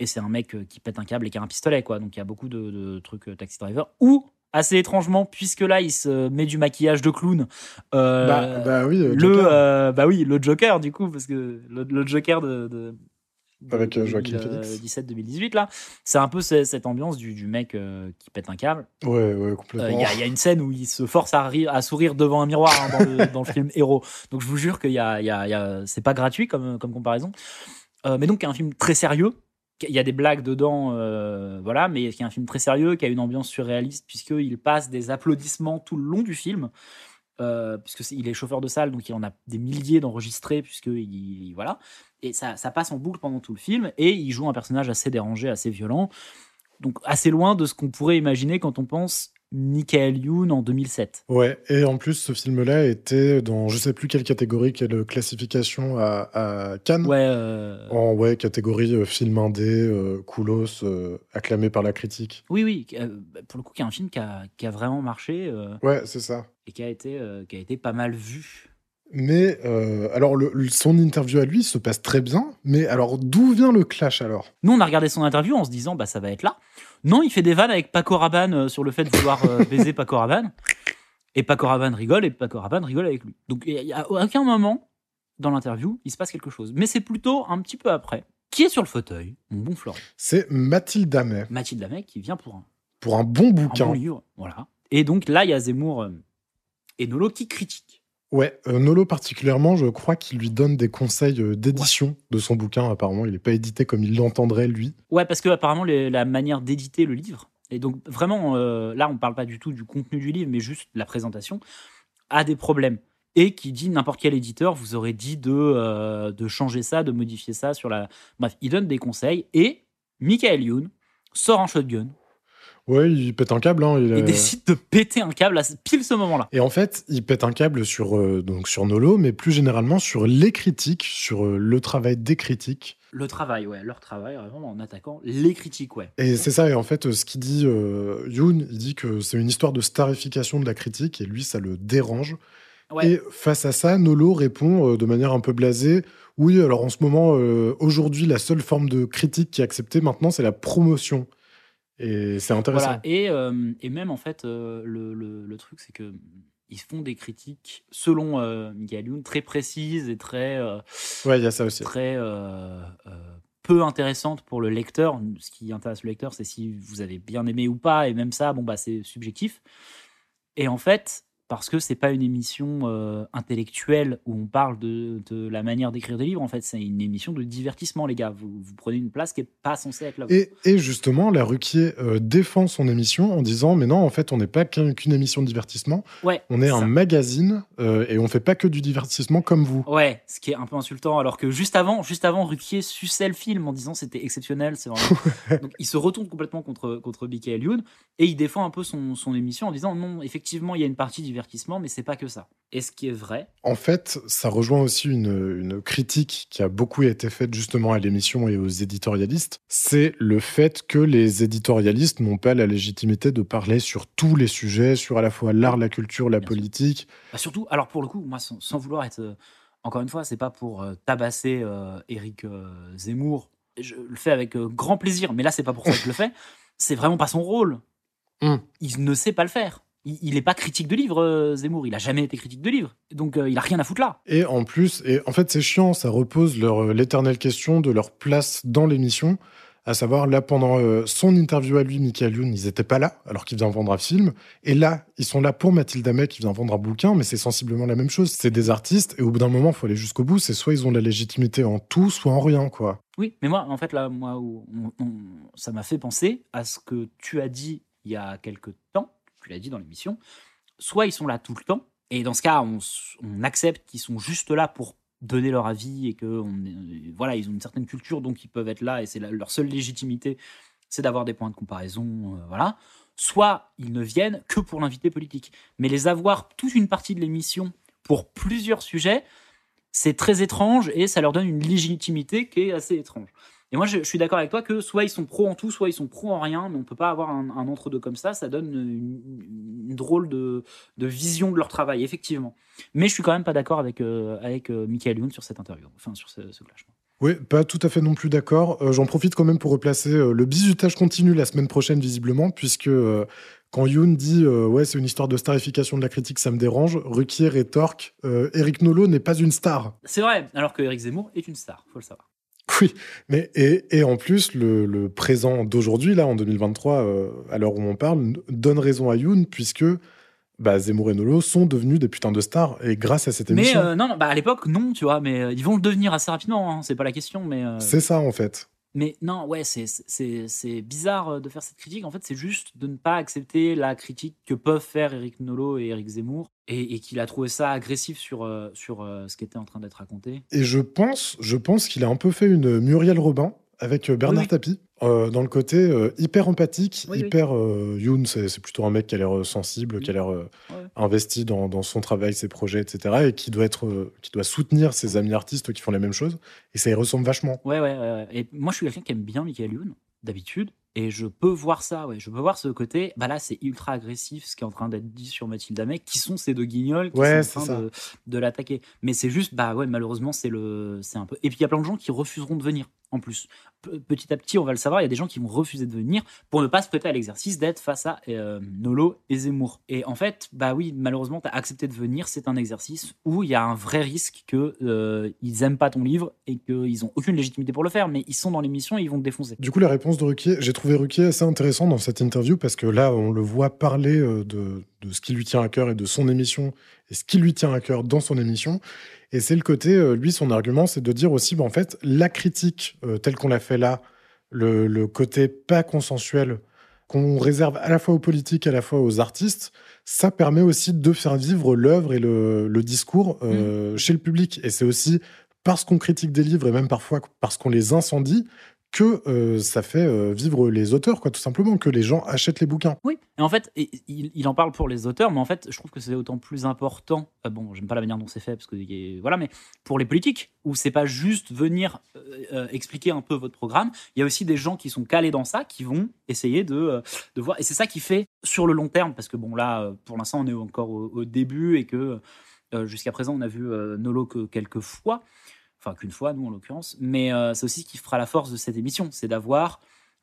S3: et c'est un mec euh, qui pète un câble et qui a un pistolet, quoi. Donc il y a beaucoup de, de trucs euh, Taxi Driver. Ou, assez étrangement, puisque là, il se met du maquillage de clown. euh,
S6: bah, bah oui, euh,
S3: le
S6: Joker.
S3: euh, bah oui le Joker du coup parce que le, le Joker de, de- de-
S6: Avec, euh, Joaquin
S3: 2000, euh,
S6: Phoenix.
S3: 17 2018 là c'est un peu ce- cette ambiance du, du mec euh, qui pète un câble
S6: Ouais, ouais,
S3: il
S6: complètement.
S3: Euh, y, a- y a une scène où il se force à, rire- à sourire devant un miroir hein, dans, le, [laughs] dans le film héros donc je vous jure que y a, y a- y a- c'est pas gratuit comme, comme comparaison Euh, mais donc un film très sérieux il y a des blagues dedans, euh, voilà, mais qui est un film très sérieux, qui a une ambiance surréaliste, puisqu'il passe des applaudissements tout le long du film, euh, puisque c'est- il est chauffeur de salle, donc il en a des milliers d'enregistrés, puisque il, il- voilà, et ça, ça passe en boucle pendant tout le film, et il joue un personnage assez dérangé, assez violent, donc assez loin de ce qu'on pourrait imaginer quand on pense Michael Youn en 2007.
S6: Ouais, et en plus, ce film-là était dans je sais plus quelle catégorie, quelle classification à, à Cannes.
S3: Ouais, euh,
S6: En ouais, catégorie euh, film indé, euh, Koulos, euh, acclamé par la critique.
S3: oui, oui, euh, pour le coup, qui est un film qui a, qui a vraiment marché euh,
S6: Ouais, c'est ça.
S3: et qui a été, euh, qui a été pas mal vu.
S6: Mais euh, alors, le- le- son interview à lui se passe très bien. Mais alors, d'où vient le clash alors
S3: Nous, on a regardé son interview en se disant, bah, ça va être là. Non, il fait des vannes avec Paco Rabanne euh, sur le fait de vouloir euh, baiser Paco Rabanne. Et Paco Rabanne rigole, et Paco Rabanne rigole avec lui. Donc, il y a- à aucun moment dans l'interview, il se passe quelque chose. Mais c'est plutôt un petit peu après. Qui est sur le fauteuil Mon bon Florent.
S6: C'est Mathilde Amet,
S3: Mathilde Lamec qui vient pour un,
S6: pour un bon
S3: un
S6: bouquin.
S3: bon livre. Voilà. Et donc, là, il y a Zemmour euh, et Nolo qui critiquent
S6: Ouais, euh, Nolo particulièrement, je crois qu'il lui donne des conseils euh, d'édition de son bouquin. Apparemment, il n'est pas édité comme il l'entendrait lui.
S3: Ouais, parce que apparemment les- la manière d'éditer le livre, et donc vraiment, euh, là on ne parle pas du tout du contenu du livre, mais juste la présentation, a des problèmes. Et qui dit n'importe quel éditeur vous aurait dit de, euh, de changer ça, de modifier ça sur la. Bref, il donne des conseils et Michael Youn sort un shotgun
S6: Ouais, il pète un câble. Hein, il,
S3: et
S6: euh,
S3: décide de péter un câble à ce- pile ce moment-là.
S6: Et en fait, il pète un câble sur, euh, donc sur Nolo, mais plus généralement sur les critiques, sur euh, le travail des critiques.
S3: Le travail, ouais, leur travail, vraiment en attaquant les critiques, ouais.
S6: Et c'est ça, et en fait, euh, ce qu'il dit, euh, Yoon, il dit que c'est une histoire de starification de la critique, et lui, ça le dérange.
S3: Ouais.
S6: Et face à ça, Nolo répond euh, de manière un peu blasée Oui, alors en ce moment, euh, aujourd'hui, la seule forme de critique qui est acceptée maintenant, c'est la promotion. Et c'est intéressant.
S3: Voilà, et, euh, et même en fait, euh, le, le- le truc, c'est que ils font des critiques, selon euh, Michael Youn, très précises et très, euh,
S6: Ouais, il y a ça aussi.
S3: très euh, euh, peu intéressantes pour le lecteur. Ce qui intéresse le lecteur, c'est si vous avez bien aimé ou pas, et même ça, bon, bah, c'est subjectif. Et en fait, parce que c'est pas une émission euh, intellectuelle où on parle de, de la manière d'écrire des livres, en fait, c'est une émission de divertissement, les gars. Vous, vous prenez une place qui est pas censée être là.
S6: Et, et justement, la Ruquier euh, défend son émission en disant Mais non, en fait, on n'est pas qu'un- qu'une émission de divertissement,
S3: ouais,
S6: on est
S3: ça.
S6: un magazine euh, et on fait pas que du divertissement comme vous.
S3: Ouais, ce qui est un peu insultant, alors que juste avant, juste avant, Ruquier suçait le film en disant c'était exceptionnel, c'est vraiment. Donc il se retourne complètement contre contre Michael Youn et il défend un peu son, son émission en disant non, effectivement il y a une partie divertissement, mais c'est pas que ça. Et ce qui est vrai,
S6: En fait, ça rejoint aussi une, une critique qui a beaucoup été faite justement à l'émission et aux éditorialistes. C'est le fait que les éditorialistes n'ont pas la légitimité de parler sur tous les sujets, sur à la fois l'art, la culture, la
S3: Bien sûr.
S6: politique.
S3: bah, surtout, alors pour le coup, moi sans, sans vouloir être euh, encore une fois, c'est pas pour euh, tabasser euh, Eric euh, Zemmour, je le fais avec euh, grand plaisir, mais là c'est pas pour ça que je le fais. C'est vraiment pas son rôle.
S6: Hmm.
S3: il ne sait pas le faire. Il n'est pas critique de livre, euh, Zemmour. Il a jamais été critique de livre. Donc, euh, il a rien à foutre là.
S6: Et en plus, et en fait, c'est chiant, ça repose leur euh, l'éternelle question de leur place dans l'émission. À savoir, là, pendant euh, son interview à lui, Michael Youn, ils n'étaient pas là, alors qu'il vient vendre un film. Et là, ils sont là pour Mathilda May, qui vient vendre un bouquin, mais c'est sensiblement la même chose. C'est des artistes, et au bout d'un moment, il faut aller jusqu'au bout. C'est soit ils ont de la légitimité en tout, soit en rien, quoi.
S3: Oui, mais moi, en fait, là, moi, où on- on- ça m'a fait penser à ce que tu as dit il y a quelque temps. Tu l'as dit dans l'émission. Soit ils sont là tout le temps, et dans ce cas, on, s- on accepte qu'ils sont juste là pour donner leur avis et que on est- voilà, ils ont une certaine culture, donc ils peuvent être là et c'est la- leur seule légitimité, c'est d'avoir des points de comparaison, euh, voilà. Soit ils ne viennent que pour l'invité politique, mais les avoir toute une partie de l'émission pour plusieurs sujets, c'est très étrange et ça leur donne une légitimité qui est assez étrange. Et moi, je, je suis d'accord avec toi que soit ils sont pro en tout, soit ils sont pro en rien, mais on peut pas avoir un, un entre-deux comme ça. Ça donne une, une drôle de, de vision de leur travail, effectivement. Mais je suis quand même pas d'accord avec, euh, avec euh, Michael Youn sur cette interview, enfin sur ce, ce clash.
S6: Oui, pas tout à fait non plus d'accord. Euh, J'en profite quand même pour replacer euh, le bisutage continue la semaine prochaine, visiblement, puisque euh, quand Youn dit euh, Ouais, c'est une histoire de starification de la critique, ça me dérange, Ruquier rétorque euh, Eric Nolo n'est pas une star. [laughs]
S3: C'est vrai, alors que Eric Zemmour est une star, faut le savoir.
S6: Oui, mais et, et en plus, le, le présent d'aujourd'hui, là, en 2023, euh, à l'heure où on parle, n- donne raison à Youn, puisque bah, Zemmour et Nolo sont devenus des putains de stars, et grâce à cette
S3: Mais
S6: émission.
S3: euh, non, non, bah à l'époque, non, tu vois, mais euh, ils vont le devenir assez rapidement, hein, c'est pas la question, mais. euh,
S6: C'est ça, en fait.
S3: Mais non, ouais, c'est- c'est c'est bizarre euh, de faire cette critique. En fait, c'est juste de ne pas accepter la critique que peuvent faire Eric Nolot et Eric Zemmour, et, et qu'il a trouvé ça agressif sur, euh, sur euh, ce qui était en train d'être raconté.
S6: Et je pense, je pense qu'il a un peu fait une Muriel Robin avec euh, Bernard
S3: Oui.
S6: Tapie, euh, dans le côté euh, hyper empathique,
S3: Oui, oui.
S6: hyper. euh, Youn, c'est c'est plutôt un mec qui a l'air euh, sensible, qui a l'air euh,
S3: Ouais.
S6: investi dans, dans son travail, ses projets, etc. Et qui doit, être, euh, qui doit soutenir ses amis artistes qui font la même chose. Et ça y ressemble vachement.
S3: Ouais, ouais, ouais, ouais. Et moi, je suis quelqu'un qui aime bien Michael Youn, d'habitude, et je peux voir ça, ouais. Je peux voir ce côté. Bah là, c'est ultra agressif ce qui est en train d'être dit sur Mathilde Amec, qui sont ces deux guignols qui
S6: Ouais,
S3: sont en
S6: c'est
S3: train de, de l'attaquer. Mais c'est juste, bah ouais, malheureusement, c'est le, c'est un peu. Et puis, il y a plein de gens qui refuseront de venir, en plus. Pe- petit à petit, on va le savoir, il y a des gens qui vont refuser de venir pour ne pas se prêter à l'exercice d'être face à euh, Nolo et Zemmour. Et en fait, bah oui, malheureusement, tu as accepté de venir, c'est un exercice où il y a un vrai risque que euh, ils aiment pas ton livre et qu'ils ont aucune légitimité pour le faire, mais ils sont dans l'émission et ils vont te défoncer.
S6: Du coup, la réponse de Ruquier, j'ai trouvé Ruquier assez intéressant dans cette interview parce que là, on le voit parler euh, de, de ce qui lui tient à cœur et de son émission et ce qui lui tient à cœur dans son émission. Et c'est le côté, euh, lui, son argument, c'est de dire aussi, bah, en fait, la critique euh, telle qu'on l'a fait là, le, le côté pas consensuel qu'on réserve à la fois aux politiques, à la fois aux artistes, ça permet aussi de faire vivre l'œuvre et le, le discours euh, chez le public. Et c'est aussi parce qu'on critique des livres et même parfois parce qu'on les incendie que euh, ça fait euh, vivre les auteurs, quoi, tout simplement, que les gens achètent les bouquins.
S3: Oui. Et en fait, et- il, il en parle pour les auteurs, mais en fait, je trouve que c'est d'autant plus important. euh, bon, j'aime pas la manière dont c'est fait, parce que y a- voilà, mais pour les politiques, où c'est pas juste venir euh, euh, expliquer un peu votre programme. Il y a aussi des gens qui sont calés dans ça, qui vont essayer de, euh, de voir. Et c'est ça qui fait sur le long terme, parce que bon, là, euh, pour l'instant, on est encore au, au début et que euh, jusqu'à présent, on a vu euh, Nolo que quelques fois, enfin qu'une fois, nous en l'occurrence. Mais euh, c'est aussi ce qui fera la force de cette émission, c'est d'avoir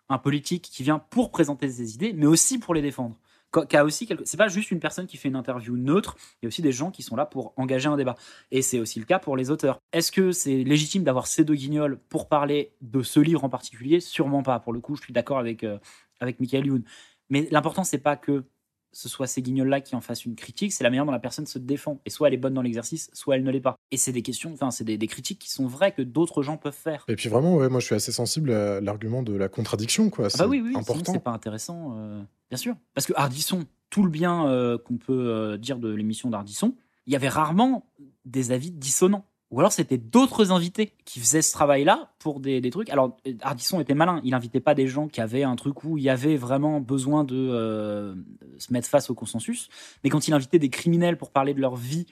S3: un politique qui vient pour présenter ses idées, mais aussi pour les défendre. Qu'a- qu'a aussi quelque... C'est pas juste une personne qui fait une interview neutre, il y a aussi des gens qui sont là pour engager un débat. Et c'est aussi le cas pour les auteurs. Est-ce que c'est légitime d'avoir ces deux guignols pour parler de ce livre en particulier Sûrement pas. Pour le coup, je suis d'accord avec, euh, avec Michael Youn. Mais l'important, c'est pas que ce soit ces guignols-là qui en fassent une critique, c'est la manière dont la personne se défend. Et soit elle est bonne dans l'exercice, soit elle ne l'est pas. Et c'est des questions, enfin, c'est des, des critiques qui sont vraies que d'autres gens peuvent faire.
S6: Et puis vraiment, ouais, moi, je suis assez sensible à l'argument de la contradiction, quoi.
S3: Ah
S6: C'est
S3: bah oui, oui, oui, sinon
S6: important.
S3: c'est pas intéressant, euh, bien sûr. Parce que Hardisson, tout le bien euh, qu'on peut euh, dire de l'émission d'Hardisson, il y avait rarement des avis dissonants. Ou alors c'était d'autres invités qui faisaient ce travail-là pour des, des trucs. Alors euh, Hardisson était malin, il n'invitait pas des gens qui avaient un truc où il y avait vraiment besoin de euh, se mettre face au consensus. Mais quand il invitait des criminels pour parler de leur vie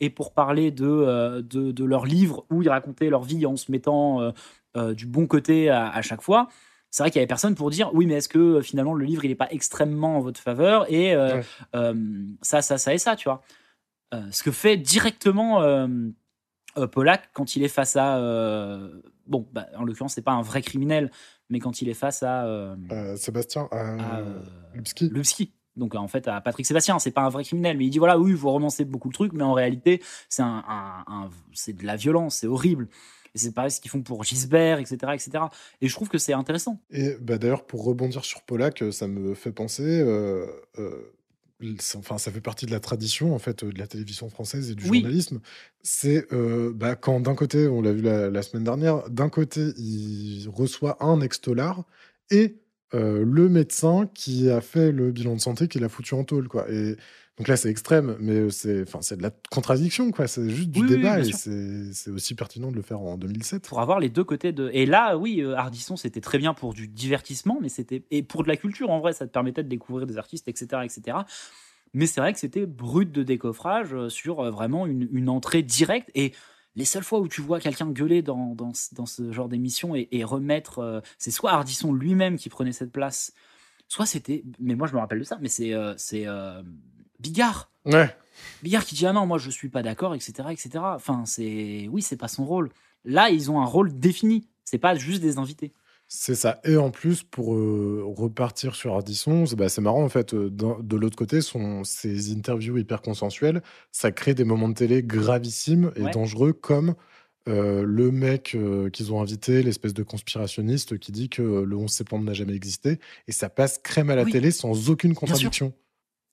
S3: et pour parler de, euh, de, de leurs livres où ils racontaient leur vie en se mettant euh, euh, du bon côté à, à chaque fois, c'est vrai qu'il y avait personne pour dire oui, mais est-ce que euh, finalement le livre il n'est pas extrêmement en votre faveur et euh,
S6: Ouais.
S3: euh, ça, ça, ça et ça, tu vois. Euh, ce que fait directement euh, euh, Pollack quand il est face à. euh, bon, bah, en l'occurrence, c'est pas un vrai criminel, mais quand il est face à. euh,
S6: Euh, Sébastien, euh,
S3: à, euh,
S6: Lubsky.
S3: Lubsky. Donc euh, en fait, à Patrick Sébastien, c'est pas un vrai criminel, mais il dit voilà, oui, vous romancez beaucoup le truc, mais en réalité, c'est un, un- un- c'est de la violence, c'est horrible. Et c'est pareil ce qu'ils font pour Gisbert, etc., etc. Et je trouve que c'est intéressant.
S6: Et bah, d'ailleurs, pour rebondir sur Pollack, euh, ça me fait penser. euh, euh, c'est- enfin, ça fait partie de la tradition en fait euh, de la télévision française et du
S3: Oui.
S6: journalisme. C'est euh, bah, quand d'un côté, on l'a vu la, la semaine dernière, d'un côté, il reçoit un ex-dollar et euh, le médecin qui a fait le bilan de santé, qui l'a foutu en tôle, quoi. Et donc là, c'est extrême, mais euh, c'est, enfin, c'est de la contradiction, quoi. C'est juste du
S3: Oui, oui,
S6: débat
S3: bien
S6: et
S3: sûr.
S6: c'est c'est aussi pertinent de le faire en 2007.
S3: pour avoir les deux côtés de. Et là, oui, euh, Hardisson, c'était très bien pour du divertissement, mais c'était et pour de la culture en vrai, ça te permettait de découvrir des artistes, etc., etc. Mais c'est vrai que c'était brut de décoffrage euh, sur euh, vraiment une, une entrée directe et les seules fois où tu vois quelqu'un gueuler dans, dans, ce- dans ce genre d'émission et, et remettre, euh, c'est soit Hardisson lui-même qui prenait cette place, soit c'était. Mais moi, je me rappelle de ça, mais c'est euh, c'est euh, Bigard.
S6: Ouais.
S3: Bigard qui dit ah non moi je suis pas d'accord etc etc enfin c'est oui c'est pas son rôle là ils ont un rôle défini c'est pas juste des invités
S6: C'est ça. Et en plus, pour euh, repartir sur Ardisson, c'est bah, c'est marrant en fait. euh, d'un- de l'autre côté, son, ces interviews hyper consensuelles, ça crée des moments de télé gravissimes et
S3: Ouais.
S6: dangereux, comme euh, le mec euh, qu'ils ont invité, l'espèce de conspirationniste qui dit que euh, le 11 septembre n'a jamais existé, et ça passe crème à la
S3: Oui.
S6: télé sans aucune
S3: sûr.
S6: contradiction.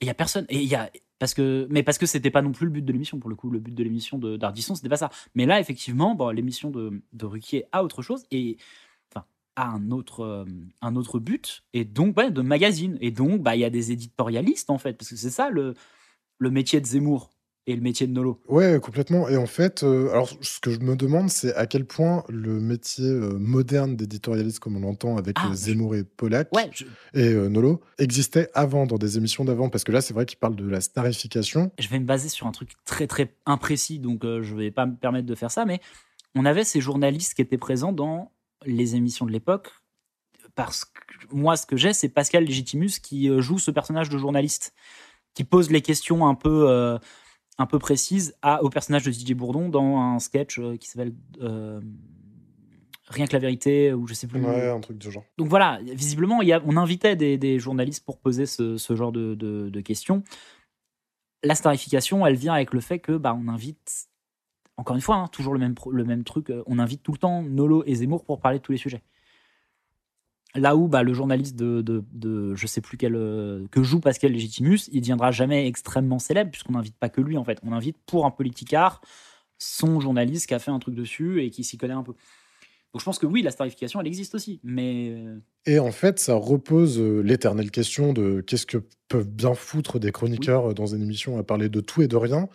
S3: et il y a personne et il y a parce que mais parce que c'était pas non plus le but de l'émission pour le coup le but de l'émission de- d'Ardisson c'était pas ça mais là effectivement bon, l'émission de, de Ruquier a autre chose et enfin a un autre euh, un autre but et donc ouais, de magazine et donc bah il y a des éditorialistes en fait parce que c'est ça le le métier de Zemmour et le métier de Nolo
S6: Ouais, complètement. Et en fait, euh, alors ce que je me demande, c'est à quel point le métier euh, moderne d'éditorialiste, comme on l'entend avec
S3: Ah,
S6: euh,
S3: je-
S6: Zemmour et Pollack,
S3: ouais je-
S6: et euh, Nolo existait avant, dans des émissions d'avant, parce que là, c'est vrai qu'il parle de la starification.
S3: je vais me baser sur un truc très très imprécis, donc euh, je vais pas me permettre de faire ça, mais on avait ces journalistes qui étaient présents dans les émissions de l'époque. Parce que moi, ce que j'ai, c'est Pascal Légitimus qui euh, joue ce personnage de journaliste, qui pose les questions un peu, euh, un peu précises à, au personnage de Didier Bourdon dans un sketch euh, qui s'appelle euh, Rien que la vérité, ou je sais plus.
S6: Ouais, un truc du genre.
S3: Donc voilà, visiblement, il y a- on invitait des, des journalistes pour poser ce, ce genre de, de- de questions. La starification, elle vient avec le fait que bah, on invite, encore une fois, hein, toujours le même, pro- le même truc, euh, on invite tout le temps Nolo et Zemmour pour parler de tous les sujets. Là où bah, le journaliste de, de, de- je sais plus quel euh, que joue Pascal Légitimus, il ne deviendra jamais extrêmement célèbre puisqu'on n'invite pas que lui en fait. On invite pour un politicard son journaliste qui a fait un truc dessus et qui s'y connaît un peu. Donc je pense que oui, la starification, elle existe aussi, mais euh,
S6: Et en fait, ça repose euh, l'éternelle question de qu'est-ce que peuvent bien foutre des chroniqueurs euh, dans une émission à parler de tout et de rien.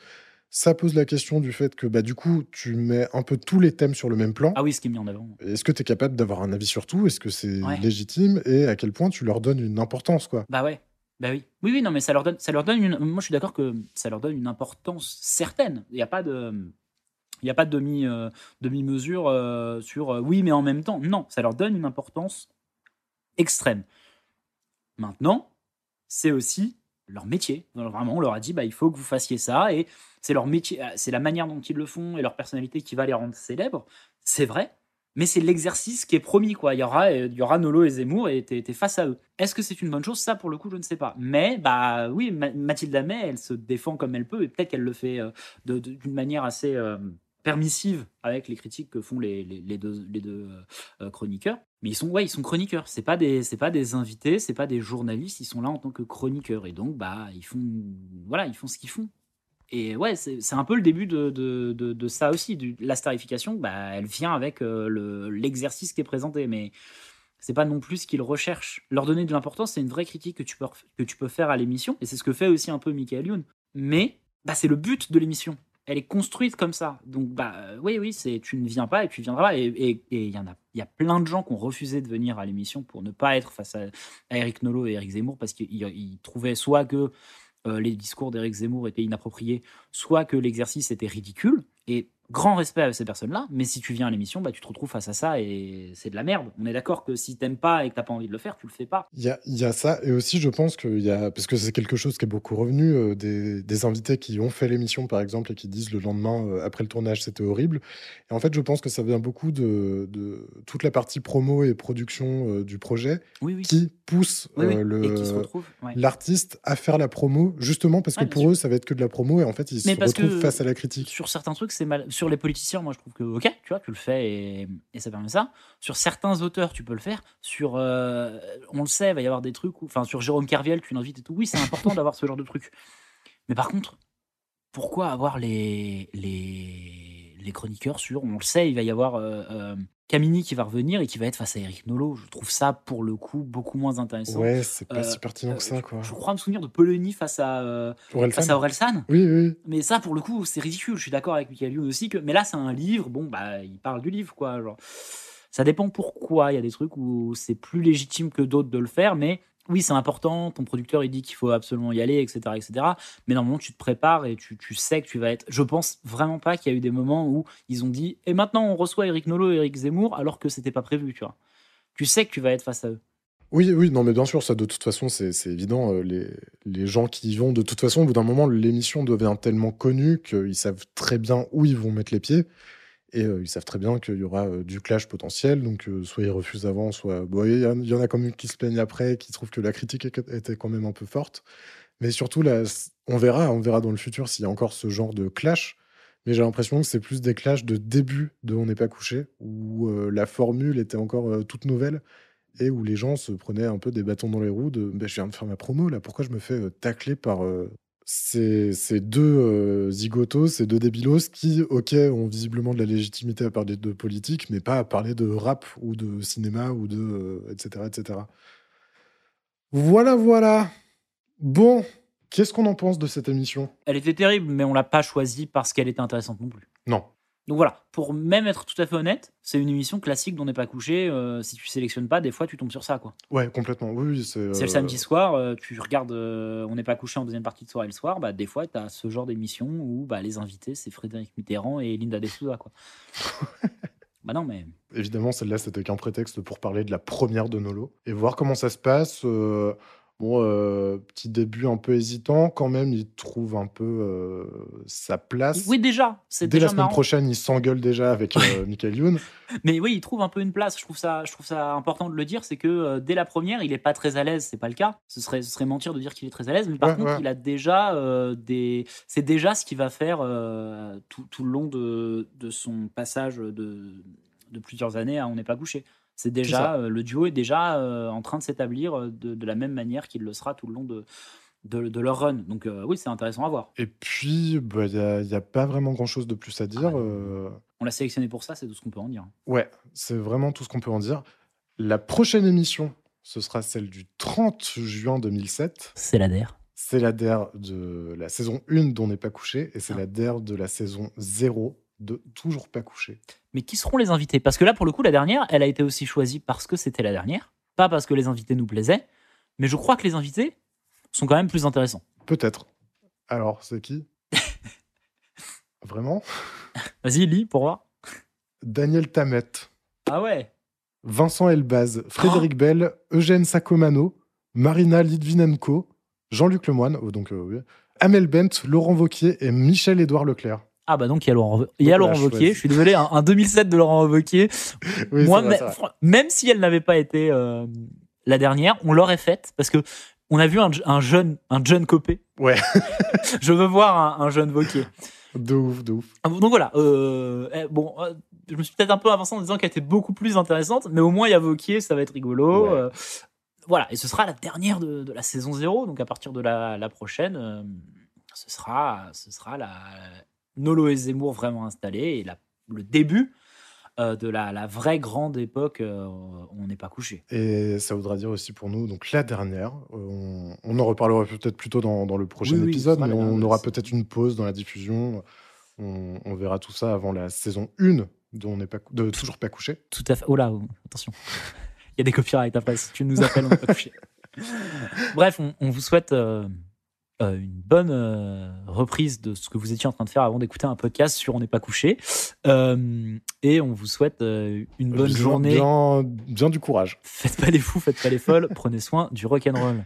S6: Ça pose la question du fait que, bah, du coup, tu mets un peu tous les thèmes sur le même plan.
S3: Ah oui, ce qui est mis en avant.
S6: Est-ce que tu es capable d'avoir un avis sur tout Est-ce que c'est
S3: Ouais.
S6: légitime Et à quel point tu leur donnes une importance, quoi
S3: Bah ouais. Bah oui. Oui, oui, non, mais ça leur donne, ça leur donne une. Moi, je suis d'accord que ça leur donne une importance certaine. Il n'y a pas de. Il n'y a pas de demi, euh, demi-mesure euh, sur euh, oui, mais en même temps. Non, ça leur donne une importance extrême. Maintenant, c'est aussi leur métier. Alors, Vraiment, on leur a dit bah, il faut que vous fassiez ça. Et c'est leur métier, euh, c'est la manière dont ils le font et leur personnalité qui va les rendre célèbres. C'est vrai, mais c'est l'exercice qui est promis, quoi. Il y aura, euh, il y aura Nolo et Zemmour et t'es t'es face à eux. Est-ce que c'est une bonne chose Ça, pour le coup, je ne sais pas. Mais, bah oui, Ma- Mathilde Amet, elle se défend comme elle peut et peut-être qu'elle le fait euh, de- de- d'une manière assez euh, permissive avec les critiques que font les, les- les deux, les deux euh, euh, chroniqueurs. Mais ils sont, ouais, ils sont chroniqueurs. C'est pas des, c'est pas des invités, c'est pas des journalistes. Ils sont là en tant que chroniqueurs et donc, bah, ils font, voilà, ils font ce qu'ils font. Et ouais, c'est c'est un peu le début de, de, de- de ça aussi. Du, la starification, bah, elle vient avec euh, le- l'exercice qui est présenté, mais c'est pas non plus ce qu'ils recherchent. Leur donner de l'importance, c'est une vraie critique que tu peux, ref- que tu peux faire à l'émission, et c'est ce que fait aussi un peu Michael Youn. Mais bah, c'est le but de l'émission. Elle est construite comme ça. Donc, bah, euh, oui, oui, c'est tu ne viens pas et tu viendras pas. Et et- et il y en a, il y a plein de gens qui ont refusé de venir à l'émission pour ne pas être face à, à Eric Nolot et Eric Zemmour parce qu'ils ils trouvaient soit que euh, les discours d'Éric Zemmour étaient inappropriés, soit que l'exercice était ridicule. Et grand respect à ces personnes-là, mais si tu viens à l'émission, bah, tu te retrouves face à ça et c'est de la merde. On est d'accord que si t'aimes pas et que t'as pas envie de le faire, tu le fais pas.
S6: Il y a, il y a ça, et aussi je pense qu'il y a, parce que c'est quelque chose qui est beaucoup revenu, euh, des, des invités qui ont fait l'émission par exemple et qui disent le lendemain euh, après le tournage c'était horrible. Et en fait je pense que ça vient beaucoup de, de toute la partie promo et production euh, du projet
S3: Oui, oui.
S6: qui pousse
S3: Oui, oui.
S6: euh,
S3: Et qui se
S6: le,
S3: retrouve. ouais.
S6: l'artiste à faire la promo justement parce
S3: Ouais,
S6: que
S3: bien
S6: pour
S3: sûr.
S6: eux ça va être que de la promo et en fait ils
S3: Mais
S6: se
S3: parce
S6: retrouvent
S3: que-
S6: face à la critique.
S3: Sur certains trucs, c'est mal. Sur les politiciens, moi, je trouve que, ok, tu vois, tu le fais et, et ça permet ça. Sur certains auteurs, tu peux le faire. Sur, euh, on le sait, il va y avoir des trucs. où- Enfin, sur Jérôme Carviel, tu l'invites et tout. Oui, c'est important [laughs] d'avoir ce genre de truc. Mais par contre, pourquoi avoir les, les, les chroniqueurs sur. On le sait, il va y avoir euh, euh, Camini qui va revenir et qui va être face à Eric Nolot. Je trouve ça, pour le coup, beaucoup moins intéressant.
S6: Ouais, c'est pas
S3: Euh,
S6: si pertinent
S3: euh,
S6: que ça quoi.
S3: Je crois me souvenir de Polony face à, euh,
S6: Pour
S3: face à Orelsan.
S6: Oui, oui.
S3: Mais ça, pour le coup, c'est ridicule. Je suis d'accord avec Michael Youn aussi. Que... Mais là, c'est un livre. Bon, bah, il parle du livre, quoi. Genre, ça dépend pourquoi. Il y a des trucs où c'est plus légitime que d'autres de le faire. Mais oui, c'est important. Ton producteur, il dit qu'il faut absolument y aller, etc., etc. Mais normalement, tu te prépares et tu, tu sais que tu vas être. Je pense vraiment pas qu'il y a eu des moments où ils ont dit et maintenant on reçoit Eric Nolot et Eric Zemmour alors que c'était pas prévu, tu vois. Tu sais que tu vas être face à eux.
S6: Oui, oui, non, mais bien sûr, ça, de toute façon, c'est c'est évident. euh, Les, les gens qui y vont, de toute façon, au bout d'un moment, l'émission devient tellement connue qu'ils savent très bien où ils vont mettre les pieds. Et euh, ils savent très bien qu'il y aura euh, du clash potentiel. Donc, euh, soit ils refusent avant, soit. bon, Il y, en- il y en a quand même qui se plaignent après, qui trouvent que la critique est- était quand même un peu forte. Mais surtout, là, c- on verra, on verra dans le futur s'il y a encore ce genre de clash. Mais j'ai l'impression que c'est plus des clashs de début de On n'est pas couché, où euh, la formule était encore euh, toute nouvelle et où les gens se prenaient un peu des bâtons dans les roues de Bah, je viens de faire ma promo là, pourquoi je me fais euh, tacler par euh, ces, ces deux euh, zigotos, ces deux débilos qui, ok, ont visiblement de la légitimité à parler de politique, mais pas à parler de rap ou de cinéma ou de euh, etc etc. Voilà voilà. Bon, qu'est-ce qu'on en pense de cette émission
S3: Elle était terrible, mais on l'a pas choisie parce qu'elle était intéressante non plus.
S6: Non.
S3: Donc voilà, pour même être tout à fait honnête, c'est une émission classique dont on n'est pas couché. euh, si tu sélectionnes pas, des fois tu tombes sur ça. quoi.
S6: Ouais, complètement. Oui, oui, c'est.
S3: C'est le
S6: euh,
S3: samedi soir, euh, tu regardes euh, On n'est pas couché en deuxième partie de soirée le soir, bah, des fois tu as ce genre d'émission où bah, les invités c'est Frédéric Mitterrand et Linda De Souza.
S6: [laughs]
S3: Quoi. bah non, mais.
S6: Évidemment, celle-là, c'était qu'un prétexte pour parler de la première de Nolo et voir comment ça se passe. Euh, Bon, euh, petit début un peu hésitant, quand même, il trouve un peu euh, sa place.
S3: Oui, déjà, c'est
S6: Dès
S3: déjà
S6: la semaine
S3: marrant.
S6: prochaine, il s'engueule déjà avec euh, Michael Youn.
S3: Mais oui, il trouve un peu une place. Je trouve ça, je trouve ça important de le dire. C'est que euh, dès la première, il est pas très à l'aise. C'est pas le cas. Ce serait, ce serait mentir de dire qu'il est très à l'aise. Mais par
S6: Ouais,
S3: contre,
S6: ouais.
S3: il a déjà euh, des. C'est déjà ce qu'il va faire euh, tout, tout le long de, de son passage de, de plusieurs années à On n'est pas couché. C'est déjà euh, le duo est déjà euh, en train de s'établir euh, de, de la même manière qu'il le sera tout le long de de, de leur run. Donc euh, oui, c'est intéressant à voir.
S6: Et puis, bah, il n'y a, pas vraiment grand-chose de plus à dire.
S3: Ah ouais.
S6: euh,
S3: On l'a sélectionné pour ça. C'est tout ce qu'on peut en dire.
S6: Ouais, c'est vraiment tout ce qu'on peut en dire. La prochaine émission, ce sera celle du 30 juin 2007.
S3: C'est la der.
S6: C'est la DER de la saison 1 dont on n'est pas couché et c'est la DER de la saison 0 de Toujours pas couché.
S3: Mais qui seront les invités Parce que là, pour le coup, la dernière, elle a été aussi choisie parce que c'était la dernière, pas parce que les invités nous plaisaient, mais je crois que les invités sont quand même plus intéressants.
S6: Peut-être. Alors, c'est [laughs] qui Vraiment
S3: Vas-y, lis pour voir.
S6: Daniel Tammet,
S3: Ah ouais
S6: Vincent Elbaz, Frédéric Bell, Eugène Sacomano, Marina Litvinenko, Jean-Luc Lemoine, oh, donc, euh, oui, Amel Bent, Laurent Vauquier et Michel-Édouard Leclerc.
S3: Ah bah donc il y a Laurent, Vo- il y a
S6: Donc,
S3: Laurent
S6: la choisie.
S3: Wauquiez. je suis désolé, un, un 2007 de Laurent Wauquiez.
S6: Oui,
S3: Moi,
S6: c'est vrai,
S3: même,
S6: c'est vrai.
S3: fr- même si elle n'avait pas été euh, la dernière, on l'aurait faite parce que on a vu un, un jeune, un jeune copé.
S6: Ouais.
S3: [laughs] je veux voir un, un jeune Vauquier.
S6: De ouf, de ouf.
S3: Ah, Donc voilà, euh, eh, bon, euh, je me suis peut-être un peu avancé en disant qu'elle était beaucoup plus intéressante, mais au moins il y a Vauquier, ça va être rigolo.
S6: Ouais.
S3: euh, voilà, et ce sera la dernière de, de la saison 0, donc à partir de la, la prochaine, euh, ce sera, ce sera la Nolo et Zemmour vraiment installés et la- le début euh, de la, la vraie grande époque euh, on n'est pas couché.
S6: Et ça voudra dire aussi pour nous, donc la dernière, euh, on, on en reparlera peut-être plus tôt dans, dans le prochain
S3: Oui, oui, ce
S6: épisode,
S3: sera
S6: mais
S3: la
S6: on
S3: dernière,
S6: aura
S3: c'est-
S6: peut-être une pause dans la diffusion. On, on verra tout ça avant la saison 1 dont on n'est pas, cou- de toujours pas couché.
S3: Tout à fait. Oh là, oh, attention. [laughs] Il y a des copyrights après, si tu nous appelles, on n'est pas couché. Bref, on, on vous souhaite euh, euh, une bonne euh, reprise de ce que vous étiez en train de faire avant d'écouter un podcast sur On n'est pas couché. Euh, et on vous souhaite euh, une bonne
S6: Bien-
S3: journée.
S6: Bien, bien du courage.
S3: Faites pas les fous, faites pas les folles. Prenez soin du rock'n'roll.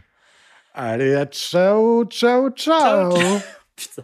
S6: Allez, à ciao, ciao, ciao.
S3: Putain.